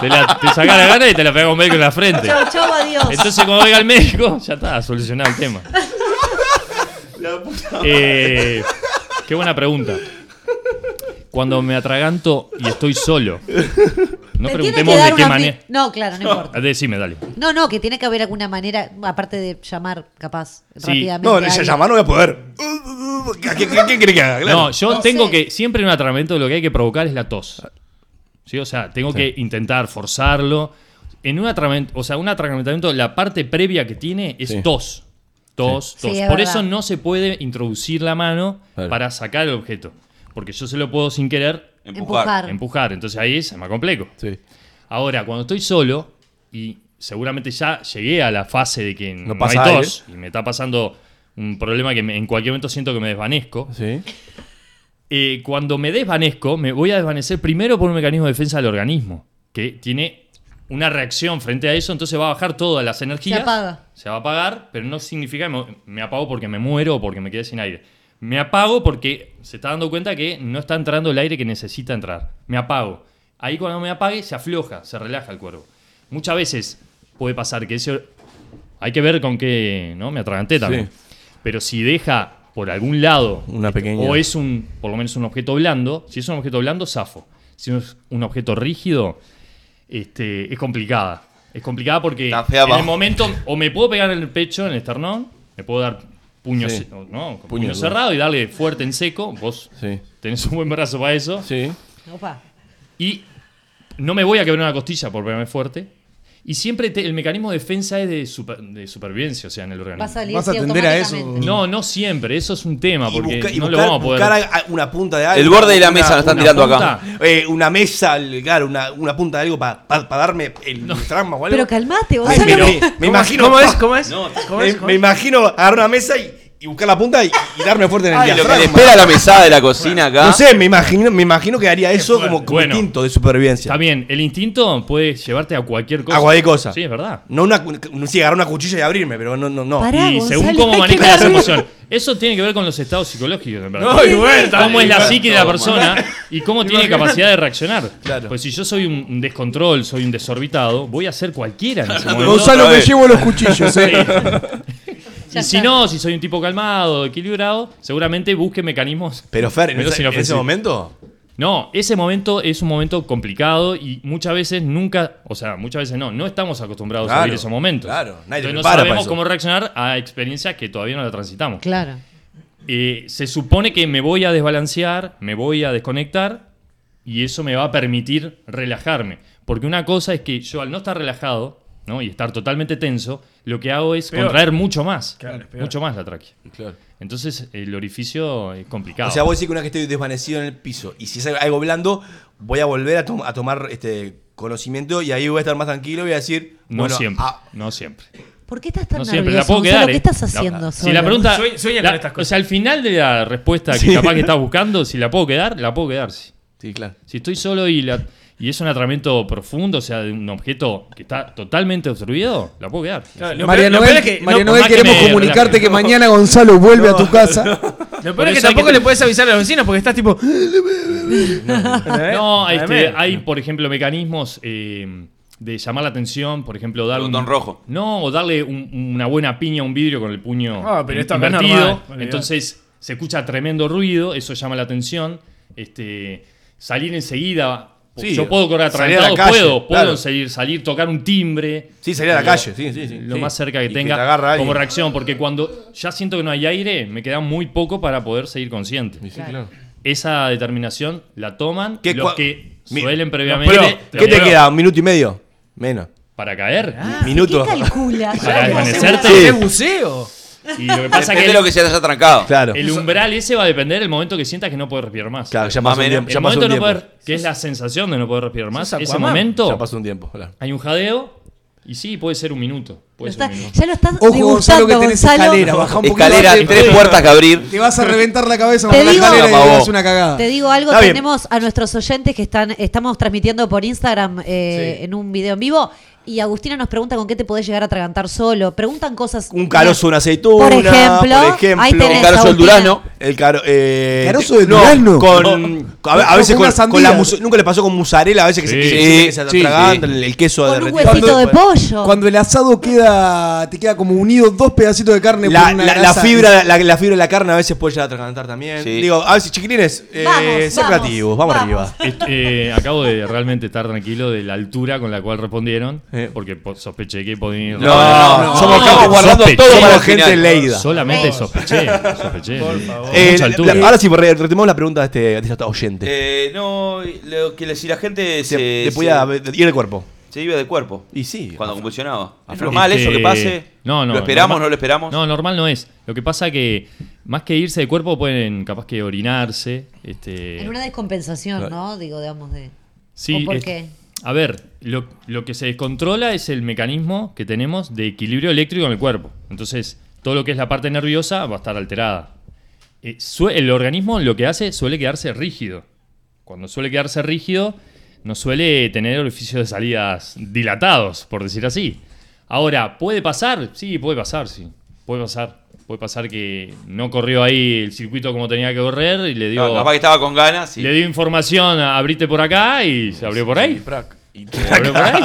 [SPEAKER 8] te, la, te saca la gana y te la pega un médico en la frente.
[SPEAKER 4] Chau, chau, adiós.
[SPEAKER 8] Entonces, cuando venga el médico, ya está, solucionado el tema. Eh, qué buena pregunta. Cuando me atraganto y estoy solo, no
[SPEAKER 4] Te tiene
[SPEAKER 8] preguntemos
[SPEAKER 4] que dar
[SPEAKER 8] de qué
[SPEAKER 4] una
[SPEAKER 8] manera.
[SPEAKER 4] fi- No, claro, no importa.
[SPEAKER 8] Decime, dale.
[SPEAKER 4] No, no, que tiene que haber alguna manera, aparte de llamar, capaz,
[SPEAKER 8] Sí.
[SPEAKER 4] rápidamente.
[SPEAKER 8] No,
[SPEAKER 4] a
[SPEAKER 8] ya
[SPEAKER 4] alguien.
[SPEAKER 5] llamar no voy a poder. ¿Qué, qué, qué querés que haga? Claro.
[SPEAKER 8] No, yo tengo que. Siempre en un atragantamiento lo que hay que provocar es la tos. ¿Sí? O sea, tengo que intentar forzarlo. En un atragantamiento, o sea, un atragantamiento, la parte previa que tiene es
[SPEAKER 5] Sí.
[SPEAKER 8] tos. Tos,
[SPEAKER 5] Sí.
[SPEAKER 8] tos.
[SPEAKER 5] Sí, es
[SPEAKER 8] Por
[SPEAKER 5] verdad.
[SPEAKER 8] eso no se puede introducir la mano
[SPEAKER 5] Claro.
[SPEAKER 8] para sacar el objeto. Porque yo se lo puedo sin querer
[SPEAKER 4] Empujar. Empujar.
[SPEAKER 8] Empujar. Entonces ahí se me complejo. Ahora, cuando estoy solo y seguramente ya llegué a la fase de que no,
[SPEAKER 5] pasa
[SPEAKER 8] hay
[SPEAKER 5] aire.
[SPEAKER 8] tos y me está pasando un problema que me- en cualquier momento siento que me desvanezco. Eh, cuando me desvanezco, me voy a desvanecer primero por un mecanismo de defensa del organismo, que tiene una reacción frente a eso, entonces va a bajar todas las energías.
[SPEAKER 4] apaga.
[SPEAKER 8] Se va a apagar, pero no significa que me, me apago porque me muero o porque me quedé sin aire. Me apago porque se está dando cuenta que no está entrando el aire que necesita entrar. Me apago. Ahí cuando me apague se afloja, se relaja el cuerpo. Muchas veces puede pasar que ese... Hay que ver con qué... ¿No? Me atraganté también.
[SPEAKER 5] Sí.
[SPEAKER 8] Pero si deja por algún lado
[SPEAKER 5] Una pequeña.
[SPEAKER 8] o es un, por lo menos un objeto blando. Si es un objeto blando, zafo. Si es un objeto rígido, este, es complicada. Es complicada porque
[SPEAKER 3] fea,
[SPEAKER 8] en
[SPEAKER 3] va.
[SPEAKER 8] el momento o me puedo pegar en el pecho, en el esternón, me puedo dar puño,
[SPEAKER 5] Sí.
[SPEAKER 8] ce- no, no, con
[SPEAKER 5] Puño
[SPEAKER 8] puño
[SPEAKER 5] duro.
[SPEAKER 8] cerrado y darle fuerte en seco. Vos
[SPEAKER 5] Sí.
[SPEAKER 8] tenés un buen brazo para eso.
[SPEAKER 4] Opa.
[SPEAKER 8] Y no me voy a quebrar una costilla por pegarme fuerte. Y siempre te- el mecanismo de defensa es de, super- de supervivencia, o sea, en el organismo.
[SPEAKER 4] Vas a salir Vas a sí, atender a eso. automáticamente.
[SPEAKER 8] No, no siempre. Eso es un tema, porque
[SPEAKER 5] busca- y
[SPEAKER 8] no
[SPEAKER 5] buscar-
[SPEAKER 8] lo vamos a poder.
[SPEAKER 5] buscar a- a una punta de algo.
[SPEAKER 3] El borde de la
[SPEAKER 5] una-
[SPEAKER 3] mesa lo están
[SPEAKER 5] una
[SPEAKER 3] tirando
[SPEAKER 5] punta,
[SPEAKER 3] acá.
[SPEAKER 5] eh, una mesa, el- claro, una, una punta de algo para darme el trama o algo.
[SPEAKER 4] Pero calmate, vos
[SPEAKER 5] Ay,
[SPEAKER 4] sabés
[SPEAKER 5] me,
[SPEAKER 4] lo que-
[SPEAKER 5] me imagino.
[SPEAKER 7] ¿Cómo es? ¿Cómo es?
[SPEAKER 5] No,
[SPEAKER 7] ¿Cómo
[SPEAKER 5] me,
[SPEAKER 7] es? ¿Cómo
[SPEAKER 5] me
[SPEAKER 7] es?
[SPEAKER 5] imagino agarrar una mesa y, y buscar la punta y, y darme fuerte en el
[SPEAKER 3] Ay, lo que
[SPEAKER 5] diafragma.
[SPEAKER 3] le espera a la mesada de la cocina acá.
[SPEAKER 5] No sé, me imagino, me imagino que haría eso como, como
[SPEAKER 8] Bueno.
[SPEAKER 5] instinto de supervivencia.
[SPEAKER 8] Está bien, el instinto puede llevarte a cualquier cosa.
[SPEAKER 5] A cualquier cosa.
[SPEAKER 8] Sí, es verdad.
[SPEAKER 5] No una, cu- no, sí, agarrar una cuchilla y abrirme, pero no, no, no.
[SPEAKER 8] y según cómo manejas las emociones. Eso tiene que ver con los estados psicológicos, en verdad.
[SPEAKER 5] No, y bueno,
[SPEAKER 8] cómo es la
[SPEAKER 5] y bueno,
[SPEAKER 8] psique de la
[SPEAKER 5] toma.
[SPEAKER 8] persona y cómo tiene
[SPEAKER 5] Imagínate.
[SPEAKER 8] capacidad de reaccionar. Pues si yo soy un, un descontrol, soy un desorbitado, voy a ser cualquiera en ese momento.
[SPEAKER 6] Gonzalo, me llevo los cuchillos, eh.
[SPEAKER 8] Sí. Y si no, si soy un tipo calmado, equilibrado, seguramente busque mecanismos.
[SPEAKER 5] Pero Fer, ¿en
[SPEAKER 8] menos
[SPEAKER 5] ese- en ese
[SPEAKER 8] inofensivos.
[SPEAKER 5] momento?
[SPEAKER 8] No, ese momento es un momento complicado y muchas veces nunca, o sea, muchas veces no, no estamos acostumbrados a
[SPEAKER 5] Claro,
[SPEAKER 8] vivir esos momentos.
[SPEAKER 5] claro, nadie te
[SPEAKER 8] Entonces no
[SPEAKER 5] prepara para
[SPEAKER 8] sabemos
[SPEAKER 5] eso.
[SPEAKER 8] cómo reaccionar a experiencias que todavía no la transitamos.
[SPEAKER 4] Claro.
[SPEAKER 8] Eh, se supone que me voy a desbalancear, me voy a desconectar y eso me va a permitir relajarme. Porque una cosa es que yo al no estar relajado ¿no? y estar totalmente tenso, lo que hago es
[SPEAKER 7] Peor.
[SPEAKER 8] contraer mucho más.
[SPEAKER 7] Claro, es peor.
[SPEAKER 8] mucho más la tráquea. Entonces el orificio es complicado.
[SPEAKER 5] O sea, vos decís que una vez que estoy desvanecido en el piso y si es algo blando, voy a volver a, tom- a tomar este conocimiento y ahí voy a estar más tranquilo y voy a decir.
[SPEAKER 8] No
[SPEAKER 5] bueno,
[SPEAKER 8] siempre,
[SPEAKER 5] ah,
[SPEAKER 8] no siempre.
[SPEAKER 4] ¿Por qué estás tan
[SPEAKER 8] No siempre, la
[SPEAKER 4] nervioso?
[SPEAKER 8] puedo
[SPEAKER 4] Gonzalo?
[SPEAKER 8] quedar.
[SPEAKER 4] ¿Qué
[SPEAKER 8] ¿eh?
[SPEAKER 4] estás
[SPEAKER 8] No,
[SPEAKER 4] haciendo
[SPEAKER 8] no. Si
[SPEAKER 4] solo?
[SPEAKER 8] la pregunta.
[SPEAKER 7] Sue- sueña
[SPEAKER 8] la-
[SPEAKER 7] con estas cosas.
[SPEAKER 8] O sea, al final de la respuesta que
[SPEAKER 5] Sí.
[SPEAKER 8] capaz que estás buscando, si la puedo quedar, la puedo quedar, sí.
[SPEAKER 5] Sí, claro.
[SPEAKER 8] Si estoy solo y la. Y es un atramiento profundo, o sea, de un objeto que está totalmente obstruido, la puedo quedar.
[SPEAKER 7] Claro,
[SPEAKER 8] Lo
[SPEAKER 6] María
[SPEAKER 8] peor- lo
[SPEAKER 6] Noel,
[SPEAKER 8] peor es que-
[SPEAKER 6] María
[SPEAKER 8] no,
[SPEAKER 6] Noel,
[SPEAKER 8] más que
[SPEAKER 6] queremos
[SPEAKER 8] me
[SPEAKER 6] comunicarte
[SPEAKER 8] relaje.
[SPEAKER 6] que mañana Gonzalo vuelve a tu casa.
[SPEAKER 7] Lo
[SPEAKER 8] Por
[SPEAKER 7] peor es que
[SPEAKER 8] eso hay
[SPEAKER 7] tampoco
[SPEAKER 8] que-
[SPEAKER 7] le puedes avisar a los vecinos porque estás tipo. "Eh,
[SPEAKER 5] ¿Eh?
[SPEAKER 8] No, este,
[SPEAKER 7] Tremendo.
[SPEAKER 8] hay, por ejemplo, mecanismos eh, de llamar la atención, por ejemplo, dar
[SPEAKER 3] Botón rojo.
[SPEAKER 8] No, o darle un- una buena piña a un vidrio con el puño
[SPEAKER 7] Ah, pero esto acá es
[SPEAKER 8] invertido.
[SPEAKER 7] normal, olvidate.
[SPEAKER 8] Entonces se escucha tremendo ruido, eso llama la atención. Este, salir enseguida.
[SPEAKER 5] Sí,
[SPEAKER 8] yo puedo correr
[SPEAKER 5] salir a la
[SPEAKER 8] atragantado,
[SPEAKER 5] calle,
[SPEAKER 8] puedo, puedo
[SPEAKER 5] claro.
[SPEAKER 8] salir, salir, tocar un timbre.
[SPEAKER 5] Sí, salir a la
[SPEAKER 8] Lo-
[SPEAKER 5] calle, sí, sí, sí.
[SPEAKER 8] Lo
[SPEAKER 5] Sí.
[SPEAKER 8] más cerca que
[SPEAKER 5] Y que
[SPEAKER 8] tenga
[SPEAKER 5] te agarra alguien.
[SPEAKER 8] como reacción, porque cuando ya siento que no hay aire, me queda muy poco para poder seguir consciente esa determinación la toman
[SPEAKER 5] ¿Qué
[SPEAKER 8] los
[SPEAKER 5] cua-
[SPEAKER 8] que
[SPEAKER 5] Mi-
[SPEAKER 8] suelen previamente.
[SPEAKER 5] Pero, ¿Qué te
[SPEAKER 8] Pero,
[SPEAKER 5] queda? ¿Un minuto y medio? Menos.
[SPEAKER 8] Para caer.
[SPEAKER 5] Minutos.
[SPEAKER 4] calcula?
[SPEAKER 8] Para desvanecerte.
[SPEAKER 7] ¿Qué buceo?
[SPEAKER 8] Y lo que pasa
[SPEAKER 3] Depende
[SPEAKER 8] que
[SPEAKER 3] de lo que se haya trancado.
[SPEAKER 5] Claro.
[SPEAKER 8] el umbral ese va a depender del momento que sientas que no puedes respirar más.
[SPEAKER 5] Claro, ya
[SPEAKER 3] Más o
[SPEAKER 5] pasó un
[SPEAKER 3] menos.
[SPEAKER 5] tiempo.
[SPEAKER 8] el
[SPEAKER 5] Ya pasó
[SPEAKER 8] momento de
[SPEAKER 5] un
[SPEAKER 8] no
[SPEAKER 5] tiempo.
[SPEAKER 8] poder, que es la sensación de no poder respirar más,
[SPEAKER 7] Sos
[SPEAKER 8] ese
[SPEAKER 7] Aquaman.
[SPEAKER 5] Ya
[SPEAKER 8] momento
[SPEAKER 5] pasó un tiempo. claro.
[SPEAKER 8] hay un jadeo y sí, puede ser un minuto.
[SPEAKER 4] Lo
[SPEAKER 8] Puede ser
[SPEAKER 4] está-
[SPEAKER 8] un minuto.
[SPEAKER 4] ya lo estás
[SPEAKER 6] Ojo,
[SPEAKER 4] degustando,
[SPEAKER 6] Gonzalo, que tenés
[SPEAKER 4] Gonzalo.
[SPEAKER 6] escalera. Baja un poquito.
[SPEAKER 3] Escalera,
[SPEAKER 6] antes,
[SPEAKER 3] tres puertas que abrir.
[SPEAKER 6] Te vas a reventar la cabeza
[SPEAKER 4] Te
[SPEAKER 6] con la
[SPEAKER 4] digo-
[SPEAKER 6] escalera y
[SPEAKER 3] Apagó.
[SPEAKER 6] te das una cagada.
[SPEAKER 4] Te digo algo,
[SPEAKER 5] Está bien.
[SPEAKER 4] tenemos a nuestros oyentes que están, estamos transmitiendo por Instagram eh, en un video en vivo. Y Agustina nos pregunta con qué te podés llegar a atragantar solo. Preguntan cosas.
[SPEAKER 5] Un carozo, una aceituna.
[SPEAKER 4] Por ejemplo,
[SPEAKER 5] por ejemplo.
[SPEAKER 4] ahí tenés,
[SPEAKER 3] El carozo del
[SPEAKER 4] Agustina.
[SPEAKER 3] durazno.
[SPEAKER 5] El caro, eh,
[SPEAKER 6] ¿Carozo de
[SPEAKER 5] no,
[SPEAKER 6] durazno?
[SPEAKER 5] Con, a, a
[SPEAKER 6] Con
[SPEAKER 5] veces
[SPEAKER 6] una
[SPEAKER 5] con, con
[SPEAKER 6] sandía.
[SPEAKER 5] la musu- Nunca le pasó con musarela, a veces que se,
[SPEAKER 8] Sí.
[SPEAKER 5] se- se- que se
[SPEAKER 6] Sí.
[SPEAKER 5] atragantan, el, el queso
[SPEAKER 4] Con un
[SPEAKER 5] derretido.
[SPEAKER 4] huesito de pollo.
[SPEAKER 6] Cuando el asado queda, te queda como unido dos pedacitos de carne
[SPEAKER 5] La,
[SPEAKER 6] por una
[SPEAKER 5] la- la
[SPEAKER 6] grasa.
[SPEAKER 5] fibra, la, la fibra de la carne a veces puede llegar a atragantar también.
[SPEAKER 3] Sí.
[SPEAKER 5] Digo, a veces, chiquilines, eh,
[SPEAKER 4] Vamos,
[SPEAKER 5] sean
[SPEAKER 4] vamos,
[SPEAKER 5] creativos, vamos,
[SPEAKER 4] vamos.
[SPEAKER 5] arriba.
[SPEAKER 8] Est- eh, acabo de realmente estar tranquilo de la altura con la cual respondieron,
[SPEAKER 5] Eh.
[SPEAKER 8] porque po- sospeché que podían ir.
[SPEAKER 5] No, no, somos
[SPEAKER 3] estamos guardando
[SPEAKER 8] Sospeché.
[SPEAKER 3] todo para
[SPEAKER 5] Somos
[SPEAKER 3] el
[SPEAKER 5] gente
[SPEAKER 3] final.
[SPEAKER 5] leída.
[SPEAKER 8] Solamente sospeché. sospeché Por favor.
[SPEAKER 5] Eh,
[SPEAKER 8] mucha
[SPEAKER 5] la-
[SPEAKER 8] altura.
[SPEAKER 5] ahora sí, re- retomemos la pregunta de este, de este oyente.
[SPEAKER 3] Eh, no, lo que le- si la gente se,
[SPEAKER 5] se, le
[SPEAKER 3] se-
[SPEAKER 5] podía ir el cuerpo.
[SPEAKER 3] se iba de cuerpo.
[SPEAKER 5] Y sí.
[SPEAKER 3] Cuando convulsionaba. ¿Es
[SPEAKER 5] afloja.
[SPEAKER 3] normal eso
[SPEAKER 8] Este,
[SPEAKER 3] que pase?
[SPEAKER 8] No, no.
[SPEAKER 3] ¿Lo esperamos
[SPEAKER 8] normal-
[SPEAKER 3] no lo esperamos?
[SPEAKER 8] No, normal no es. Lo que pasa que más que irse de cuerpo pueden capaz que orinarse. Este,
[SPEAKER 4] En una descompensación, ¿no? Digo, digamos de.
[SPEAKER 8] sí,
[SPEAKER 4] ¿o por
[SPEAKER 8] es-
[SPEAKER 4] qué?
[SPEAKER 8] A ver, lo, lo que se descontrola es el mecanismo que tenemos de equilibrio eléctrico en el cuerpo. Entonces, todo lo que es la parte nerviosa va a estar alterada. Eh, sue- el organismo lo que hace suele quedarse rígido. Cuando suele quedarse rígido, no suele tener orificios de salidas dilatados, por decir así. Ahora, ¿puede pasar? Sí, puede pasar, sí. Puede pasar. Puede pasar que no corrió ahí el circuito como tenía que correr y le dio,
[SPEAKER 3] No, capaz que estaba con ganas. y-
[SPEAKER 8] le dio información, a- abrite por acá y se abrió por ahí. Se abrió por ahí.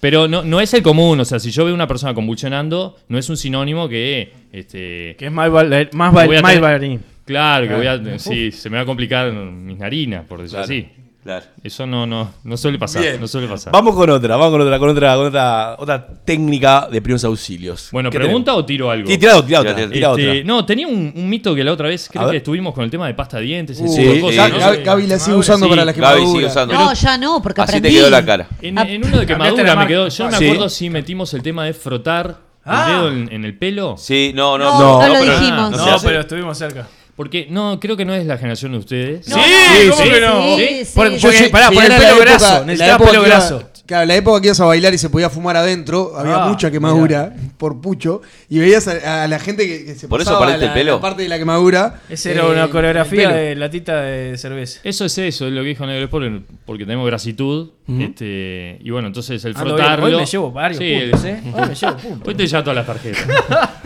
[SPEAKER 8] Pero no, no es el común, o sea, si yo veo una persona convulsionando, no es un sinónimo que este,
[SPEAKER 7] Que es más val- eh, más
[SPEAKER 8] Voy a
[SPEAKER 7] val- más
[SPEAKER 8] tener-
[SPEAKER 7] bailarín.
[SPEAKER 8] Claro, que voy a. Sí, se me va a complicar mis narinas, por decir así.
[SPEAKER 3] Claro.
[SPEAKER 8] Eso no, no, no suele pasar. No suele pasar.
[SPEAKER 5] Vamos con otra, vamos con otra, con otra, con otra, otra técnica de primeros auxilios.
[SPEAKER 8] bueno,
[SPEAKER 5] ¿Qué
[SPEAKER 8] ¿pregunta
[SPEAKER 5] tenemos?
[SPEAKER 8] o tiro algo?
[SPEAKER 5] Sí, tira otra, tira otra,
[SPEAKER 3] Tira,
[SPEAKER 5] tira
[SPEAKER 8] Este,
[SPEAKER 5] otra.
[SPEAKER 8] No, tenía un, un mito que la otra vez creo
[SPEAKER 5] A
[SPEAKER 8] que
[SPEAKER 5] ver.
[SPEAKER 8] estuvimos con el tema de pasta de dientes, ese
[SPEAKER 6] Uh,
[SPEAKER 8] tipo de
[SPEAKER 5] sí,
[SPEAKER 8] cosas,
[SPEAKER 5] eh,
[SPEAKER 8] ¿no?
[SPEAKER 6] Gaby, Gaby la sigue usando
[SPEAKER 8] Sí.
[SPEAKER 6] para la
[SPEAKER 3] Gaby sigue
[SPEAKER 6] quemadura.
[SPEAKER 3] usando.
[SPEAKER 4] No, ya no, porque
[SPEAKER 3] Así te
[SPEAKER 4] aprendí.
[SPEAKER 3] quedó la cara.
[SPEAKER 8] En, en uno de
[SPEAKER 7] Cambiaste la
[SPEAKER 8] quemadura me
[SPEAKER 7] marca.
[SPEAKER 8] quedó. Yo no me
[SPEAKER 5] Sí.
[SPEAKER 8] acuerdo si metimos el tema de frotar el dedo en, en el pelo.
[SPEAKER 3] Sí, no, no.
[SPEAKER 4] No, no, lo
[SPEAKER 3] pero-
[SPEAKER 4] dijimos.
[SPEAKER 3] no
[SPEAKER 7] No,
[SPEAKER 3] se hace.
[SPEAKER 7] pero estuvimos cerca.
[SPEAKER 8] Porque no, creo que no es la generación de ustedes.
[SPEAKER 7] Sí, ¿cómo que no?
[SPEAKER 4] Sí, sí.
[SPEAKER 7] Por-
[SPEAKER 4] Yo
[SPEAKER 7] porque,
[SPEAKER 6] sé-
[SPEAKER 7] pará, por el
[SPEAKER 6] era la
[SPEAKER 7] pelo
[SPEAKER 6] época-
[SPEAKER 7] graso.
[SPEAKER 6] la
[SPEAKER 7] Necesitaba
[SPEAKER 6] época
[SPEAKER 7] pelo
[SPEAKER 6] que iba-
[SPEAKER 7] graso.
[SPEAKER 6] Claro, la época que ibas a bailar y se podía fumar adentro, había
[SPEAKER 5] Ah,
[SPEAKER 6] mucha quemadura por pucho, y veías a, a la gente que, que se
[SPEAKER 3] Por eso
[SPEAKER 6] pasaba
[SPEAKER 3] parece
[SPEAKER 6] la-
[SPEAKER 3] el pelo.
[SPEAKER 6] la parte de la quemadura.
[SPEAKER 7] Esa era
[SPEAKER 6] eh,
[SPEAKER 7] una coreografía
[SPEAKER 6] el pelo.
[SPEAKER 7] de latita de cerveza.
[SPEAKER 8] Eso es eso, es lo que dijo Negro Sport, porque tenemos grasitud.
[SPEAKER 7] Ujú.
[SPEAKER 8] este, y bueno, entonces el
[SPEAKER 7] Ando bien,
[SPEAKER 8] frotarlo.
[SPEAKER 7] hoy me llevo varios puntos, ¿eh? Hoy me llevo puntos.
[SPEAKER 8] Hoy te lleva todas las tarjetas.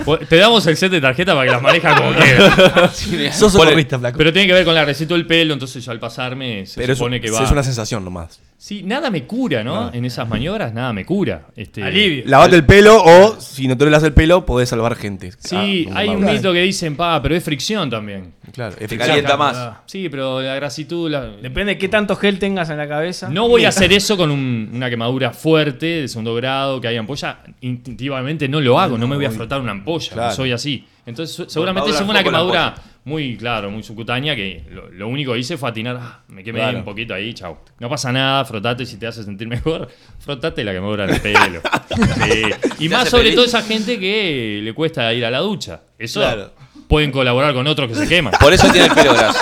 [SPEAKER 8] Vos- te damos el set de tarjetas para que las manejas como quieras.
[SPEAKER 5] Sí, Sos
[SPEAKER 8] Ponle-
[SPEAKER 5] socorrista, flaco.
[SPEAKER 8] Pero tiene que ver con la grasitud del pelo, entonces yo al pasarme se
[SPEAKER 5] Pero es un-
[SPEAKER 8] supone que va.
[SPEAKER 5] es una sensación nomás.
[SPEAKER 8] Sí, nada me cura, ¿no? En esas maniobras nada me cura. Este,
[SPEAKER 5] Lavate el pelo o si no te lavas el pelo, podés salvar gente.
[SPEAKER 8] Sí,
[SPEAKER 5] Ah,
[SPEAKER 8] hay un
[SPEAKER 5] claro.
[SPEAKER 8] mito que dicen, pa, pero es fricción también.
[SPEAKER 5] Claro, es
[SPEAKER 8] Fricción,
[SPEAKER 5] calienta
[SPEAKER 8] claro,
[SPEAKER 5] más.
[SPEAKER 8] verdad. Sí, pero la grasitud. la-
[SPEAKER 7] Depende de qué tanto gel tengas en la cabeza.
[SPEAKER 8] No voy a hacer eso con un- una quemadura fuerte de segundo grado que hay ampolla. Instintivamente no lo hago, no me voy a frotar una ampolla, no
[SPEAKER 5] Claro.
[SPEAKER 8] soy así. Entonces, su- seguramente eso fue
[SPEAKER 5] Quemadura
[SPEAKER 8] una
[SPEAKER 5] con
[SPEAKER 8] quemadura
[SPEAKER 5] ampolla.
[SPEAKER 8] muy, claro, muy subcutánea que lo, lo único que hice fue atinar, ah, me quemé
[SPEAKER 5] Claro.
[SPEAKER 8] un poquito ahí, chau. No pasa nada, frotate si te hace sentir mejor, frotate la quemadura del pelo. Sí. Y
[SPEAKER 5] ¿Te
[SPEAKER 8] más
[SPEAKER 5] hace
[SPEAKER 8] sobre
[SPEAKER 5] feliz?
[SPEAKER 8] todo esa gente que le cuesta ir a la ducha. Eso
[SPEAKER 5] Claro.
[SPEAKER 8] pueden colaborar con otros que se queman.
[SPEAKER 3] Por eso tiene el pelo graso.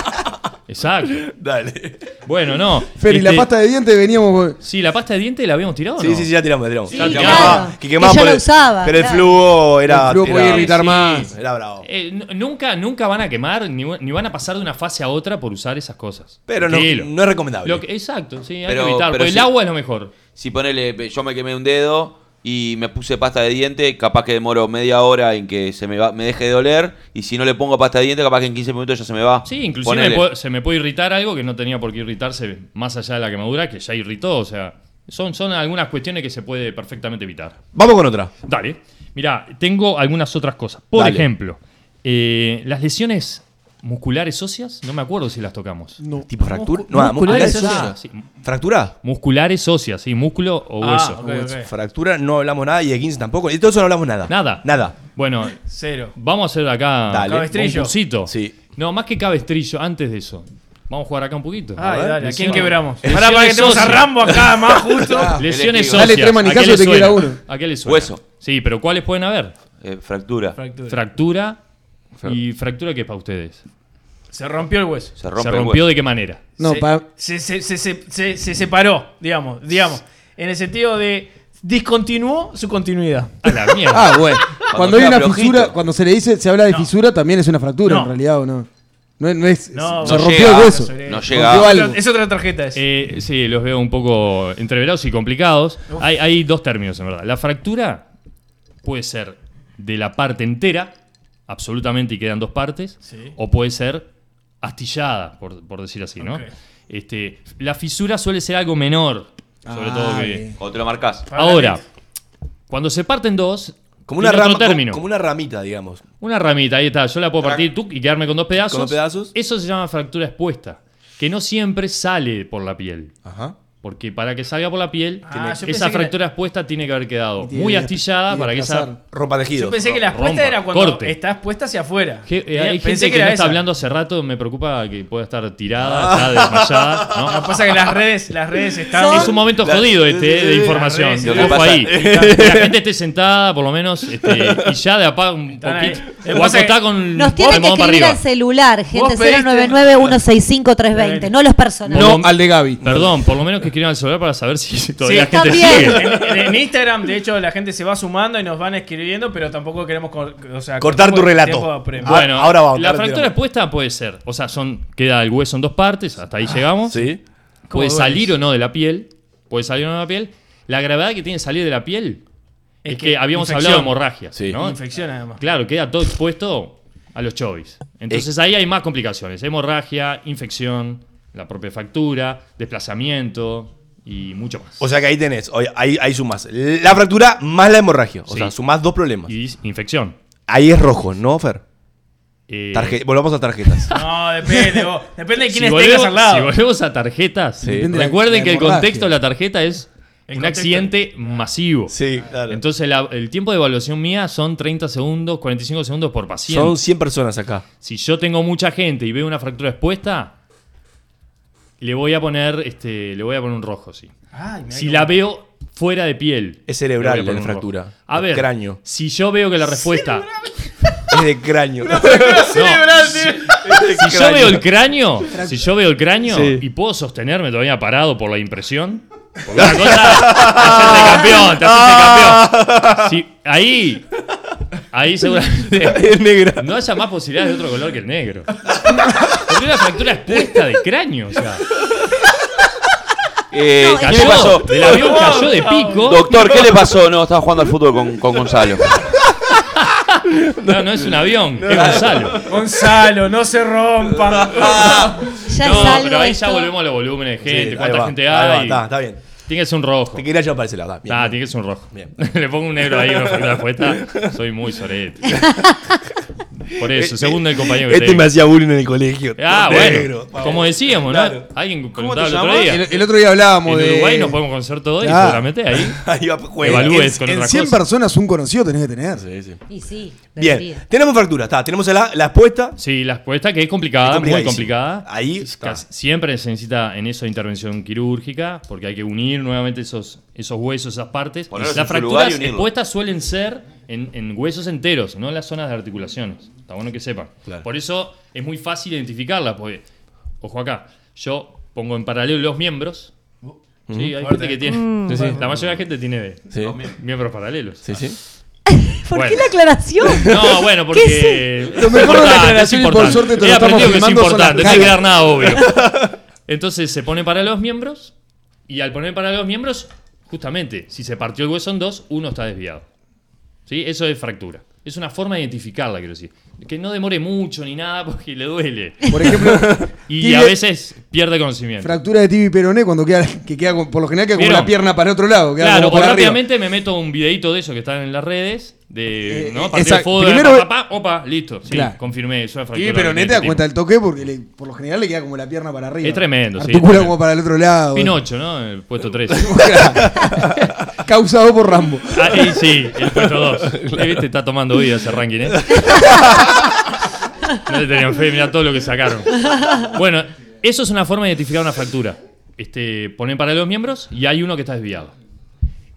[SPEAKER 8] Exacto.
[SPEAKER 5] Dale.
[SPEAKER 8] Bueno, no.
[SPEAKER 6] Fer, y la
[SPEAKER 8] este,
[SPEAKER 6] pasta de dientes veníamos con-
[SPEAKER 8] Sí, la pasta de diente la habíamos tirado. o
[SPEAKER 5] Sí,
[SPEAKER 8] no?
[SPEAKER 5] sí, sí, ya tiramos, ya tiramos.
[SPEAKER 8] Sí,
[SPEAKER 5] Ya
[SPEAKER 8] claro.
[SPEAKER 5] tiramos. Ah,
[SPEAKER 8] Que
[SPEAKER 5] quemabas
[SPEAKER 8] yo
[SPEAKER 5] por
[SPEAKER 8] la
[SPEAKER 5] el-
[SPEAKER 8] usaba,
[SPEAKER 5] Pero
[SPEAKER 8] claro.
[SPEAKER 5] el flujo era.
[SPEAKER 6] El flujo podía
[SPEAKER 5] era-
[SPEAKER 6] irritar más.
[SPEAKER 5] Era bravo.
[SPEAKER 8] Eh, n- nunca, nunca van a quemar ni, va- ni van a pasar de una fase a otra por usar esas cosas.
[SPEAKER 5] Pero no-
[SPEAKER 8] Tranquilo.
[SPEAKER 5] no es recomendable.
[SPEAKER 8] Lo que- exacto, sí, hay
[SPEAKER 3] Pero-
[SPEAKER 8] que evitar.
[SPEAKER 3] pero
[SPEAKER 8] porque
[SPEAKER 3] sí.
[SPEAKER 8] el agua es lo mejor.
[SPEAKER 3] Si ponele, pe- yo me quemé un dedo y me puse pasta de diente, capaz que demoro media hora en que se me, va, me deje de doler. Y si no le pongo pasta de diente, capaz que en 15 minutos ya se me va.
[SPEAKER 8] Sí, inclusive me
[SPEAKER 3] Ponele.
[SPEAKER 8] puede- se me puede irritar algo que no tenía por qué irritarse más allá de la quemadura, que ya irritó. O sea, son, son algunas cuestiones que se puede perfectamente evitar.
[SPEAKER 5] Vamos con otra.
[SPEAKER 8] Dale. Mirá, tengo algunas otras cosas. Por
[SPEAKER 5] Dale.
[SPEAKER 8] ejemplo, eh, las lesiones musculares óseas, no me acuerdo si las tocamos.
[SPEAKER 6] No.
[SPEAKER 5] ¿Tipo fractura?
[SPEAKER 8] Muscu-
[SPEAKER 5] No, ah,
[SPEAKER 8] musculares
[SPEAKER 5] musculares
[SPEAKER 8] óseas.
[SPEAKER 5] óseas.
[SPEAKER 8] Sí.
[SPEAKER 5] ¿Fractura?
[SPEAKER 8] Musculares óseas, sí, músculo o
[SPEAKER 7] Ah,
[SPEAKER 8] hueso.
[SPEAKER 7] ok, ok.
[SPEAKER 5] Fractura, no hablamos nada y de 15 tampoco. Y de todo eso no hablamos nada.
[SPEAKER 8] Nada.
[SPEAKER 5] Nada.
[SPEAKER 8] Bueno,
[SPEAKER 7] Cero.
[SPEAKER 8] vamos a hacer acá
[SPEAKER 5] Dale.
[SPEAKER 8] un
[SPEAKER 7] Cabestrillo.
[SPEAKER 8] cursito.
[SPEAKER 5] Sí.
[SPEAKER 8] No, más que cabestrillo, antes de eso. Vamos a jugar acá un poquito.
[SPEAKER 7] Ay,
[SPEAKER 5] ver,
[SPEAKER 7] dale, ¿a quién
[SPEAKER 8] lesiones-
[SPEAKER 7] quebramos?
[SPEAKER 8] lesiones
[SPEAKER 7] Pará, para que tenemos a
[SPEAKER 8] óseas.
[SPEAKER 7] Rambo acá, más justo.
[SPEAKER 8] Lesiones
[SPEAKER 3] Elegí.
[SPEAKER 8] óseas.
[SPEAKER 6] Dale tres manicazos
[SPEAKER 8] ¿A qué le
[SPEAKER 6] y te
[SPEAKER 8] suena?
[SPEAKER 6] queda uno.
[SPEAKER 8] ¿A qué le suena?
[SPEAKER 3] Hueso.
[SPEAKER 8] Sí, pero ¿cuáles pueden haber?
[SPEAKER 3] Eh, fractura.
[SPEAKER 7] Fractura.
[SPEAKER 8] Fractura. ¿Y fractura qué es para ustedes?
[SPEAKER 7] Se rompió el hueso.
[SPEAKER 3] se rompe.
[SPEAKER 8] ¿Se
[SPEAKER 3] el
[SPEAKER 8] rompió
[SPEAKER 3] hueso.
[SPEAKER 8] de qué manera?
[SPEAKER 6] No,
[SPEAKER 7] se,
[SPEAKER 6] pa-
[SPEAKER 7] se, se, se, se- se- se separó, digamos, digamos. En el sentido de discontinuó su continuidad.
[SPEAKER 8] A la mierda.
[SPEAKER 6] Ah, bueno. Cuando,
[SPEAKER 3] Cuando
[SPEAKER 6] hay
[SPEAKER 3] queda
[SPEAKER 6] una
[SPEAKER 3] flojito.
[SPEAKER 6] fisura, cuando se le dice, se habla de
[SPEAKER 7] No.
[SPEAKER 6] fisura, también es una fractura
[SPEAKER 7] No.
[SPEAKER 6] en realidad o no. No, es- no es.
[SPEAKER 7] No,
[SPEAKER 6] se
[SPEAKER 7] no
[SPEAKER 6] rompió
[SPEAKER 3] llega.
[SPEAKER 6] el hueso.
[SPEAKER 7] No
[SPEAKER 3] No
[SPEAKER 6] Rompió
[SPEAKER 3] llega.
[SPEAKER 6] algo.
[SPEAKER 7] Es otra tarjeta esa.
[SPEAKER 8] Eh, sí, los veo un poco entreverados y complicados. Hay, hay dos términos, en verdad. La fractura puede ser de la parte entera, absolutamente, y quedan dos partes,
[SPEAKER 7] Sí.
[SPEAKER 8] o puede ser astillada, por, por decir así, ¿no?
[SPEAKER 7] Ok.
[SPEAKER 8] Este, la fisura suele ser algo menor, sobre
[SPEAKER 6] Ah,
[SPEAKER 8] todo que...
[SPEAKER 6] bien.
[SPEAKER 3] Cuando te lo marcás.
[SPEAKER 8] Ahora, cuando se parten dos,
[SPEAKER 5] Como una,
[SPEAKER 8] tiene
[SPEAKER 5] rama,
[SPEAKER 8] otro
[SPEAKER 5] como,
[SPEAKER 8] término.
[SPEAKER 5] como una ramita, digamos.
[SPEAKER 8] Una ramita, ahí está. Yo la puedo partir tú y quedarme con dos pedazos.
[SPEAKER 5] Con dos pedazos.
[SPEAKER 8] Eso se llama fractura expuesta, que no siempre sale por la piel.
[SPEAKER 5] Ajá.
[SPEAKER 8] Porque para que salga por la piel,
[SPEAKER 7] Ah, yo pensé
[SPEAKER 8] esa
[SPEAKER 7] que la-
[SPEAKER 8] fractura expuesta tiene que haber quedado
[SPEAKER 6] tiene
[SPEAKER 8] muy
[SPEAKER 6] que-
[SPEAKER 8] astillada
[SPEAKER 6] y
[SPEAKER 8] para que esa.
[SPEAKER 6] desplazar.
[SPEAKER 5] Ropa tejido.
[SPEAKER 7] Yo pensé que la
[SPEAKER 8] rompa,
[SPEAKER 7] respuesta era cuando
[SPEAKER 8] corte.
[SPEAKER 7] estás puesta hacia afuera.
[SPEAKER 8] Que, eh, hay
[SPEAKER 7] Pensé
[SPEAKER 8] gente que,
[SPEAKER 7] era
[SPEAKER 8] no está
[SPEAKER 7] esa.
[SPEAKER 8] hablando hace rato, me preocupa que pueda estar tirada,
[SPEAKER 7] Ah.
[SPEAKER 8] está desmayada. ¿no?
[SPEAKER 7] Lo que pasa es que las redes, las redes están.
[SPEAKER 8] Es un momento
[SPEAKER 5] La-
[SPEAKER 8] jodido este eh, de
[SPEAKER 5] Sí,
[SPEAKER 8] información.
[SPEAKER 7] sí, sí.
[SPEAKER 8] Lo que
[SPEAKER 3] Lo que
[SPEAKER 8] pasa-
[SPEAKER 3] pasa-
[SPEAKER 8] ahí. Que la gente esté sentada, por lo menos, este, y ya de apaga un
[SPEAKER 7] Están ahí.
[SPEAKER 8] poquito.
[SPEAKER 7] Lo que
[SPEAKER 8] O
[SPEAKER 7] pasa
[SPEAKER 8] acostá
[SPEAKER 7] que
[SPEAKER 8] con
[SPEAKER 4] Nos
[SPEAKER 8] el
[SPEAKER 4] tienen que
[SPEAKER 8] modo para
[SPEAKER 4] escribir
[SPEAKER 8] arriba.
[SPEAKER 4] al celular, gente.
[SPEAKER 7] Vos pediste-
[SPEAKER 4] 099-165-320, no los personales.
[SPEAKER 6] No al de Gaby.
[SPEAKER 8] Perdón, por lo menos que escriban al celular para saber si todavía
[SPEAKER 7] Sí,
[SPEAKER 8] la gente
[SPEAKER 4] también.
[SPEAKER 8] sigue.
[SPEAKER 7] En, en Instagram, de hecho, la gente se va sumando y nos van escribiendo, pero tampoco queremos cor- o sea,
[SPEAKER 5] Cortar tu
[SPEAKER 7] tiempo-
[SPEAKER 5] relato.
[SPEAKER 7] tiempo premio.
[SPEAKER 5] Ah,
[SPEAKER 8] Bueno,
[SPEAKER 5] ahora vamos,
[SPEAKER 8] la
[SPEAKER 5] ahora
[SPEAKER 8] fractura
[SPEAKER 5] tiramos.
[SPEAKER 8] expuesta puede ser. O sea, son queda el hueso en dos partes, hasta ahí llegamos.
[SPEAKER 5] Ah, Sí.
[SPEAKER 8] Puede
[SPEAKER 7] ¿Cómo
[SPEAKER 8] salir
[SPEAKER 7] duele?
[SPEAKER 8] o no de la piel. Puede salir o no de la piel. La gravedad que tiene salir de la piel es,
[SPEAKER 7] Es
[SPEAKER 8] que,
[SPEAKER 7] que
[SPEAKER 8] habíamos
[SPEAKER 7] infección.
[SPEAKER 8] hablado de hemorragia.
[SPEAKER 5] Sí.
[SPEAKER 8] ¿no?
[SPEAKER 7] Infección, además.
[SPEAKER 8] Claro, queda todo expuesto a los chovis.
[SPEAKER 5] Eh.
[SPEAKER 8] Entonces ahí hay más complicaciones. Hemorragia, infección, la propia factura, desplazamiento y mucho más.
[SPEAKER 5] O sea que ahí tenés, oye, ahí, ahí sumás la fractura más la hemorragia. O
[SPEAKER 8] Sí.
[SPEAKER 5] sea, sumás dos problemas.
[SPEAKER 8] y dis- infección.
[SPEAKER 5] Ahí es rojo, ¿no, Fer?
[SPEAKER 8] Eh,
[SPEAKER 5] Tarje- Volvamos a tarjetas.
[SPEAKER 7] No, depende, vos. Depende de
[SPEAKER 8] si
[SPEAKER 7] quién
[SPEAKER 8] volvemos,
[SPEAKER 7] esté al lado.
[SPEAKER 8] si volvemos a tarjetas,
[SPEAKER 6] Depende de la-
[SPEAKER 8] recuerden
[SPEAKER 6] la
[SPEAKER 8] que el
[SPEAKER 6] hemorragia.
[SPEAKER 8] contexto de la tarjeta es
[SPEAKER 7] El
[SPEAKER 8] un
[SPEAKER 7] contexto-
[SPEAKER 8] accidente masivo.
[SPEAKER 5] sí, claro.
[SPEAKER 8] Entonces la- el tiempo de evaluación mía son 30 segundos, 45 segundos por paciente.
[SPEAKER 5] Son 100 personas acá.
[SPEAKER 8] Si yo tengo mucha gente y veo una fractura expuesta, le voy a poner, este, le voy a poner un rojo, sí.
[SPEAKER 7] Ay, mirá
[SPEAKER 8] Si
[SPEAKER 7] que-
[SPEAKER 8] la veo fuera de piel.
[SPEAKER 5] Es cerebral
[SPEAKER 8] le voy a poner
[SPEAKER 5] la
[SPEAKER 8] un
[SPEAKER 5] fractura.
[SPEAKER 8] rojo. A
[SPEAKER 5] El
[SPEAKER 8] ver,
[SPEAKER 5] cráneo.
[SPEAKER 8] si yo veo que la respuesta...
[SPEAKER 5] Es de cráneo.
[SPEAKER 8] No, si yo veo el cráneo, si yo veo el cráneo
[SPEAKER 5] Sí.
[SPEAKER 8] y puedo sostenerme todavía parado por la impresión, Porque una cosa es hacerte campeón, te
[SPEAKER 5] Ah.
[SPEAKER 8] hacerte campeón. Sí, ahí, ahí seguramente. No haya más posibilidades de otro color que el negro. Porque una fractura expuesta de cráneo, o sea.
[SPEAKER 3] Eh,
[SPEAKER 8] No,
[SPEAKER 3] ¿Qué
[SPEAKER 8] es-
[SPEAKER 3] le pasó?
[SPEAKER 8] Del avión cayó de pico.
[SPEAKER 3] Doctor, ¿qué le pasó? No, estaba jugando al fútbol con, con Gonzalo.
[SPEAKER 8] No, no es un avión, es
[SPEAKER 3] No.
[SPEAKER 8] Gonzalo.
[SPEAKER 7] Gonzalo, no se rompan.
[SPEAKER 4] Ya
[SPEAKER 8] no,
[SPEAKER 4] es algo
[SPEAKER 8] pero ahí ya
[SPEAKER 4] esto.
[SPEAKER 8] volvemos a los volúmenes de gente,
[SPEAKER 5] ahí
[SPEAKER 8] cuánta
[SPEAKER 5] va,
[SPEAKER 8] gente
[SPEAKER 5] ahí
[SPEAKER 8] hay.
[SPEAKER 5] va, está, está bien.
[SPEAKER 8] Tiene que ser un rojo. Te
[SPEAKER 5] quería llevar para ese lado. está, bien.
[SPEAKER 8] Ah, tiene que ser un rojo. Le pongo un negro ahí una fractura expuesta. Soy muy sorete. Por eso, segundo el compañero que
[SPEAKER 5] Este
[SPEAKER 8] tengo.
[SPEAKER 5] me hacía bullying en el colegio.
[SPEAKER 8] Ah,
[SPEAKER 5] Negro.
[SPEAKER 8] bueno. Como decíamos, ¿no? Alguien preguntaba el otro
[SPEAKER 5] llamas?
[SPEAKER 8] día.
[SPEAKER 6] El, el otro día hablábamos
[SPEAKER 8] en
[SPEAKER 6] de.
[SPEAKER 8] Uruguay nos podemos conocer todo y
[SPEAKER 6] Ah.
[SPEAKER 8] seguramente ahí, evalúes con
[SPEAKER 6] en,
[SPEAKER 8] otra
[SPEAKER 6] 100
[SPEAKER 8] cosa.
[SPEAKER 6] personas un conocido tenés que tener.
[SPEAKER 4] Y sí, debería.
[SPEAKER 5] Bien, tenemos fractura, está. Tenemos la, la expuesta.
[SPEAKER 8] Sí, la expuesta Pues que es complicada,
[SPEAKER 5] Es
[SPEAKER 8] muy
[SPEAKER 5] complicadísima.
[SPEAKER 8] complicada.
[SPEAKER 5] Ahí
[SPEAKER 8] Es casi- siempre se necesita en eso intervención quirúrgica, porque hay que unir nuevamente esos, esos huesos, esas partes.
[SPEAKER 3] Ponerlos en
[SPEAKER 8] Las
[SPEAKER 3] su lugar
[SPEAKER 8] fracturas
[SPEAKER 3] y unirlos.
[SPEAKER 8] expuestas suelen ser en, en huesos enteros, no en las zonas de articulaciones. Está bueno que sepan.
[SPEAKER 5] Claro.
[SPEAKER 8] Por eso es muy fácil identificarlas, porque, ojo acá, yo pongo en paralelo los miembros.
[SPEAKER 6] Uh.
[SPEAKER 8] Sí,
[SPEAKER 6] Mm.
[SPEAKER 8] hay gente que tiene.
[SPEAKER 4] ¿eh?
[SPEAKER 5] Sí, sí.
[SPEAKER 8] La mayoría de la gente tiene
[SPEAKER 5] Sí.
[SPEAKER 8] miembros paralelos.
[SPEAKER 5] Sí, sí.
[SPEAKER 4] ¿Por
[SPEAKER 8] Bueno.
[SPEAKER 4] qué la aclaración?
[SPEAKER 8] No, bueno, porque.
[SPEAKER 4] ¿Qué
[SPEAKER 8] es
[SPEAKER 6] Lo mejor de la
[SPEAKER 8] importante,
[SPEAKER 6] aclaración
[SPEAKER 8] es
[SPEAKER 6] y por
[SPEAKER 8] importante.
[SPEAKER 6] suerte te lo
[SPEAKER 8] He
[SPEAKER 6] estamos
[SPEAKER 8] aprendido que es
[SPEAKER 6] filmando, son
[SPEAKER 8] importante, no
[SPEAKER 6] las
[SPEAKER 8] hay que
[SPEAKER 6] caras.
[SPEAKER 8] dar nada obvio. Entonces se pone para los miembros y al poner para los miembros, justamente, si se partió el hueso en dos, uno está desviado. ¿Sí? Eso es fractura. Es una forma de identificarla, quiero decir. Que no demore mucho ni nada porque le duele.
[SPEAKER 6] Por ejemplo,
[SPEAKER 8] Y
[SPEAKER 6] tibia-
[SPEAKER 8] a veces pierde conocimiento.
[SPEAKER 6] fractura de tibia y peroné cuando queda, que queda como- por lo general queda como
[SPEAKER 8] ¿Vieron?
[SPEAKER 6] la pierna para el otro lado. Queda
[SPEAKER 8] Claro,
[SPEAKER 6] como
[SPEAKER 8] o
[SPEAKER 6] para arriba.
[SPEAKER 8] rápidamente me meto un videito de eso que están en las redes. De,
[SPEAKER 6] eh,
[SPEAKER 8] ¿no? Partido de
[SPEAKER 6] exacto.
[SPEAKER 8] fútbol,
[SPEAKER 6] Primero-
[SPEAKER 8] pa, pa, pa, opa, listo. Sí,
[SPEAKER 6] Claro.
[SPEAKER 8] confirmé, es una fractura.
[SPEAKER 6] Tibia y peroné te da
[SPEAKER 8] tipo.
[SPEAKER 6] cuenta del toque porque le- por lo general le queda como la pierna para arriba.
[SPEAKER 8] Es tremendo, sí.
[SPEAKER 6] Articula como para el otro lado.
[SPEAKER 8] Pinocho, ¿no? El puesto 3.
[SPEAKER 6] Causado por Rambo.
[SPEAKER 8] Ahí Ah, sí, el puesto 2. Viste, está tomando vida ese ranking, ¿eh? No le tenían fe, mirá todo lo que sacaron. Bueno, eso es una forma de identificar una fractura. Este, ponen para los miembros y hay uno que está desviado.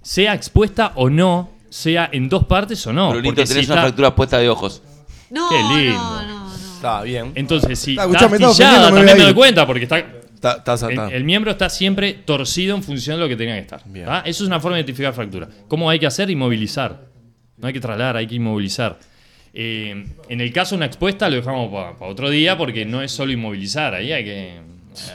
[SPEAKER 8] Sea expuesta o no, sea en dos partes o no.
[SPEAKER 3] Brunito,
[SPEAKER 8] porque
[SPEAKER 3] tenés
[SPEAKER 8] si
[SPEAKER 3] una
[SPEAKER 8] está-
[SPEAKER 3] fractura puesta de ojos.
[SPEAKER 4] No,
[SPEAKER 8] Qué lindo.
[SPEAKER 4] no, no.
[SPEAKER 5] Está bien.
[SPEAKER 8] Entonces, si
[SPEAKER 6] Ah,
[SPEAKER 8] está,
[SPEAKER 6] escuchame, estaba
[SPEAKER 8] astillada,
[SPEAKER 6] ofendiendo, me voy
[SPEAKER 8] también
[SPEAKER 6] a
[SPEAKER 8] me doy
[SPEAKER 6] ir.
[SPEAKER 8] cuenta porque está
[SPEAKER 5] Está, está, está.
[SPEAKER 8] el, el miembro está siempre torcido en función de lo que tenía que estar. ¿tá? Eso es una forma de identificar fractura. ¿Cómo hay que hacer? Inmovilizar. No hay que trasladar, hay que inmovilizar. Eh, en el caso de una expuesta lo dejamos para otro día porque no es solo inmovilizar, ahí hay que,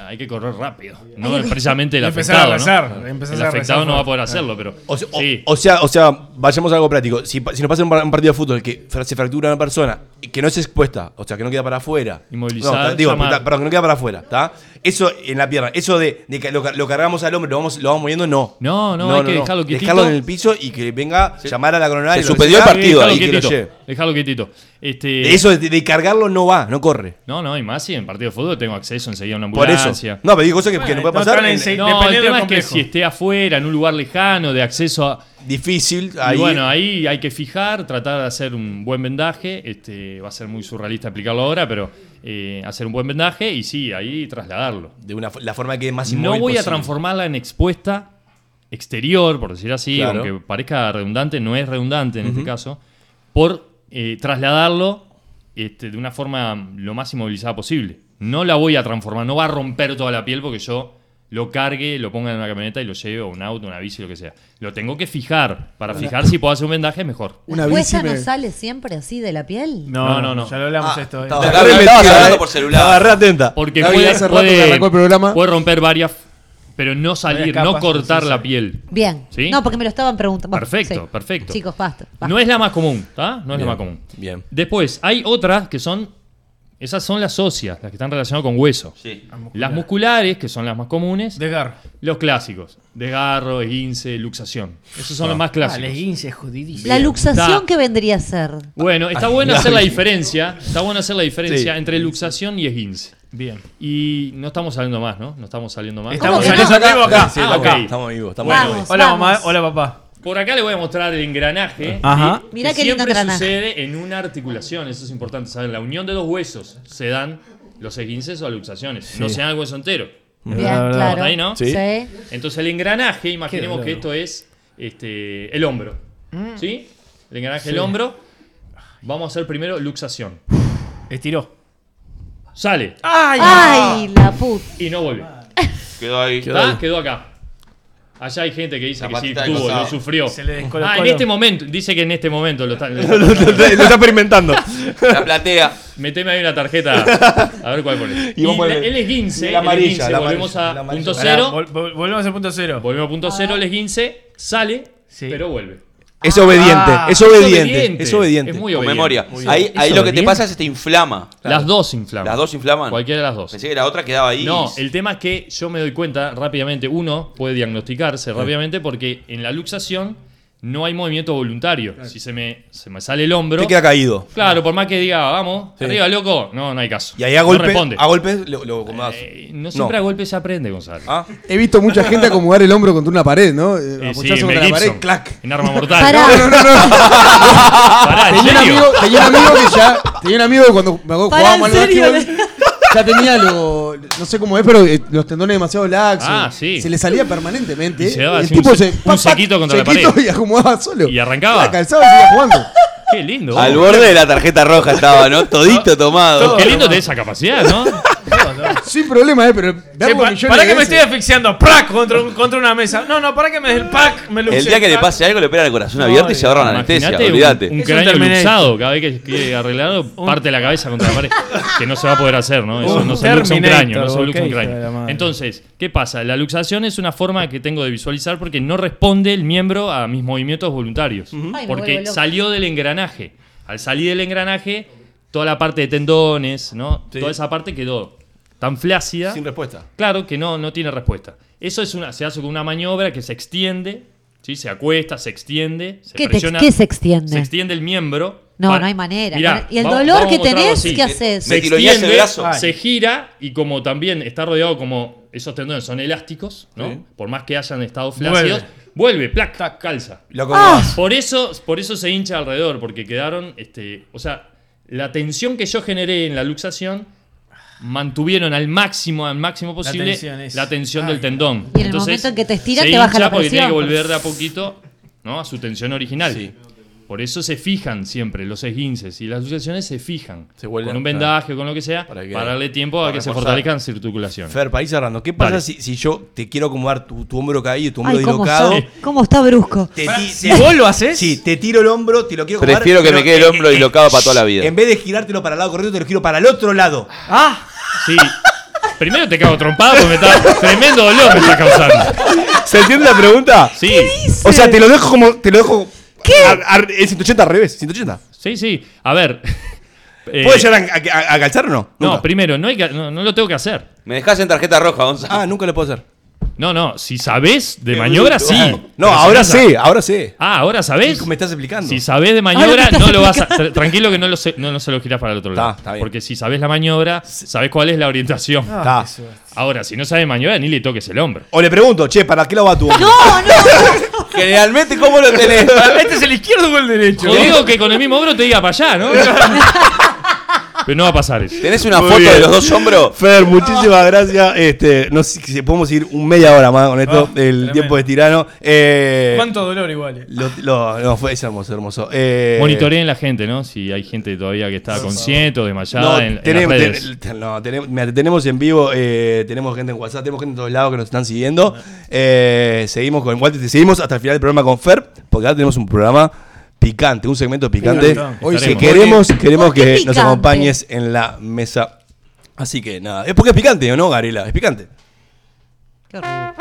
[SPEAKER 8] hay que correr rápido. No
[SPEAKER 4] Hay
[SPEAKER 8] es
[SPEAKER 4] que-
[SPEAKER 8] precisamente el
[SPEAKER 7] Empezar a
[SPEAKER 8] afectado.
[SPEAKER 7] rezar,
[SPEAKER 8] ¿no?
[SPEAKER 7] empezar
[SPEAKER 8] El
[SPEAKER 7] a rezar
[SPEAKER 8] afectado no va a
[SPEAKER 7] fuerte.
[SPEAKER 8] poder hacerlo, pero...
[SPEAKER 5] O, sea, o-
[SPEAKER 8] sí.
[SPEAKER 5] o sea, o sea, vayamos a algo práctico. Si, pa- si nos pasa un, par- un partido de fútbol que fra- se fractura una persona y que no es expuesta, o sea, que no queda para afuera.
[SPEAKER 8] Inmovilizar,
[SPEAKER 5] No, ta- digo,
[SPEAKER 8] llamar.
[SPEAKER 5] ta- perdón, que no queda para afuera, ¿está? Eso en la pierna, eso de, de que lo, ca- lo cargamos al hombre, lo vamos, lo vamos moviendo, no.
[SPEAKER 8] No, no, hay que dejarlo quietito.
[SPEAKER 5] Dejarlo en el piso y que venga llamar a la coronaria.
[SPEAKER 3] se suspendió el partido
[SPEAKER 8] Dejalo
[SPEAKER 5] ahí, que lo
[SPEAKER 8] quietito.
[SPEAKER 5] lleve.
[SPEAKER 8] Dejalo quietito. Este,
[SPEAKER 5] Eso de, de cargarlo no va, no corre.
[SPEAKER 8] No, no, y más si en partido de fútbol tengo acceso enseguida a una
[SPEAKER 5] Por
[SPEAKER 8] ambulancia.
[SPEAKER 5] eso. No, pero digo cosas que, que no
[SPEAKER 7] Bueno,
[SPEAKER 5] puede
[SPEAKER 7] no
[SPEAKER 5] pasar.
[SPEAKER 7] tan
[SPEAKER 5] en-
[SPEAKER 7] ense-
[SPEAKER 8] No,
[SPEAKER 7] Dependiendo
[SPEAKER 8] el
[SPEAKER 7] del
[SPEAKER 8] tema es que
[SPEAKER 7] complejo.
[SPEAKER 8] si esté afuera, en un lugar lejano, de acceso a.
[SPEAKER 5] difícil.
[SPEAKER 8] y
[SPEAKER 5] Ahí,
[SPEAKER 8] bueno, ahí hay que fijar, tratar de hacer un buen vendaje. Este, va a ser muy surrealista explicarlo ahora, pero eh, hacer un buen vendaje y sí, ahí trasladarlo.
[SPEAKER 5] de una, fo- la forma que es más
[SPEAKER 8] No
[SPEAKER 5] inmóvil
[SPEAKER 8] voy a
[SPEAKER 5] posible.
[SPEAKER 8] transformarla en expuesta exterior, por decir así,
[SPEAKER 5] Claro.
[SPEAKER 8] aunque parezca redundante, no es redundante en este caso, por eh, trasladarlo este, de una forma lo más inmovilizada posible. No la voy a transformar, no va a romper toda la piel porque yo lo cargue, lo ponga en una camioneta y lo lleve a un auto, una bici, lo que sea. Lo tengo que fijar. Para fijar si puedo hacer un vendaje, mejor.
[SPEAKER 6] Una
[SPEAKER 4] ¿La cuesta
[SPEAKER 6] bici me-
[SPEAKER 4] no sale siempre así de la piel?
[SPEAKER 8] No, no, no.
[SPEAKER 7] Ya lo hablamos
[SPEAKER 5] Ah,
[SPEAKER 7] esto. eh.
[SPEAKER 5] estaba-
[SPEAKER 3] Gaby,
[SPEAKER 5] estaba
[SPEAKER 3] estabas
[SPEAKER 5] metida,
[SPEAKER 3] hablando
[SPEAKER 5] eh.
[SPEAKER 3] por celular.
[SPEAKER 5] Estaba re atenta.
[SPEAKER 8] Porque
[SPEAKER 6] Gaby,
[SPEAKER 8] puede,
[SPEAKER 6] hace rato que
[SPEAKER 8] puede-
[SPEAKER 6] arrancó el programa.
[SPEAKER 8] puede romper varias, pero no salir,
[SPEAKER 7] Varias
[SPEAKER 8] no
[SPEAKER 7] capas,
[SPEAKER 8] cortar
[SPEAKER 7] sí, sí.
[SPEAKER 8] la piel.
[SPEAKER 4] Bien.
[SPEAKER 8] ¿Sí?
[SPEAKER 4] No, porque me lo estaban preguntando. Bueno,
[SPEAKER 8] Perfecto,
[SPEAKER 4] sí.
[SPEAKER 8] perfecto.
[SPEAKER 4] Chicos, basta. basta.
[SPEAKER 8] No es la más común, ¿está? No es la más común.
[SPEAKER 5] Bien.
[SPEAKER 8] Después, hay otras que son. Esas son las óseas, las que están relacionadas con hueso.
[SPEAKER 3] Sí.
[SPEAKER 8] Las musculares, que son las más comunes.
[SPEAKER 7] Desgarro.
[SPEAKER 8] los clásicos: desgarro, esguince, luxación. Esos son los más
[SPEAKER 7] Ah,
[SPEAKER 8] clásicos.
[SPEAKER 7] la esguince es jodidísimo.
[SPEAKER 4] La luxación
[SPEAKER 8] Está.
[SPEAKER 4] que vendría a ser.
[SPEAKER 8] bueno, está bueno hacer la diferencia. Está bueno hacer la diferencia
[SPEAKER 5] Sí.
[SPEAKER 8] entre luxación y esguince.
[SPEAKER 7] Bien.
[SPEAKER 8] Y no estamos saliendo más, ¿no? No estamos saliendo más.
[SPEAKER 7] Estamos
[SPEAKER 4] que no?
[SPEAKER 7] saliendo vivo acá.
[SPEAKER 5] Sí,
[SPEAKER 8] Ah,
[SPEAKER 5] estamos,
[SPEAKER 8] ok.
[SPEAKER 5] estamos vivos, estamos
[SPEAKER 4] Vamos.
[SPEAKER 5] vivos.
[SPEAKER 7] Hola
[SPEAKER 4] Vamos.
[SPEAKER 7] mamá, hola papá.
[SPEAKER 8] Por acá le voy a mostrar el engranaje.
[SPEAKER 7] Ajá.
[SPEAKER 8] ¿sí?
[SPEAKER 4] Mirá
[SPEAKER 8] que
[SPEAKER 4] qué lindo
[SPEAKER 8] siempre
[SPEAKER 4] engranaje.
[SPEAKER 8] sucede en una articulación, eso es importante, ¿saben? La unión de dos huesos se dan los esguinces o luxaciones, no se dan el hueso entero.
[SPEAKER 4] Bien,
[SPEAKER 7] verdad.
[SPEAKER 4] claro.
[SPEAKER 8] ¿Está ahí, no?
[SPEAKER 4] Sí.
[SPEAKER 8] Entonces el engranaje, imaginemos
[SPEAKER 7] dolor.
[SPEAKER 8] que esto es este, el hombro,
[SPEAKER 4] Mm.
[SPEAKER 8] ¿sí? El engranaje del hombro. Vamos a hacer primero luxación.
[SPEAKER 7] Estiró.
[SPEAKER 8] Sale
[SPEAKER 4] Ay, la puta.
[SPEAKER 8] y no vuelve.
[SPEAKER 3] Quedó ahí.
[SPEAKER 8] ¿Está? Quedó acá. Allá hay gente que dice
[SPEAKER 3] La
[SPEAKER 8] que sí
[SPEAKER 3] patita de
[SPEAKER 8] tuvo,
[SPEAKER 3] costado.
[SPEAKER 8] lo sufrió.
[SPEAKER 3] Se le descolocó
[SPEAKER 8] ah, en
[SPEAKER 3] lo-
[SPEAKER 8] este momento, dice que en este momento lo está,
[SPEAKER 5] lo está experimentando.
[SPEAKER 3] La platea.
[SPEAKER 8] Meteme ahí una tarjeta. A ver cuál pones.
[SPEAKER 5] Y vos ponés-
[SPEAKER 8] el
[SPEAKER 5] y
[SPEAKER 8] esguince,
[SPEAKER 5] la amarilla,
[SPEAKER 8] el esguince,
[SPEAKER 5] la
[SPEAKER 8] volvemos
[SPEAKER 5] amarilla, la
[SPEAKER 8] a
[SPEAKER 5] amarilla.
[SPEAKER 8] punto
[SPEAKER 5] Pará,
[SPEAKER 8] cero.
[SPEAKER 5] vol-
[SPEAKER 8] volvemos a punto cero. Volvemos a punto cero, el esguince, sale, pero vuelve.
[SPEAKER 5] Es obediente, es obediente, es obediente.
[SPEAKER 8] Es muy
[SPEAKER 3] Con
[SPEAKER 8] Ah, obediente.
[SPEAKER 3] memoria.
[SPEAKER 8] Muy
[SPEAKER 3] Ahí,
[SPEAKER 8] bien.
[SPEAKER 3] ahí
[SPEAKER 8] ¿Es
[SPEAKER 3] lo que te
[SPEAKER 8] obediente?
[SPEAKER 3] pasa es que te inflama.
[SPEAKER 8] Las dos inflaman.
[SPEAKER 3] Las dos inflaman.
[SPEAKER 8] Cualquiera de las dos.
[SPEAKER 3] Pensé que la otra quedaba ahí.
[SPEAKER 8] No, el tema es que yo me doy cuenta rápidamente, uno puede diagnosticarse rápidamente porque en la luxación no hay movimiento voluntario. Si se me, se me sale el hombro.
[SPEAKER 5] Te queda caído.
[SPEAKER 8] Claro, por más que diga, vamos,
[SPEAKER 5] Sí.
[SPEAKER 8] arriba, loco, no, no hay caso.
[SPEAKER 5] Y ahí a
[SPEAKER 8] No
[SPEAKER 5] golpes,
[SPEAKER 8] responde. Eh,
[SPEAKER 5] a golpes lo, lo acomodás.
[SPEAKER 8] no siempre a golpes se aprende, Gonzalo.
[SPEAKER 5] Ah.
[SPEAKER 6] He visto mucha gente acomodar el hombro contra una pared, ¿no? Eh,
[SPEAKER 8] Eh, sí,
[SPEAKER 6] apoyarse
[SPEAKER 8] en
[SPEAKER 6] contra
[SPEAKER 8] Mel
[SPEAKER 6] la pared,
[SPEAKER 8] Gibson,
[SPEAKER 6] clac.
[SPEAKER 8] en arma mortal.
[SPEAKER 6] No, no, no, no. tenía, un amigo, tenía un amigo que ya. Tenía un amigo que cuando me acuerdo,
[SPEAKER 8] Pará,
[SPEAKER 6] jugábamos al
[SPEAKER 8] ¿en serio?
[SPEAKER 6] básquetbol. Ya tenía lo. No sé cómo es, pero eh, los tendones demasiado laxos.
[SPEAKER 8] Ah, sí.
[SPEAKER 6] Se le salía permanentemente.
[SPEAKER 8] Y
[SPEAKER 6] eh.
[SPEAKER 8] se daba
[SPEAKER 6] el
[SPEAKER 8] así un
[SPEAKER 6] tipo se.
[SPEAKER 8] se- un
[SPEAKER 6] pac, pac,
[SPEAKER 8] sequito contra la
[SPEAKER 6] sequito
[SPEAKER 8] pared.
[SPEAKER 6] Y acomodaba solo.
[SPEAKER 8] Y arrancaba.
[SPEAKER 6] La calzaba y seguía jugando.
[SPEAKER 8] Qué lindo.
[SPEAKER 3] Al borde de la tarjeta roja estaba, ¿no? Todito tomado.
[SPEAKER 8] Qué lindo de esa capacidad, ¿no?
[SPEAKER 6] Sin problema, eh, pero.
[SPEAKER 7] Che,
[SPEAKER 6] veamos
[SPEAKER 7] pa-
[SPEAKER 6] millones
[SPEAKER 7] para
[SPEAKER 6] de
[SPEAKER 7] que me
[SPEAKER 6] veces.
[SPEAKER 7] estoy asfixiando, ¡prac! Contra, un- contra una mesa. No, no, para que me des el pack, me lo
[SPEAKER 3] El
[SPEAKER 7] usé,
[SPEAKER 3] día que le
[SPEAKER 7] ¡prac!
[SPEAKER 3] pase algo le pegan el corazón abierto y se agarran anestesia,
[SPEAKER 8] Imagínate un-
[SPEAKER 3] olvídate.
[SPEAKER 8] Un,
[SPEAKER 7] Es un
[SPEAKER 8] cráneo
[SPEAKER 7] Terminator.
[SPEAKER 8] luxado, cada vez que quiere arreglarlo, parte la cabeza contra la pared. Que no se va a poder hacer, ¿no? Eso
[SPEAKER 7] Un
[SPEAKER 8] no se luxa un
[SPEAKER 7] Terminator,
[SPEAKER 8] cráneo, no se
[SPEAKER 7] vos,
[SPEAKER 8] luxa
[SPEAKER 7] qué
[SPEAKER 8] un
[SPEAKER 7] hijo de la
[SPEAKER 8] cráneo.
[SPEAKER 7] madre.
[SPEAKER 8] Entonces, ¿qué pasa? La luxación es una forma que tengo de visualizar porque no responde el miembro a mis movimientos voluntarios.
[SPEAKER 7] Ay, me vuelvo
[SPEAKER 8] Porque
[SPEAKER 7] loca.
[SPEAKER 8] salió del engranaje. Al salir del engranaje, toda la parte de tendones, ¿no? Toda esa parte quedó tan flácida.
[SPEAKER 5] Sin respuesta.
[SPEAKER 8] Claro que no, no tiene respuesta. Eso es una, se hace con una maniobra que se extiende, ¿sí? se acuesta, se extiende, se
[SPEAKER 4] ¿Qué te-
[SPEAKER 8] presiona.
[SPEAKER 4] qué se extiende?
[SPEAKER 8] Se extiende el miembro.
[SPEAKER 4] No,
[SPEAKER 8] Para-
[SPEAKER 4] no hay manera.
[SPEAKER 8] Mirá,
[SPEAKER 4] y el
[SPEAKER 8] vamos-
[SPEAKER 4] dolor
[SPEAKER 8] vamos
[SPEAKER 4] que
[SPEAKER 8] a mostrarlo
[SPEAKER 4] tenés,
[SPEAKER 8] así.
[SPEAKER 4] ¿qué haces?
[SPEAKER 8] Se
[SPEAKER 3] Me tironeás el
[SPEAKER 8] extiende,
[SPEAKER 3] brazo. Ay.
[SPEAKER 8] se gira y como también está rodeado como esos tendones son elásticos, ¿no?
[SPEAKER 5] Sí.
[SPEAKER 8] Por más que hayan estado flácidos, vuelve, plac, tac, calza.
[SPEAKER 5] Lo
[SPEAKER 4] Ah.
[SPEAKER 5] acomodás.
[SPEAKER 8] Por eso, por eso se hincha alrededor, porque quedaron, este, o sea, la tensión que yo generé en la luxación mantuvieron al máximo, al máximo posible la
[SPEAKER 7] tensión
[SPEAKER 8] tensión,
[SPEAKER 7] es-
[SPEAKER 8] del tendón.
[SPEAKER 4] Y en el momento en que te estiran,
[SPEAKER 8] se
[SPEAKER 4] te baja
[SPEAKER 8] hincha
[SPEAKER 4] la
[SPEAKER 8] porque tiene que
[SPEAKER 4] presión.
[SPEAKER 8] volver de a poquito, ¿no? A su tensión original. Por eso se fijan siempre los esguinces y las luxaciones se fijan
[SPEAKER 5] vuelven,
[SPEAKER 8] con un
[SPEAKER 5] claro.
[SPEAKER 8] vendaje, con lo que sea,
[SPEAKER 5] Para
[SPEAKER 8] para,
[SPEAKER 5] que-
[SPEAKER 8] darle tiempo a
[SPEAKER 5] para
[SPEAKER 8] que se
[SPEAKER 5] reforzar.
[SPEAKER 8] fortalezcan circulaciones.
[SPEAKER 5] Fer, para ir cerrando, ¿qué pasa
[SPEAKER 8] Dale.
[SPEAKER 5] si, si yo te quiero acomodar tu, tu hombro caído, tu hombro
[SPEAKER 4] Ay, ¿cómo
[SPEAKER 5] dislocado?
[SPEAKER 4] está, cómo está brusco.
[SPEAKER 5] Te ti-
[SPEAKER 7] si
[SPEAKER 5] te-
[SPEAKER 7] vos lo haces-
[SPEAKER 5] Sí, te tiro el hombro, te lo quiero acomodar,
[SPEAKER 3] Prefiero que
[SPEAKER 5] pero,
[SPEAKER 3] me quede el
[SPEAKER 5] eh,
[SPEAKER 3] hombro
[SPEAKER 5] eh,
[SPEAKER 3] dislocado
[SPEAKER 5] eh,
[SPEAKER 3] para toda la vida.
[SPEAKER 5] En vez de girártelo para el lado correcto, te lo giro para el otro lado.
[SPEAKER 7] ¡Ah!
[SPEAKER 8] Sí. Primero te cago trompada porque me está. Tremendo dolor me está causando.
[SPEAKER 5] ¿Se entiende la pregunta?
[SPEAKER 8] Sí.
[SPEAKER 5] O sea, te lo dejo como. Te lo dejo. ¿Qué? en 180 al revés, 180.
[SPEAKER 8] Sí, sí. A ver. eh,
[SPEAKER 5] ¿Puedes llegar a, a- a calzar o no?
[SPEAKER 8] No,
[SPEAKER 5] Nunca.
[SPEAKER 8] primero, no, hay que- no, no lo tengo que hacer.
[SPEAKER 3] Me dejás en tarjeta roja, Gonzalo.
[SPEAKER 5] Ah, nunca lo puedo hacer.
[SPEAKER 8] No, no, si sabés de maniobra, sí.
[SPEAKER 5] Eh, Ah, No,
[SPEAKER 8] Pero si
[SPEAKER 5] ahora
[SPEAKER 8] sa-
[SPEAKER 5] sí, ahora sí.
[SPEAKER 8] Ah, ahora sabés.
[SPEAKER 5] Me estás explicando.
[SPEAKER 8] Si sabés de
[SPEAKER 5] Ahora me
[SPEAKER 8] maniobra,
[SPEAKER 5] estás
[SPEAKER 8] no lo vas a. tra- tranquilo que no, lo se, no, no se lo girás para el otro lado.
[SPEAKER 5] está bien.
[SPEAKER 8] Porque si sabés la maniobra, sabés cuál es la orientación.
[SPEAKER 5] Ah,
[SPEAKER 8] Ahora, si no sabés maniobra, ni le toques el hombro.
[SPEAKER 5] O le pregunto, che, ¿para qué lado va tu hombro?
[SPEAKER 3] Generalmente, ¿cómo lo tenés?
[SPEAKER 7] Este es el izquierdo o el derecho.
[SPEAKER 8] Yo digo que con el mismo hombro te diga para allá, ¿no? Pero no va a pasar eso.
[SPEAKER 3] ¿Tenés una
[SPEAKER 5] Muy
[SPEAKER 3] foto
[SPEAKER 5] bien.
[SPEAKER 3] de los dos hombros?
[SPEAKER 5] Fer, muchísimas gracias. Este, no sé si podemos ir un media hora más con esto.
[SPEAKER 7] Ah,
[SPEAKER 5] el
[SPEAKER 7] tremendo.
[SPEAKER 5] tiempo es tirano. Eh,
[SPEAKER 7] Cuánto dolor igual. eh.
[SPEAKER 5] lo- lo- no, fue es hermoso, hermoso. Eh,
[SPEAKER 8] Monitoreen la gente, ¿no? Si hay gente todavía que está consciente o desmayada
[SPEAKER 5] No,
[SPEAKER 8] en, en las
[SPEAKER 5] tenemos,
[SPEAKER 8] redes.
[SPEAKER 5] ten- ten- no, tenemos, mira, te tenemos en vivo, eh, tenemos gente en WhatsApp, tenemos gente en todos lados que nos están siguiendo.
[SPEAKER 7] Ah.
[SPEAKER 5] Eh, seguimos con Walter, te seguimos hasta el final del programa con Fer, porque ahora tenemos un programa picante, un segmento picante.
[SPEAKER 7] montón.
[SPEAKER 5] Hoy que
[SPEAKER 8] Estaremos.
[SPEAKER 5] queremos, queremos
[SPEAKER 4] ¿Por qué
[SPEAKER 5] que nos
[SPEAKER 4] picante?
[SPEAKER 5] acompañes en la mesa. Así que nada, es porque es picante, ¿o no, Garela? Es picante.
[SPEAKER 4] Qué horrible.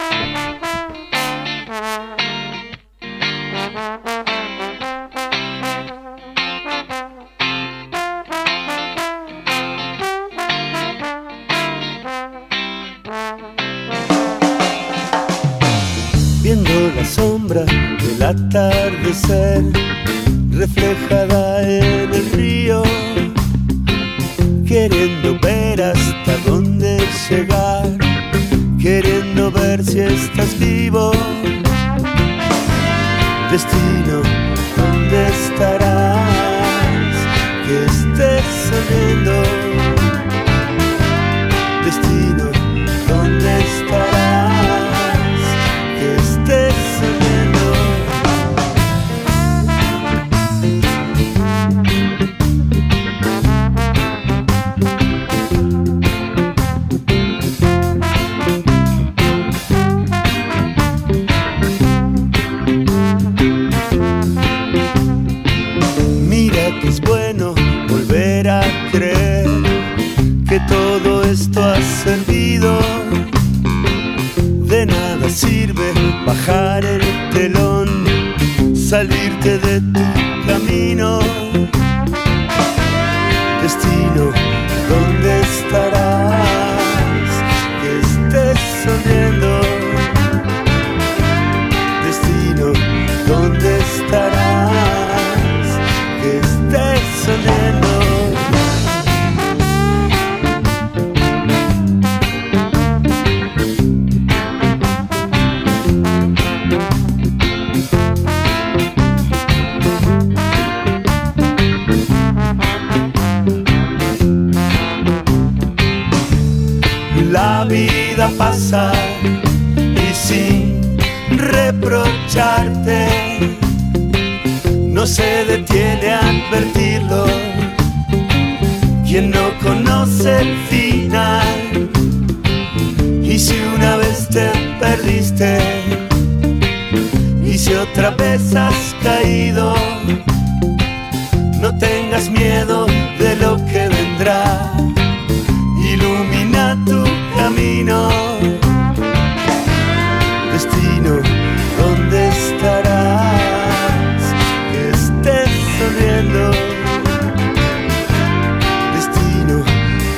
[SPEAKER 11] viendo la sombra del atardecer reflejada en el río, queriendo ver hasta dónde llegar, queriendo ver si estás vivo. Destino, ¿dónde estarás? Que estés saliendo. Destino, ¿dónde estarás? que estés saliendo. que todo esto ha servido. De nada sirve bajar el telón, salirte de tu camino. Destino, ¿dónde estarás? Que estés sonriendo. Destino, ¿dónde estarás? Que estés sonriendo. La vida pasa y sin reprocharte no se detiene a advertirlo. Quien no conoce el final y si una vez te perdiste y si otra vez has caído, no tengas miedo de lo que vendrá ilumina tu camino. Destino, ¿dónde estarás? Que estés sonriendo. Destino,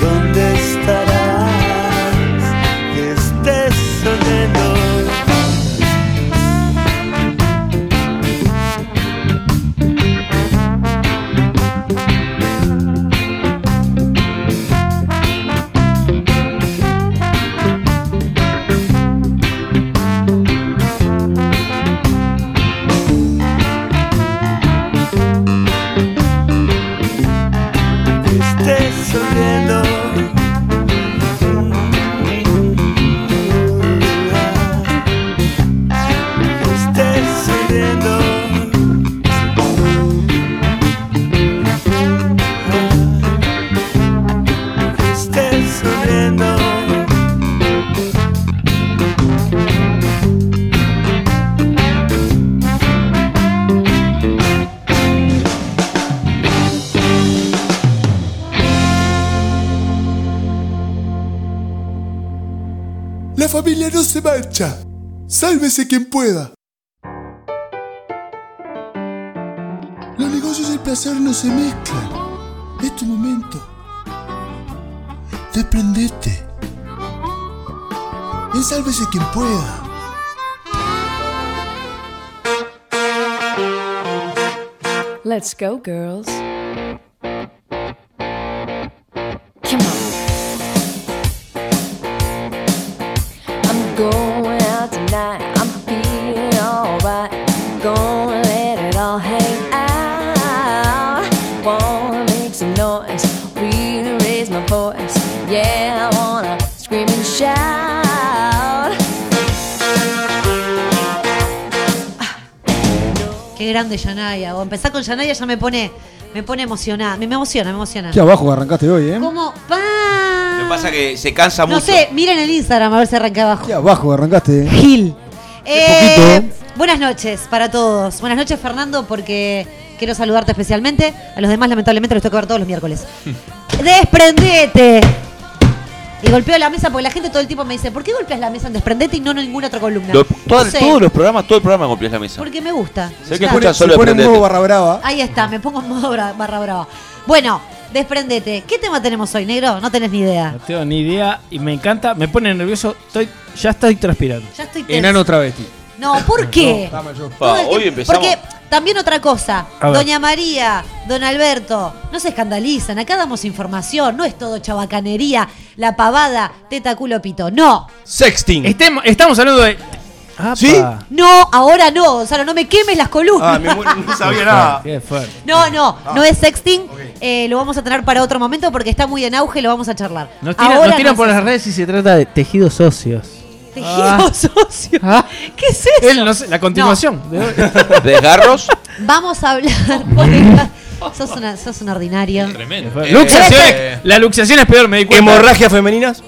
[SPEAKER 11] ¿dónde estarás? Que estés sonriendo. que estés sonriendo. Que estés sonriendo. Que estés sonriendo.
[SPEAKER 12] La familia no se mancha. Sálvese quien pueda. Los negocios y el placer no se mezclan. Es tu momento. Desprendete. En sálvese quien pueda.
[SPEAKER 1] Let's go, girls. I'm going out tonight. I'm feeling alright. Gonna let it all hang out. Wanna make some noise. Really raise my voice. Yeah, I wanna scream and shout.
[SPEAKER 4] Qué grande Yanaya. O empezar con Yanaya ya me pone, me pone emocionada. Me, me emociona, me emociona.
[SPEAKER 6] Qué abajo arrancaste hoy, ¿eh?
[SPEAKER 4] ¿Cómo? ¡Pa!
[SPEAKER 3] Lo que pasa es que se cansa
[SPEAKER 4] No
[SPEAKER 3] mucho.
[SPEAKER 4] sé, miren el Instagram a ver si arranca abajo.
[SPEAKER 6] Qué abajo arrancaste. eh.
[SPEAKER 4] Gil.
[SPEAKER 6] Qué
[SPEAKER 4] Eh, buenas noches para todos. Buenas noches, Fernando, porque quiero saludarte especialmente. A los demás, lamentablemente, los tengo que ver todos los miércoles. ¡Desprendete! Y golpeo la mesa porque la gente todo el tiempo me dice, ¿por qué golpeas la mesa en desprendete y no en ninguna otra columna?
[SPEAKER 3] Lo- todo-
[SPEAKER 4] No sé,
[SPEAKER 3] Todos los programas, todo el programa golpeas la mesa.
[SPEAKER 4] Porque me gusta.
[SPEAKER 3] Sé que
[SPEAKER 4] Ya.
[SPEAKER 3] escuchan solo Desprendete.
[SPEAKER 6] brava.
[SPEAKER 4] Ahí está, me pongo en modo bra- barra brava. Bueno, desprendete. ¿Qué tema tenemos hoy, negro? No tenés ni idea.
[SPEAKER 7] No tengo ni idea y me encanta, me pone nervioso. Estoy, ya estoy transpirando.
[SPEAKER 4] Ya estoy tensa.
[SPEAKER 7] Enano travesti.
[SPEAKER 4] No, ¿por qué?
[SPEAKER 7] Pa,
[SPEAKER 4] Todo el
[SPEAKER 7] hoy
[SPEAKER 4] tiempo.
[SPEAKER 7] empezamos.
[SPEAKER 4] Porque también otra cosa,
[SPEAKER 7] A ver.
[SPEAKER 4] doña María, don Alberto, no se escandalizan, acá damos información, no es todo chabacanería, la pavada, teta, culo, pito, no.
[SPEAKER 5] Sexting.
[SPEAKER 7] estamos hablando de.
[SPEAKER 5] ¿Sí?
[SPEAKER 4] No, ahora no, Gonzalo, no me quemes las columnas.
[SPEAKER 5] Ah, me mu- Ah. no sabía nada.
[SPEAKER 7] Qué fuerte.
[SPEAKER 4] No, no, no es sexting, eh, lo vamos a tener para otro momento porque está muy en auge, lo vamos a charlar.
[SPEAKER 7] Nos tiran,
[SPEAKER 4] Ahora
[SPEAKER 7] nos tiran
[SPEAKER 4] no
[SPEAKER 7] por
[SPEAKER 4] es
[SPEAKER 7] las redes y se trata de tejidos óseos.
[SPEAKER 4] Tejidos
[SPEAKER 7] Ah.
[SPEAKER 4] socios. ¿Qué es eso?
[SPEAKER 7] Él no sé, la continuación.
[SPEAKER 3] ¿Desgarros?
[SPEAKER 4] Vamos a hablar. por ejemplo, sos, una, sos un ordinario.
[SPEAKER 8] Tremendo.
[SPEAKER 5] Eh,
[SPEAKER 7] Luxaciones. la luxación es peor, me di cuenta.
[SPEAKER 5] ¿Hemorragias femeninas?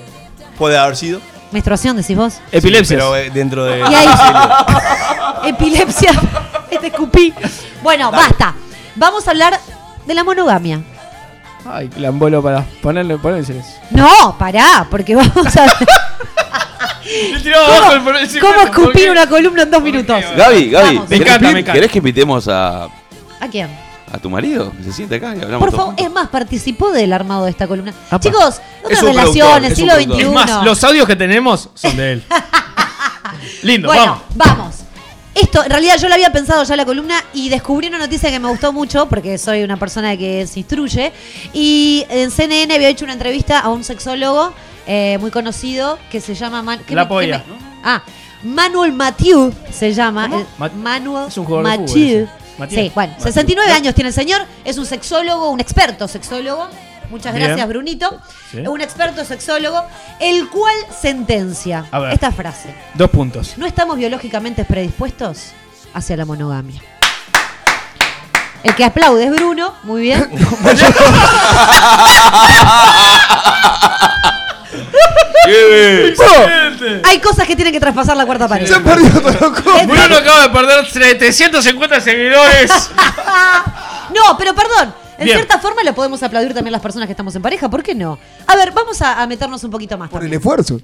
[SPEAKER 5] Puede haber sido.
[SPEAKER 4] Menstruación, decís vos.
[SPEAKER 7] Epilepsias.
[SPEAKER 5] Sí, pero eh, dentro de.
[SPEAKER 4] Y ahí. Epilepsia. Te escupí. Bueno, basta. Vamos a hablar de la monogamia.
[SPEAKER 7] Ay, clambolo para ponerle, ponerle eso.
[SPEAKER 4] No, pará, porque vamos a.
[SPEAKER 7] abajo el
[SPEAKER 4] ¿Cómo,
[SPEAKER 7] por- el
[SPEAKER 4] cómo
[SPEAKER 7] cemento, ¿por
[SPEAKER 4] escupir
[SPEAKER 7] qué?
[SPEAKER 4] una columna en dos minutos?
[SPEAKER 3] Gaby, Gaby,
[SPEAKER 4] Vamos.
[SPEAKER 3] ¿querés, pi- ¿querés que invitemos a,
[SPEAKER 4] ¿A quién?
[SPEAKER 3] a tu marido? Que se siente acá y hablamos
[SPEAKER 4] Por
[SPEAKER 3] todos
[SPEAKER 4] favor, es más, participó del armado de esta columna. Chicos, otras
[SPEAKER 7] Es un productor,
[SPEAKER 4] relaciones,
[SPEAKER 7] es un
[SPEAKER 4] siglo
[SPEAKER 7] productor.
[SPEAKER 4] XXI.
[SPEAKER 7] Es más, los audios que tenemos son de él. Lindo,
[SPEAKER 4] bueno,
[SPEAKER 7] vamos.
[SPEAKER 4] vamos. Esto, en realidad yo la había pensado ya la columna y descubrí una noticia que me gustó mucho porque soy una persona que se instruye. Y en CNN había hecho una entrevista a un sexólogo eh, muy conocido que se llama... Man- ¿qué
[SPEAKER 7] La
[SPEAKER 4] me- qué
[SPEAKER 7] polla.
[SPEAKER 4] me- ah, Manuel Mathieu se llama. el- Manuel
[SPEAKER 7] un jugador de fútbol
[SPEAKER 4] Mathieu.
[SPEAKER 7] ese. Mathieu.
[SPEAKER 4] Sí, bueno,
[SPEAKER 7] Mathieu.
[SPEAKER 4] 69 años tiene el señor, es un sexólogo, un experto sexólogo. Muchas
[SPEAKER 7] Bien.
[SPEAKER 4] gracias, Brunito.
[SPEAKER 7] Sí.
[SPEAKER 4] Un experto sexólogo, el cual sentencia
[SPEAKER 7] A ver.
[SPEAKER 4] esta frase.
[SPEAKER 7] Dos puntos.
[SPEAKER 4] No estamos biológicamente predispuestos hacia la monogamia. El que aplaude es Bruno, muy bien.
[SPEAKER 6] Oh.
[SPEAKER 4] Hay cosas que tienen que traspasar la cuarta pared.
[SPEAKER 7] Bruno acaba de perder 750 seguidores.
[SPEAKER 4] No, pero perdón. En
[SPEAKER 7] Bien.
[SPEAKER 4] cierta forma lo podemos aplaudir también las personas que estamos en pareja, ¿por qué no? A ver, vamos a, a meternos un poquito más.
[SPEAKER 6] Por el
[SPEAKER 4] también.
[SPEAKER 6] esfuerzo.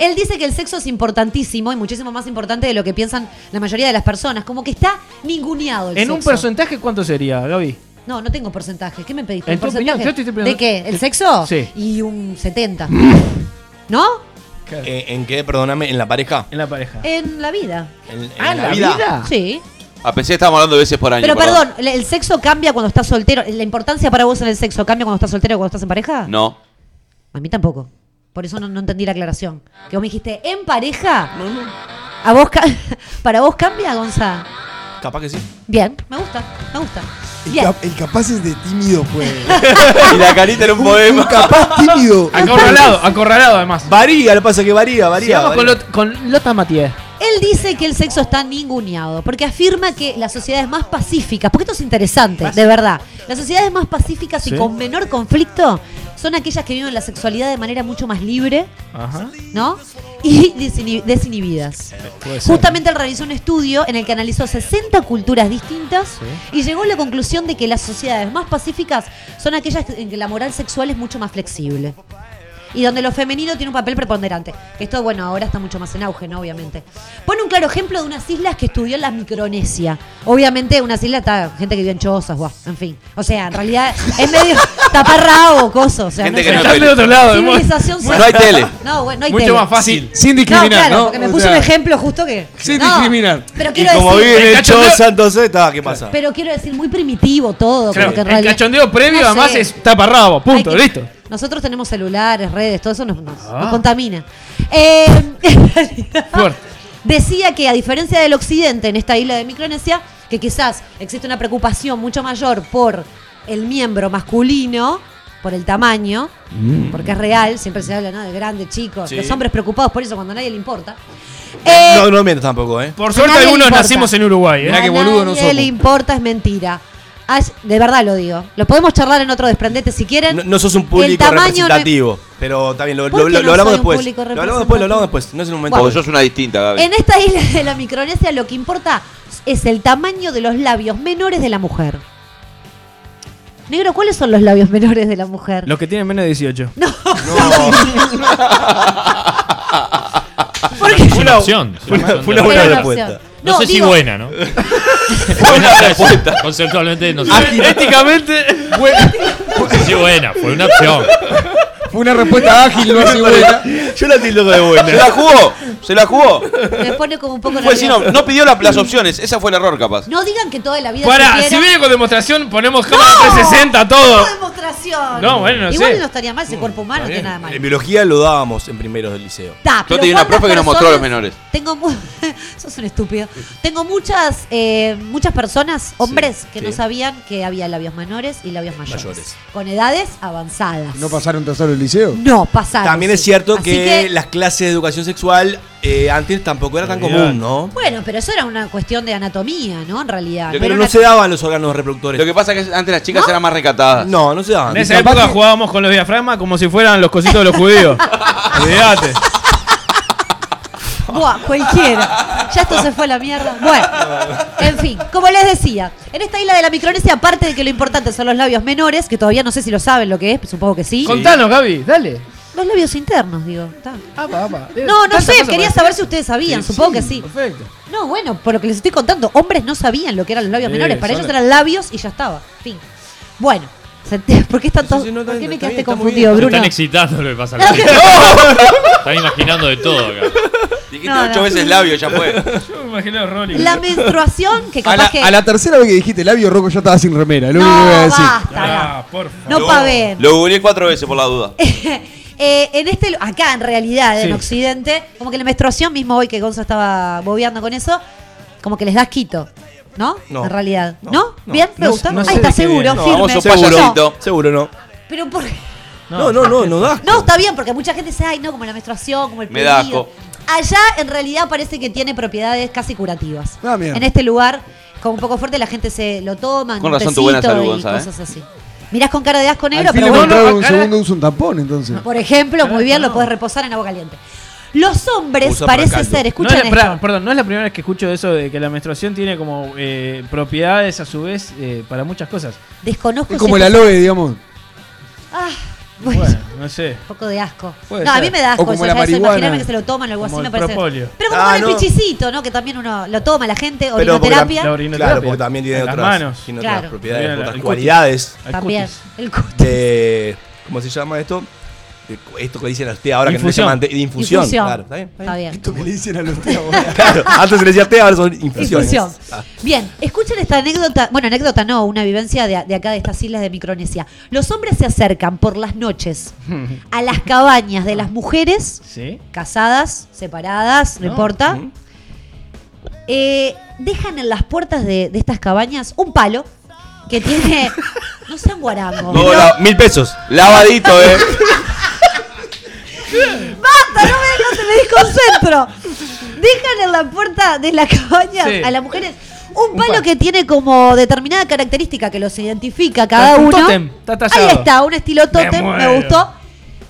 [SPEAKER 4] Él dice que el sexo es importantísimo y muchísimo más importante de lo que piensan la mayoría de las personas. Como que está ninguneado el
[SPEAKER 7] ¿En
[SPEAKER 4] sexo.
[SPEAKER 7] un porcentaje cuánto sería, Gaby?
[SPEAKER 4] No, no tengo porcentaje. ¿Qué me pediste?
[SPEAKER 7] En
[SPEAKER 4] ¿Un
[SPEAKER 7] tu opinión,
[SPEAKER 4] porcentaje?
[SPEAKER 7] yo te estoy preguntando- Mm.
[SPEAKER 4] ¿De qué? ¿El sexo?
[SPEAKER 5] Sí.
[SPEAKER 4] Y un 70. ¿No?
[SPEAKER 5] Eh, ¿En qué, perdóname? ¿En la pareja?
[SPEAKER 7] En la pareja.
[SPEAKER 4] En la vida.
[SPEAKER 5] ¿En,
[SPEAKER 4] Ah,
[SPEAKER 5] la, vida?
[SPEAKER 4] Eh, Sí.
[SPEAKER 3] Ah, pensé que estábamos hablando de veces por año.
[SPEAKER 4] Pero perdón, ¿el- ¿el sexo cambia cuando estás soltero? ¿La importancia para vos en el sexo cambia cuando estás soltero o cuando estás en pareja?
[SPEAKER 3] No.
[SPEAKER 4] A mí tampoco. Por eso no, no entendí la aclaración. Que vos me dijiste, ¿en pareja? ¿A vos ca- ¿Para vos cambia, Gonza?
[SPEAKER 5] Capaz que sí.
[SPEAKER 4] Bien, me gusta, me gusta.
[SPEAKER 6] El,
[SPEAKER 4] Bien.
[SPEAKER 6] cap- el capaz es de tímido pues. fue.
[SPEAKER 5] y la carita era un poema.
[SPEAKER 6] capaz tímido.
[SPEAKER 7] Acorralado, acorralado además.
[SPEAKER 5] Varía, lo que pasa es que varía, varía.
[SPEAKER 7] Sigamos con,
[SPEAKER 5] varía.
[SPEAKER 7] Lot- con Lota Matías.
[SPEAKER 4] Él dice que el sexo está ninguneado, porque afirma que las sociedades más pacíficas, porque esto es interesante, de verdad, las sociedades más pacíficas
[SPEAKER 7] Sí.
[SPEAKER 4] y con menor conflicto son aquellas que viven la sexualidad de manera mucho más libre,
[SPEAKER 7] Ajá.
[SPEAKER 4] ¿no? Y desinhi- desinhibidas. Justamente él realizó un estudio en el que analizó 60 culturas distintas y llegó a la conclusión de que las sociedades más pacíficas son aquellas en que la moral sexual es mucho más flexible. Y donde lo femenino tiene un papel preponderante. Esto, bueno, ahora está mucho más en auge, ¿no? Obviamente. Pone un claro ejemplo de unas islas que estudió en la Micronesia. Obviamente, unas islas está gente que vive en chozas, guau, en fin. O sea, en realidad es medio taparrabo, coso. O sea,
[SPEAKER 3] Gente
[SPEAKER 4] no
[SPEAKER 3] que
[SPEAKER 4] sé.
[SPEAKER 3] no Están del otro lado, hermano.
[SPEAKER 4] Civilización
[SPEAKER 3] No hay tele.
[SPEAKER 4] No, bueno, no hay
[SPEAKER 7] Mucho
[SPEAKER 4] tele.
[SPEAKER 7] más fácil.
[SPEAKER 4] Sí.
[SPEAKER 6] Sin discriminar,
[SPEAKER 4] claro,
[SPEAKER 6] ¿no?
[SPEAKER 4] porque me
[SPEAKER 6] O
[SPEAKER 4] puso
[SPEAKER 6] sea,
[SPEAKER 4] un ejemplo justo que.
[SPEAKER 6] Sin
[SPEAKER 4] No,
[SPEAKER 6] discriminar.
[SPEAKER 4] Pero
[SPEAKER 5] Y
[SPEAKER 4] quiero
[SPEAKER 5] como
[SPEAKER 4] decir.
[SPEAKER 5] vive en
[SPEAKER 7] cachondeo-
[SPEAKER 5] Choza, entonces, está, eh, ¿qué pasa?
[SPEAKER 4] Pero quiero decir, muy primitivo todo.
[SPEAKER 7] Claro,
[SPEAKER 4] porque en
[SPEAKER 7] el
[SPEAKER 4] realidad-
[SPEAKER 7] cachondeo previo
[SPEAKER 4] No
[SPEAKER 7] además
[SPEAKER 4] sé.
[SPEAKER 7] es taparrabo, punto,
[SPEAKER 4] Hay que-
[SPEAKER 7] listo.
[SPEAKER 4] Nosotros tenemos celulares, redes, todo eso nos, nos-
[SPEAKER 7] Ah.
[SPEAKER 4] nos contamina. Eh, en realidad,
[SPEAKER 7] Fuerte.
[SPEAKER 4] decía que a diferencia del occidente en esta isla de Micronesia, que quizás existe una preocupación mucho mayor por el miembro masculino, por el tamaño, porque es real, siempre se habla ¿no? de grandes chicos,
[SPEAKER 5] Sí.
[SPEAKER 4] los hombres preocupados por eso cuando a nadie le importa.
[SPEAKER 5] no, no mientas tampoco, ¿eh?
[SPEAKER 7] Por
[SPEAKER 4] suerte,
[SPEAKER 7] suerte
[SPEAKER 4] nadie le algunos
[SPEAKER 7] algunos
[SPEAKER 4] importa.
[SPEAKER 7] nacimos
[SPEAKER 4] nacimos
[SPEAKER 7] en Uruguay, eh.
[SPEAKER 4] a nadie le importa, es mentira. Ay, De verdad lo digo. Lo podemos charlar en otro desprendete si quieren.
[SPEAKER 5] No, no sos un
[SPEAKER 4] El
[SPEAKER 5] público
[SPEAKER 4] tamaño no-
[SPEAKER 5] representativo. Pero está bien, lo,
[SPEAKER 4] ¿Por
[SPEAKER 5] lo-
[SPEAKER 4] qué
[SPEAKER 5] lo-
[SPEAKER 4] no
[SPEAKER 5] lo hablamos
[SPEAKER 4] soy un
[SPEAKER 5] después.
[SPEAKER 4] público
[SPEAKER 5] Lo hablamos después, lo hablamos después. No es el momento.
[SPEAKER 3] Porque sos una distinta, Gaby.
[SPEAKER 4] En esta isla de la Micronesia lo que importa es el tamaño de los labios menores de la mujer. Negro, ¿cuáles son los labios menores de la mujer?
[SPEAKER 7] Los que tienen menos de 18.
[SPEAKER 4] No.
[SPEAKER 8] Es una opción.
[SPEAKER 5] Fue una- fue una
[SPEAKER 8] Era
[SPEAKER 5] buena
[SPEAKER 8] una
[SPEAKER 5] respuesta.
[SPEAKER 4] opción.
[SPEAKER 8] No,
[SPEAKER 4] No,
[SPEAKER 8] sé
[SPEAKER 4] digo-
[SPEAKER 8] si buena, ¿no? buena respuesta. Conceptualmente no sé.
[SPEAKER 7] Éticamente.
[SPEAKER 8] No sé si buena, fue una opción.
[SPEAKER 6] Fue una respuesta ágil, no así buena.
[SPEAKER 5] Yo la tildo de buena.
[SPEAKER 3] ¿Se la jugó? ¿Se la jugó?
[SPEAKER 4] Me pone como un poco
[SPEAKER 5] Pues
[SPEAKER 3] Fue así, no,
[SPEAKER 4] nerviosa.
[SPEAKER 3] no pidió la- las opciones. Esa fue el error, capaz.
[SPEAKER 4] No digan que toda la vida
[SPEAKER 7] Para,
[SPEAKER 4] se
[SPEAKER 7] si
[SPEAKER 4] quiera.
[SPEAKER 7] viene con demostración, ponemos cámara
[SPEAKER 4] ¡No!
[SPEAKER 7] 360 todo.
[SPEAKER 4] ¡No demostración!
[SPEAKER 7] No, bueno, no
[SPEAKER 4] Igual
[SPEAKER 7] sé.
[SPEAKER 4] no estaría mal ese cuerpo humano, que nada
[SPEAKER 7] Eh,
[SPEAKER 4] mal.
[SPEAKER 5] En biología lo dábamos en primeros del liceo.
[SPEAKER 4] Ta,
[SPEAKER 3] Yo
[SPEAKER 4] pero
[SPEAKER 3] tenía una
[SPEAKER 4] ¿cuántas
[SPEAKER 3] profe que nos mostró a los
[SPEAKER 4] personas-
[SPEAKER 3] menores.
[SPEAKER 4] Tengo mu- sos un estúpido. Tengo muchas eh, muchas personas, hombres, que
[SPEAKER 5] sí.
[SPEAKER 4] no sabían que había labios menores y labios mayores.
[SPEAKER 5] Mayores.
[SPEAKER 4] Con edades avanzadas.
[SPEAKER 6] ¿No pasaron tercero el liceo?
[SPEAKER 4] No, pasaron.
[SPEAKER 5] También es
[SPEAKER 4] sí.
[SPEAKER 5] cierto
[SPEAKER 4] Así
[SPEAKER 5] que, las clases de educación sexual eh, antes tampoco era tan común, ¿no?
[SPEAKER 4] Bueno, pero eso era una cuestión de anatomía, ¿no? En realidad.
[SPEAKER 5] Pero,
[SPEAKER 4] era
[SPEAKER 5] no
[SPEAKER 4] una-
[SPEAKER 5] se daban los órganos reproductores.
[SPEAKER 3] Lo que pasa es que antes las chicas eran más recatadas.
[SPEAKER 5] No, no se daban.
[SPEAKER 7] En esa época jugábamos con los diafragmas como si fueran los cositos de los judíos. Olvídate.
[SPEAKER 4] Buah, cualquiera. Ya esto se fue a la mierda. Bueno, en fin, como les decía, en esta isla de la Micronesia, aparte de que lo importante son los labios menores, que todavía no sé si lo saben lo que es, supongo que sí.
[SPEAKER 7] Contanos, Gaby, dale.
[SPEAKER 4] Los labios internos, digo. está.
[SPEAKER 7] Eh,
[SPEAKER 4] No, no
[SPEAKER 7] tanta
[SPEAKER 4] sé,
[SPEAKER 7] cosa
[SPEAKER 4] quería
[SPEAKER 7] para
[SPEAKER 4] saber
[SPEAKER 7] decir.
[SPEAKER 4] si ustedes sabían,
[SPEAKER 7] Sí,
[SPEAKER 4] supongo
[SPEAKER 7] sí,
[SPEAKER 4] que sí.
[SPEAKER 7] Perfecto.
[SPEAKER 4] No, bueno, por lo que les estoy contando, hombres no sabían lo que eran los labios
[SPEAKER 7] Eh,
[SPEAKER 4] menores, para
[SPEAKER 7] son-
[SPEAKER 4] ellos eran labios y ya estaba. Fin. Bueno, sent- ¿por qué están todos- ¿Por qué me quedaste confundido,
[SPEAKER 8] Se
[SPEAKER 4] Bruno?
[SPEAKER 8] Están excitando lo que pasa.
[SPEAKER 4] No, que-
[SPEAKER 8] Están imaginando de todo acá.
[SPEAKER 3] Dijiste
[SPEAKER 4] No,
[SPEAKER 3] ocho
[SPEAKER 4] no.
[SPEAKER 3] veces labio, ya fue.
[SPEAKER 7] Yo me imaginé a Rolly.
[SPEAKER 4] La menstruación, que capaz
[SPEAKER 13] A la,
[SPEAKER 4] que.
[SPEAKER 13] a la tercera vez que dijiste labio, Rocco ya estaba sin remera. Lo único que voy a decir.
[SPEAKER 4] basta,
[SPEAKER 7] por
[SPEAKER 4] No paveen.
[SPEAKER 3] Ah. Lo googleé cuatro veces por la duda.
[SPEAKER 4] Eh, en este, acá en realidad,
[SPEAKER 3] Sí.
[SPEAKER 4] en Occidente, como que la menstruación, mismo hoy que Gonza estaba bobeando con eso, como que les das quito. ¿No?
[SPEAKER 5] No.
[SPEAKER 4] En realidad. ¿No?
[SPEAKER 5] no.
[SPEAKER 4] ¿Bien? ¿Me
[SPEAKER 5] No-
[SPEAKER 4] gustó?
[SPEAKER 5] no sé
[SPEAKER 4] Ahí
[SPEAKER 5] de
[SPEAKER 4] está
[SPEAKER 5] qué
[SPEAKER 4] seguro,
[SPEAKER 5] viene. No,
[SPEAKER 4] firme.
[SPEAKER 5] vamos a un
[SPEAKER 4] Seguro.
[SPEAKER 5] payasito. Seguro no.
[SPEAKER 4] Pero por
[SPEAKER 5] No, no, no, no da.
[SPEAKER 4] No, está bien, porque mucha gente dice, ay, no, como la menstruación, como el
[SPEAKER 5] Me da
[SPEAKER 4] periodo".
[SPEAKER 5] asco.
[SPEAKER 4] Allá, en realidad, parece que tiene propiedades casi curativas.
[SPEAKER 13] Ah, mira.
[SPEAKER 4] En este lugar, como un poco fuerte, la gente se lo toma.
[SPEAKER 3] Con
[SPEAKER 4] un
[SPEAKER 3] razón tu buena
[SPEAKER 4] tecito
[SPEAKER 3] salud,
[SPEAKER 4] y
[SPEAKER 3] Gonza, ¿eh?
[SPEAKER 4] cosas así. Mirás con cara de asco negro,
[SPEAKER 13] Al fin
[SPEAKER 4] pero
[SPEAKER 13] le
[SPEAKER 4] bueno.
[SPEAKER 13] encontraron un segundo uso un tampón, entonces.
[SPEAKER 4] Por ejemplo, muy bien, lo puedes reposar en agua caliente. Los hombres parece ser, escuchen
[SPEAKER 7] No es la-
[SPEAKER 4] esto.
[SPEAKER 7] Perdón, no es la primera vez que escucho eso de que la menstruación tiene como eh, propiedades a su vez eh, para muchas cosas.
[SPEAKER 4] Desconozco
[SPEAKER 13] Es como
[SPEAKER 4] si
[SPEAKER 13] el
[SPEAKER 4] esto-
[SPEAKER 13] aloe, digamos.
[SPEAKER 4] Ah, bueno,
[SPEAKER 7] Bueno, no sé.
[SPEAKER 4] un poco de asco.
[SPEAKER 7] Puede
[SPEAKER 4] No, a
[SPEAKER 7] ser.
[SPEAKER 4] mí me da
[SPEAKER 7] O
[SPEAKER 4] asco
[SPEAKER 7] como
[SPEAKER 4] eso,
[SPEAKER 7] la
[SPEAKER 4] ya eso, imaginarme
[SPEAKER 7] marihuana.
[SPEAKER 4] que se lo toman o algo así
[SPEAKER 7] Como
[SPEAKER 4] me
[SPEAKER 7] el
[SPEAKER 4] parece.
[SPEAKER 7] propóleo.
[SPEAKER 4] Pero como
[SPEAKER 5] Ah,
[SPEAKER 4] con el
[SPEAKER 5] no.
[SPEAKER 4] pichicito, ¿no? Que también uno lo toma la gente,
[SPEAKER 5] Pero porque
[SPEAKER 4] orinoterapia.
[SPEAKER 5] la- la orinoterapia. Claro, porque también tiene
[SPEAKER 7] Las
[SPEAKER 5] otras,
[SPEAKER 7] manos.
[SPEAKER 5] tiene
[SPEAKER 4] Claro.
[SPEAKER 5] otras propiedades,
[SPEAKER 7] Mira,
[SPEAKER 5] otras
[SPEAKER 7] el cutis.
[SPEAKER 5] cualidades.
[SPEAKER 7] El
[SPEAKER 4] También. El cu-
[SPEAKER 5] De, ¿Cómo se llama esto? De- Esto que le dicen a usted ahora que no se
[SPEAKER 7] Infusión.
[SPEAKER 5] llaman té- de infusión.
[SPEAKER 4] Infusión.
[SPEAKER 5] Claro, ¿está bien?
[SPEAKER 4] Está bien.
[SPEAKER 6] Esto que le dicen a los tíos
[SPEAKER 5] Claro, antes se le decía té, ahora son infusiones.
[SPEAKER 4] Infusión.
[SPEAKER 5] Ah.
[SPEAKER 4] Bien, escuchen esta anécdota, bueno, anécdota no, una vivencia de, de acá de estas islas de Micronesia. Los hombres se acercan por las noches a las cabañas de las mujeres,
[SPEAKER 7] ¿Sí?
[SPEAKER 4] casadas, separadas, no,
[SPEAKER 7] No.
[SPEAKER 4] importa. Eh, dejan en las puertas de, de estas cabañas un palo que tiene, no sean guarangos.
[SPEAKER 5] No, la- mil pesos.
[SPEAKER 3] Lavadito, eh.
[SPEAKER 4] ¡Basta! ¡No me dejaste! ¡Me desconcentro! Dejan en la puerta de las cabañas
[SPEAKER 7] Sí.
[SPEAKER 4] a las mujeres un palo que tiene como determinada característica que los identifica a cada
[SPEAKER 7] Está un
[SPEAKER 4] uno.
[SPEAKER 7] tótem, está tallado.
[SPEAKER 4] Ahí está, un estilo tótem, me,
[SPEAKER 7] muero.
[SPEAKER 4] gustó.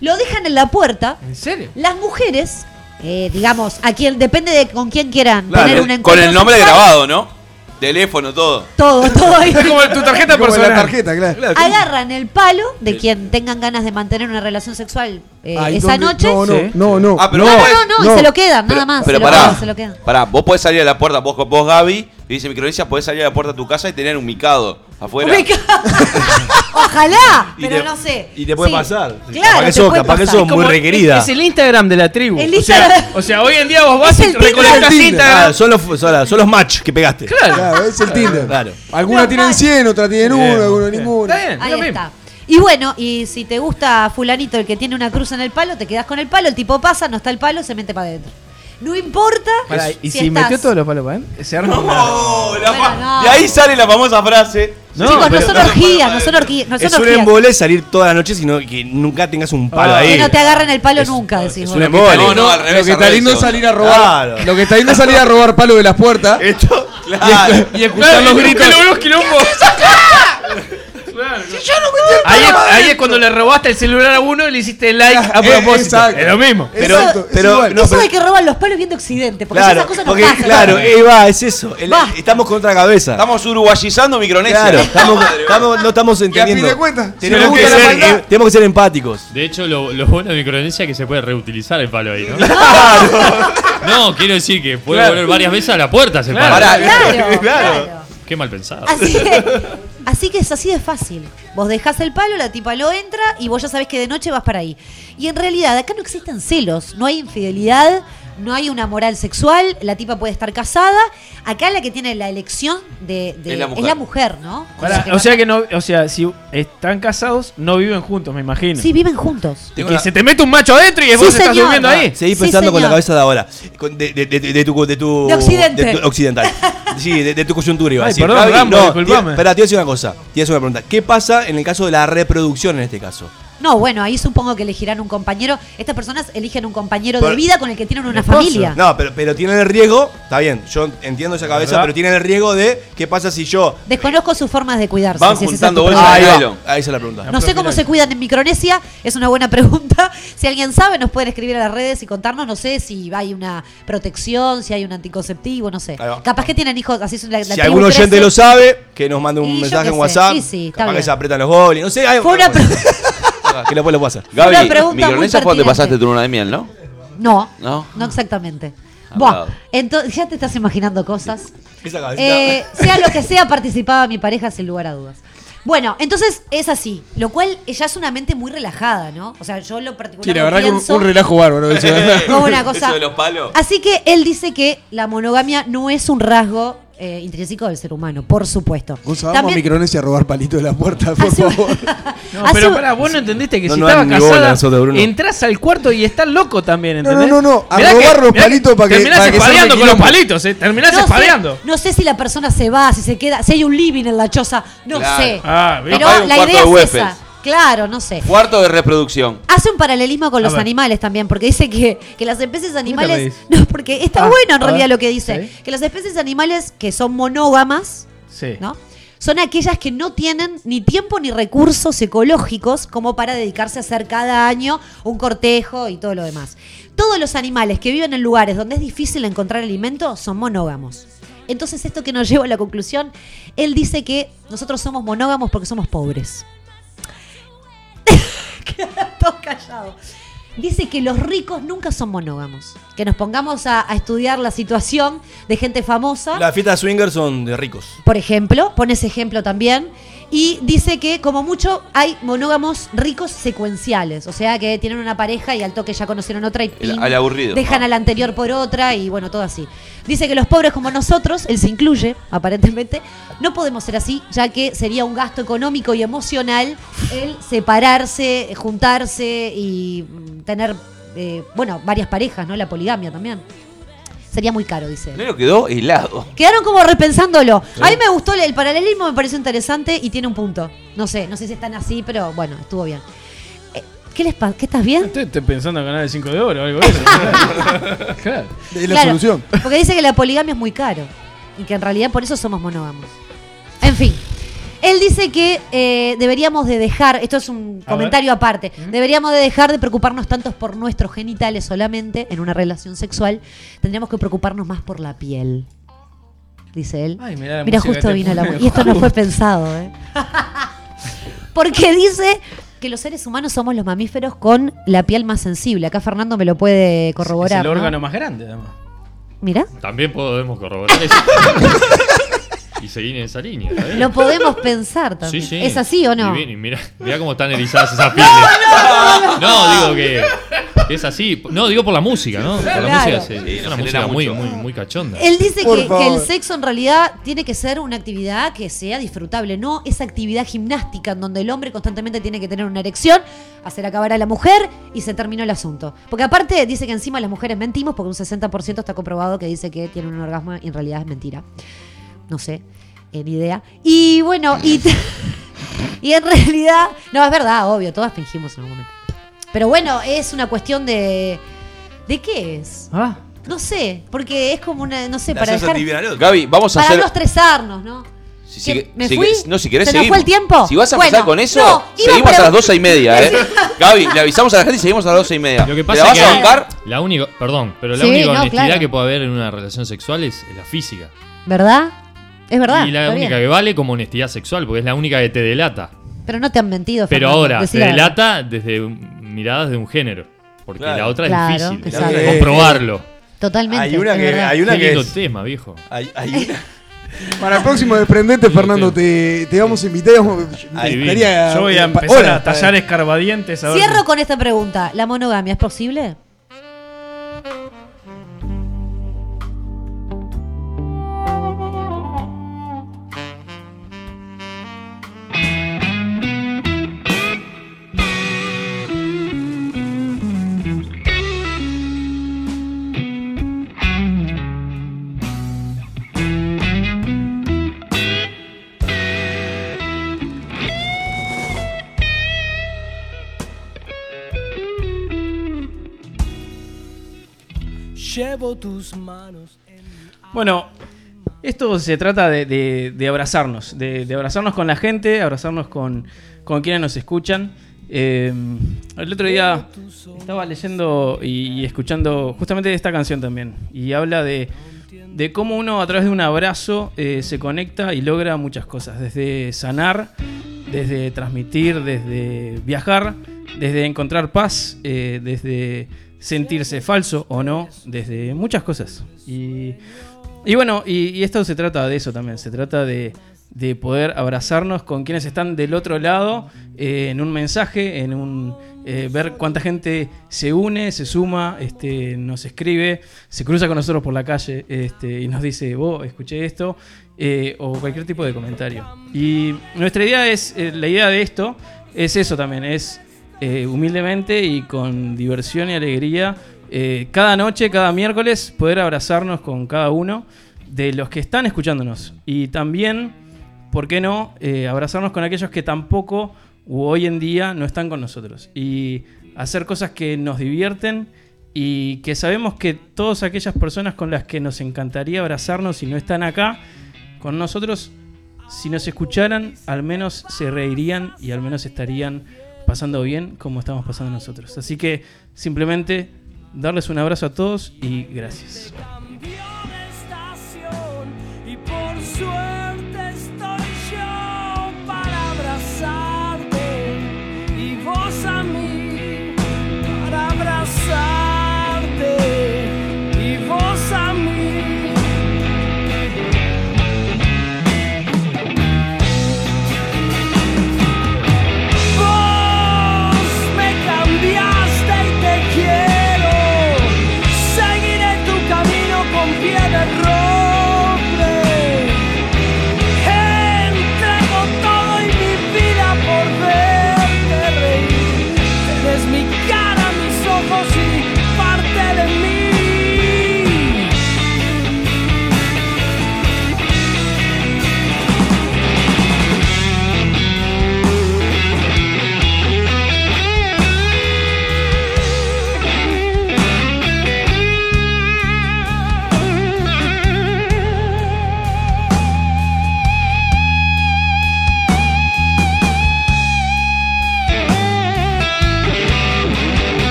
[SPEAKER 4] Lo dejan en la puerta.
[SPEAKER 7] ¿En serio?
[SPEAKER 4] Las mujeres, eh, digamos, a quien depende de con quién quieran
[SPEAKER 3] Claro,
[SPEAKER 4] poner un encuentro.
[SPEAKER 3] con el nombre
[SPEAKER 4] sexual,
[SPEAKER 3] grabado, ¿no? Teléfono, todo.
[SPEAKER 4] Todo, todo ahí.
[SPEAKER 7] tu tarjeta
[SPEAKER 13] Como
[SPEAKER 7] personal.
[SPEAKER 13] la tarjeta, claro.
[SPEAKER 4] Agarran el palo de quien tengan ganas de mantener una relación sexual eh,
[SPEAKER 13] Ay,
[SPEAKER 4] esa
[SPEAKER 13] ¿dónde?
[SPEAKER 4] noche.
[SPEAKER 13] No, no,
[SPEAKER 4] Sí.
[SPEAKER 13] no, no.
[SPEAKER 3] Ah, pero
[SPEAKER 4] no,
[SPEAKER 3] vos
[SPEAKER 4] no,
[SPEAKER 3] podés-
[SPEAKER 4] no, y se lo quedan, nada más.
[SPEAKER 3] Pero
[SPEAKER 4] se lo
[SPEAKER 3] pará,
[SPEAKER 4] quedan, se lo quedan.
[SPEAKER 3] pará, vos podés salir a la puerta, vos, vos Gaby, y dice Micronesia, podés salir a la puerta de tu casa y tener un micado afuera.
[SPEAKER 4] Me ca- Ojalá,
[SPEAKER 3] Y
[SPEAKER 4] pero
[SPEAKER 3] te-
[SPEAKER 4] no sé.
[SPEAKER 5] Y te puede
[SPEAKER 4] Sí.
[SPEAKER 5] pasar.
[SPEAKER 4] Claro,
[SPEAKER 5] capaz que
[SPEAKER 4] te
[SPEAKER 5] sos,
[SPEAKER 4] puede
[SPEAKER 5] capaz que
[SPEAKER 4] pasar.
[SPEAKER 5] sos muy
[SPEAKER 7] Como-
[SPEAKER 5] requerida.
[SPEAKER 7] Es, es el Instagram de la tribu.
[SPEAKER 4] El
[SPEAKER 7] o, sea,
[SPEAKER 4] Instagram.
[SPEAKER 7] o sea, hoy en día vos
[SPEAKER 4] Es
[SPEAKER 7] vas y
[SPEAKER 4] el Tinder.
[SPEAKER 7] recolectas
[SPEAKER 5] Claro,
[SPEAKER 7] Instagram.
[SPEAKER 5] son los, son la- son los match que pegaste.
[SPEAKER 7] Claro.
[SPEAKER 13] Claro, es el Tinder.
[SPEAKER 5] Claro.
[SPEAKER 13] Algunas tienen 100, otras tienen
[SPEAKER 5] Bien,
[SPEAKER 13] uno, algunas
[SPEAKER 5] bien.
[SPEAKER 13] ninguna.
[SPEAKER 4] Ahí está. Y bueno, y si te gusta fulanito el que tiene una cruz en el palo, te quedas con el palo, el tipo pasa, no está el palo, se mete para adentro. No importa.
[SPEAKER 7] Pará, ¿Y si
[SPEAKER 4] estás-
[SPEAKER 7] metió todos los palos para adentro? Se arma una-
[SPEAKER 3] No, la fa-
[SPEAKER 4] no.
[SPEAKER 3] De ahí sale la famosa frase.
[SPEAKER 4] Chicos, no
[SPEAKER 5] pero-
[SPEAKER 4] son orgías, no son orgías, no son
[SPEAKER 5] Es un
[SPEAKER 4] orgías.
[SPEAKER 5] embole salir todas las noches y no- que nunca tengas un palo
[SPEAKER 7] Ah,
[SPEAKER 5] ahí.
[SPEAKER 4] Que no te agarran el palo nunca, decís
[SPEAKER 5] es
[SPEAKER 4] vos.
[SPEAKER 5] un embole.
[SPEAKER 13] No, no,
[SPEAKER 5] al
[SPEAKER 13] lo
[SPEAKER 5] revés,
[SPEAKER 13] que
[SPEAKER 5] al
[SPEAKER 13] está
[SPEAKER 5] revés,
[SPEAKER 13] lindo es
[SPEAKER 5] vos.
[SPEAKER 13] salir a robar.
[SPEAKER 5] Claro.
[SPEAKER 13] Lo que está lindo es salir a robar palo de las puertas. Esto,
[SPEAKER 5] claro.
[SPEAKER 13] Y, escuchar los gritos.
[SPEAKER 7] Ahí, es- ahí es cuando le robaste el celular a uno y le hiciste like a propósito.
[SPEAKER 5] Exacto.
[SPEAKER 7] Es lo mismo.
[SPEAKER 5] Pero,
[SPEAKER 4] Eso-
[SPEAKER 5] pero, no,
[SPEAKER 4] Eso
[SPEAKER 5] pero-
[SPEAKER 4] de que roban los palos bien de Occidente, porque
[SPEAKER 5] claro,
[SPEAKER 4] esas cosas no
[SPEAKER 5] porque,
[SPEAKER 4] pasan.
[SPEAKER 5] claro, Eva, es eso. El- estamos con otra cabeza.
[SPEAKER 3] Estamos uruguayizando Micronesia.
[SPEAKER 5] claro, estamos, estamos- no estamos entendiendo.
[SPEAKER 13] de cuentas, si
[SPEAKER 5] tenemos,
[SPEAKER 13] nos
[SPEAKER 5] que
[SPEAKER 13] gusta la
[SPEAKER 5] ser,
[SPEAKER 13] maldad.
[SPEAKER 5] eh, tenemos que ser empáticos.
[SPEAKER 8] De hecho, lo, lo bueno de Micronesia es que se puede reutilizar el palo ahí, ¿no? No, quiero decir que puede
[SPEAKER 5] Claro.
[SPEAKER 8] volver varias veces a la puerta ese
[SPEAKER 5] Claro.
[SPEAKER 8] palo.
[SPEAKER 5] Pará.
[SPEAKER 4] Claro,
[SPEAKER 5] Claro.
[SPEAKER 4] claro.
[SPEAKER 8] Qué mal pensado.
[SPEAKER 4] Así que, así que es así de fácil. Vos dejás el palo, la tipa lo entra y vos ya sabés que de noche vas para ahí. Y en realidad acá no existen celos, no hay infidelidad, no hay una moral sexual, la tipa puede estar casada. Acá la que tiene la elección de, de-
[SPEAKER 7] Es la mujer.
[SPEAKER 4] mujer, ¿no?
[SPEAKER 7] Pará, o sea que no, o sea, si están casados, no viven juntos, me imagino.
[SPEAKER 4] Sí, viven juntos.
[SPEAKER 7] Y que se te mete un macho adentro y
[SPEAKER 4] Sí,
[SPEAKER 7] vos estás
[SPEAKER 4] señor.
[SPEAKER 7] durmiendo ahí.
[SPEAKER 5] Seguí
[SPEAKER 4] Sí,
[SPEAKER 5] pensando con la
[SPEAKER 4] señor.
[SPEAKER 5] cabeza de ahora. Con- De, de- de- de tu, de tu.
[SPEAKER 4] De Occidente.
[SPEAKER 5] de tu- occidental. Sí, de, de tu coyuntura iba a
[SPEAKER 7] Ay,
[SPEAKER 5] decir.
[SPEAKER 7] perdón, Rambo,
[SPEAKER 5] no,
[SPEAKER 7] disculpame.
[SPEAKER 5] Espera, te voy a decir una cosa. Te voy a hacer una pregunta. ¿Qué pasa en el caso de la reproducción en este caso?
[SPEAKER 4] No, bueno, ahí supongo que elegirán un compañero. Estas personas eligen un compañero de
[SPEAKER 5] Pero-
[SPEAKER 4] vida con el que tienen una familia.
[SPEAKER 5] No, pero, pero tienen el riesgo, está bien, yo entiendo esa cabeza,
[SPEAKER 4] ¿Verdad?
[SPEAKER 5] pero tienen el riesgo de qué pasa si yo.
[SPEAKER 4] Desconozco sus formas de cuidarse. si ese es tu problema.
[SPEAKER 5] Ahí, va, ahí se la pregunta.
[SPEAKER 4] No sé cómo se cuidan en Micronesia, es una buena pregunta. Si alguien sabe, nos pueden escribir a las redes y contarnos. No sé si hay una protección, si hay un anticonceptivo, no sé.
[SPEAKER 5] Ahí va.
[SPEAKER 4] Capaz que tienen hijos, así es la, la
[SPEAKER 5] Si
[SPEAKER 4] tribu
[SPEAKER 5] algún oyente
[SPEAKER 4] 13.
[SPEAKER 5] lo sabe, que nos mande
[SPEAKER 4] Y
[SPEAKER 5] un
[SPEAKER 4] yo
[SPEAKER 5] mensaje
[SPEAKER 4] qué
[SPEAKER 5] en
[SPEAKER 4] sé.
[SPEAKER 5] WhatsApp.
[SPEAKER 4] Sí, sí, está
[SPEAKER 5] capaz que
[SPEAKER 4] bien.
[SPEAKER 5] se aprietan los goles, no sé. Hay,
[SPEAKER 4] Fue una
[SPEAKER 5] que después lo pasa.
[SPEAKER 3] Gaby,
[SPEAKER 4] Una pregunta muy
[SPEAKER 3] Micronesia fue donde
[SPEAKER 4] pertinente.
[SPEAKER 3] pasaste tu luna de miel, ¿no?
[SPEAKER 4] No,
[SPEAKER 3] ¿No?
[SPEAKER 4] no exactamente.
[SPEAKER 3] Ah,
[SPEAKER 4] Buah,
[SPEAKER 3] bravo.
[SPEAKER 4] entonces ya te estás imaginando cosas.
[SPEAKER 5] Esa
[SPEAKER 4] Eh, sea lo que sea, participaba mi pareja sin lugar a dudas. Bueno, entonces es así, lo cual ella es una mente muy relajada, ¿no? O sea, yo lo particular
[SPEAKER 13] Sí, la verdad que un,
[SPEAKER 4] pienso-
[SPEAKER 13] un relajo bárbaro. eso. ¿eh?
[SPEAKER 4] Como una cosa. Ah,
[SPEAKER 3] Eso de los palos.
[SPEAKER 4] Así que él dice que la monogamia no es un rasgo eh, intrínseco del ser humano, por supuesto.
[SPEAKER 6] Gonzalo, vamos a Micronesia a robar palito de la puerta, por favor.
[SPEAKER 7] No,
[SPEAKER 6] Ah,
[SPEAKER 4] Hace
[SPEAKER 7] pero
[SPEAKER 4] un-
[SPEAKER 7] pará, vos no entendiste que
[SPEAKER 6] No,
[SPEAKER 7] si
[SPEAKER 6] no
[SPEAKER 7] estaba
[SPEAKER 6] dan ni bola
[SPEAKER 7] casada,
[SPEAKER 6] nosotros, Bruno.
[SPEAKER 7] entras al cuarto y estás loco también,
[SPEAKER 6] No, no,
[SPEAKER 7] ¿entendés?
[SPEAKER 6] no, no, a
[SPEAKER 7] Mirá
[SPEAKER 6] robar los
[SPEAKER 7] mirá
[SPEAKER 6] palitos pa' que-
[SPEAKER 7] Terminás
[SPEAKER 6] pa' que salga
[SPEAKER 7] espadeando con los
[SPEAKER 6] quilombo.
[SPEAKER 7] palitos, eh. Terminás
[SPEAKER 4] no
[SPEAKER 7] espadeando.
[SPEAKER 4] Sé, no sé si la persona se va, si se queda, si hay un living en la choza, no
[SPEAKER 3] Claro.
[SPEAKER 4] sé.
[SPEAKER 3] Ah, bien. Capaz hay
[SPEAKER 4] pero
[SPEAKER 3] un
[SPEAKER 4] la
[SPEAKER 3] cuarto
[SPEAKER 4] idea
[SPEAKER 3] de
[SPEAKER 4] es
[SPEAKER 3] huéspedes.
[SPEAKER 4] esa. Claro, no sé.
[SPEAKER 3] Cuarto de reproducción.
[SPEAKER 4] Hace un paralelismo con
[SPEAKER 3] A
[SPEAKER 4] los
[SPEAKER 3] ver.
[SPEAKER 4] animales también, porque dice que, que las especies animales.
[SPEAKER 3] reís?
[SPEAKER 4] No, porque está
[SPEAKER 3] Ah,
[SPEAKER 4] bueno en
[SPEAKER 3] a
[SPEAKER 4] realidad
[SPEAKER 3] ver.
[SPEAKER 4] lo que dice. Que las especies animales que son monógamas, ¿no? Son aquellas que no tienen ni tiempo ni recursos ecológicos como para dedicarse a hacer cada año un cortejo y todo lo demás. Todos los animales que viven en lugares donde es difícil encontrar alimento son monógamos. Entonces esto que nos lleva a la conclusión, él dice que nosotros somos monógamos porque somos pobres. Todos callados. Dice que los ricos nunca son monógamos. Que nos pongamos a, a estudiar la situación de gente famosa.
[SPEAKER 5] Las fiestas swingers son de ricos.
[SPEAKER 4] por ejemplo, pone ese ejemplo también. Y dice que, como mucho, hay monógamos ricos secuenciales. O sea, que tienen una pareja y al toque ya conocieron otra y
[SPEAKER 3] El-
[SPEAKER 4] pim,
[SPEAKER 3] al aburrido.
[SPEAKER 4] dejan a la anterior por otra y bueno, todo así. Dice que los pobres como nosotros, él se incluye, aparentemente, no podemos ser así, ya que sería un gasto económico y emocional el separarse, juntarse y mm, tener, eh, bueno, varias parejas, ¿no? La poligamia también. Sería muy caro, dice. él.
[SPEAKER 3] Primero quedó helado.
[SPEAKER 4] Quedaron como repensándolo. A mí me gustó el- el paralelismo, me pareció interesante y tiene un punto. No sé, no sé si están así, pero bueno, estuvo bien. Eh, ¿Qué les pasa? ¿Qué estás bien?
[SPEAKER 7] Estoy pensando en ganar el 5 de oro o algo de eso. claro.
[SPEAKER 6] Es
[SPEAKER 4] Claro, Porque dice que la poligamia es muy caro y que en realidad por eso somos monógamos. En fin. Él dice que eh, deberíamos de dejar, esto es un
[SPEAKER 14] A
[SPEAKER 4] comentario aparte, deberíamos de dejar de preocuparnos tantos por nuestros genitales solamente en una relación sexual, tendríamos que preocuparnos más por la piel, dice él.
[SPEAKER 7] Ay, mirá la
[SPEAKER 4] Mira,
[SPEAKER 7] música este
[SPEAKER 4] justo
[SPEAKER 7] que te
[SPEAKER 4] vino la
[SPEAKER 7] pone.
[SPEAKER 4] mu- Y esto no fue pensado, ¿eh? Porque dice que los seres humanos somos los mamíferos con la piel más sensible. Acá Fernando me lo puede
[SPEAKER 7] Es
[SPEAKER 4] corroborar.
[SPEAKER 7] el
[SPEAKER 4] ¿no?
[SPEAKER 7] órgano más grande, además.
[SPEAKER 4] Mirá.
[SPEAKER 8] También podemos corroborar eso. y seguir en esa línea. ¿está bien?
[SPEAKER 4] Lo podemos pensar también.
[SPEAKER 8] Sí, sí.
[SPEAKER 4] ¿Es así o no?
[SPEAKER 8] Y bien, y mira, mira cómo están erizadas esas pieles.
[SPEAKER 4] no, no,
[SPEAKER 8] No, digo que, que es así. No, digo por la música, ¿no? Por la
[SPEAKER 4] Claro.
[SPEAKER 8] música es, es
[SPEAKER 3] Sí,
[SPEAKER 8] una
[SPEAKER 3] nos genera
[SPEAKER 8] música muy,
[SPEAKER 3] mucho.
[SPEAKER 8] muy, muy cachonda.
[SPEAKER 4] Él dice
[SPEAKER 8] Por
[SPEAKER 4] que, que
[SPEAKER 8] favor.
[SPEAKER 4] el sexo en realidad tiene que ser una actividad que sea disfrutable, no esa actividad gimnástica en donde el hombre constantemente tiene que tener una erección, hacer acabar a la mujer y se terminó el asunto. Porque aparte dice que encima las mujeres mentimos porque un 60% está comprobado que dice que tienen un orgasmo y en realidad es mentira. No sé, eh, ni idea. Y bueno, y, y en realidad, no, es verdad, obvio, todas fingimos en algún momento. Pero bueno, es una cuestión de... ¿De qué es?
[SPEAKER 8] Ah.
[SPEAKER 4] No sé, porque es como una, no sé, para dejar...
[SPEAKER 3] Gaby, vamos a
[SPEAKER 4] para
[SPEAKER 3] hacer.
[SPEAKER 4] no estresarnos, ¿no?
[SPEAKER 3] si-
[SPEAKER 4] que-
[SPEAKER 3] si-
[SPEAKER 4] ¿me
[SPEAKER 3] si-
[SPEAKER 4] fui?
[SPEAKER 3] No, si querés
[SPEAKER 4] ¿Se nos
[SPEAKER 3] seguimos.
[SPEAKER 4] fue el tiempo?
[SPEAKER 3] Si vas a
[SPEAKER 4] Bueno,
[SPEAKER 3] empezar con eso,
[SPEAKER 4] no, iba
[SPEAKER 3] seguimos
[SPEAKER 4] a
[SPEAKER 3] a las
[SPEAKER 4] pregun-
[SPEAKER 3] doce y media, ¿eh? Gaby, le avisamos a la gente y seguimos a las doce y media. Lo que
[SPEAKER 8] pasa
[SPEAKER 3] ¿Te la vas
[SPEAKER 8] que
[SPEAKER 3] a bancar?
[SPEAKER 8] La única, perdón, pero la
[SPEAKER 4] Sí,
[SPEAKER 8] única
[SPEAKER 4] no,
[SPEAKER 8] honestidad
[SPEAKER 4] claro.
[SPEAKER 8] que puede haber en una relación sexual es la física.
[SPEAKER 4] ¿Verdad? Es verdad.
[SPEAKER 8] y la
[SPEAKER 4] está
[SPEAKER 8] única
[SPEAKER 4] bien.
[SPEAKER 8] que vale como honestidad sexual, porque es la única que te delata.
[SPEAKER 4] Pero no te han mentido.
[SPEAKER 8] Pero
[SPEAKER 4] Fernando,
[SPEAKER 8] ahora,
[SPEAKER 4] decí
[SPEAKER 8] se
[SPEAKER 4] la verdad.
[SPEAKER 8] delata desde un- miradas de un género. Porque la otra es
[SPEAKER 4] Claro,
[SPEAKER 8] difícil.
[SPEAKER 4] exacto.
[SPEAKER 8] de Comprobarlo.
[SPEAKER 4] Totalmente.
[SPEAKER 5] Eh, Hay una
[SPEAKER 4] es
[SPEAKER 5] que-
[SPEAKER 4] verdad.
[SPEAKER 5] hay una
[SPEAKER 8] Qué
[SPEAKER 5] que
[SPEAKER 8] lindo
[SPEAKER 5] es-
[SPEAKER 8] tema, viejo.
[SPEAKER 5] Hay, hay una.
[SPEAKER 6] Para el próximo desprendente, Fernando, te, te vamos a invitar. vamos- me
[SPEAKER 7] Ahí vi.
[SPEAKER 6] gustaría-
[SPEAKER 7] Yo voy a
[SPEAKER 6] eh, pa-
[SPEAKER 7] empezar
[SPEAKER 6] hola,
[SPEAKER 7] a tallar escarbadientes. A ver
[SPEAKER 4] Cierro con esta pregunta. ¿La monogamia es posible?
[SPEAKER 1] Llevo tus manos.
[SPEAKER 7] Bueno, esto se trata de, de- de abrazarnos, de, de abrazarnos con la gente, abrazarnos con, con quienes nos escuchan. Eh, el otro día estaba leyendo y, y escuchando justamente esta canción también, y habla de, de cómo uno a través de un abrazo eh, se conecta y logra muchas cosas, desde sanar, desde transmitir, desde viajar, desde encontrar paz, eh, desde sentirse falso o no, desde muchas cosas. Y y bueno, y, y esto se trata de eso también, se trata de, de poder abrazarnos con quienes están del otro lado eh, en un mensaje, en un eh, ver cuánta gente se une, se suma, este, nos escribe, se cruza con nosotros por la calle este, y nos dice, vos escuché esto, eh, o cualquier tipo de comentario. Y nuestra idea es, eh, la idea de esto es eso también, es eh, humildemente y con diversión y alegría, eh, cada noche, cada miércoles, poder abrazarnos con cada uno de los que están escuchándonos. Y también, ¿por qué no?, eh, abrazarnos con aquellos que tampoco u hoy en día no están con nosotros. Y hacer cosas que nos divierten y que sabemos que todas aquellas personas con las que nos encantaría abrazarnos y no están acá con nosotros, si nos escucharan, al menos se reirían y al menos estarían pasando bien como estamos pasando nosotros. Así que simplemente darles un abrazo a todos y gracias.
[SPEAKER 1] estación y por suerte estoy yo para abrazarte y vos a mí para abrazarte y vos a mí. Vos me cambiaste y te quiero. Seguiré tu camino con pie de roble. Entrego todo y mi vida por verte reír. Eres mi cara, mis ojos y parte de mí.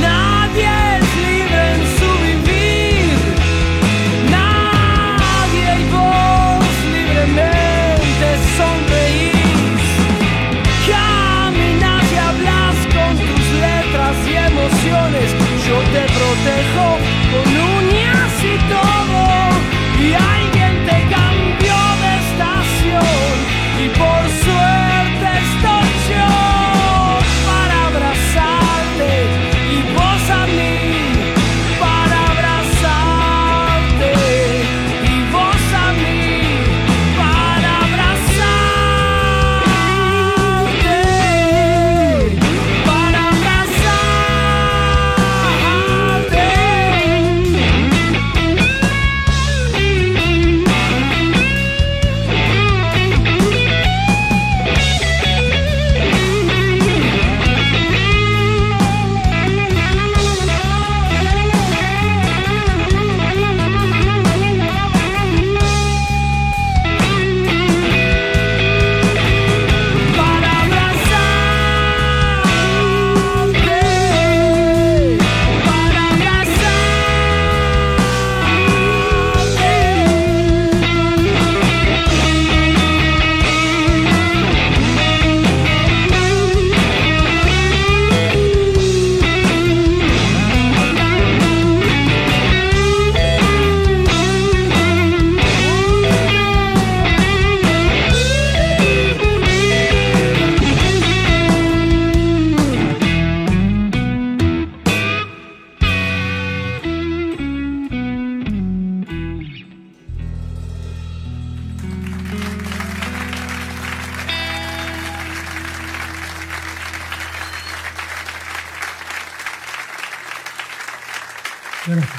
[SPEAKER 1] Nadie es libre en su vivir, nadie y vos libremente sonreís, caminas y hablas con tus letras y emociones, yo te protejo con uñas y todo, y alguien te cambió de estación, y por suerte estoy yo para abrazarte. Y vos a mí para abrazarte y vos a mí para abrazarte para
[SPEAKER 12] Gracias.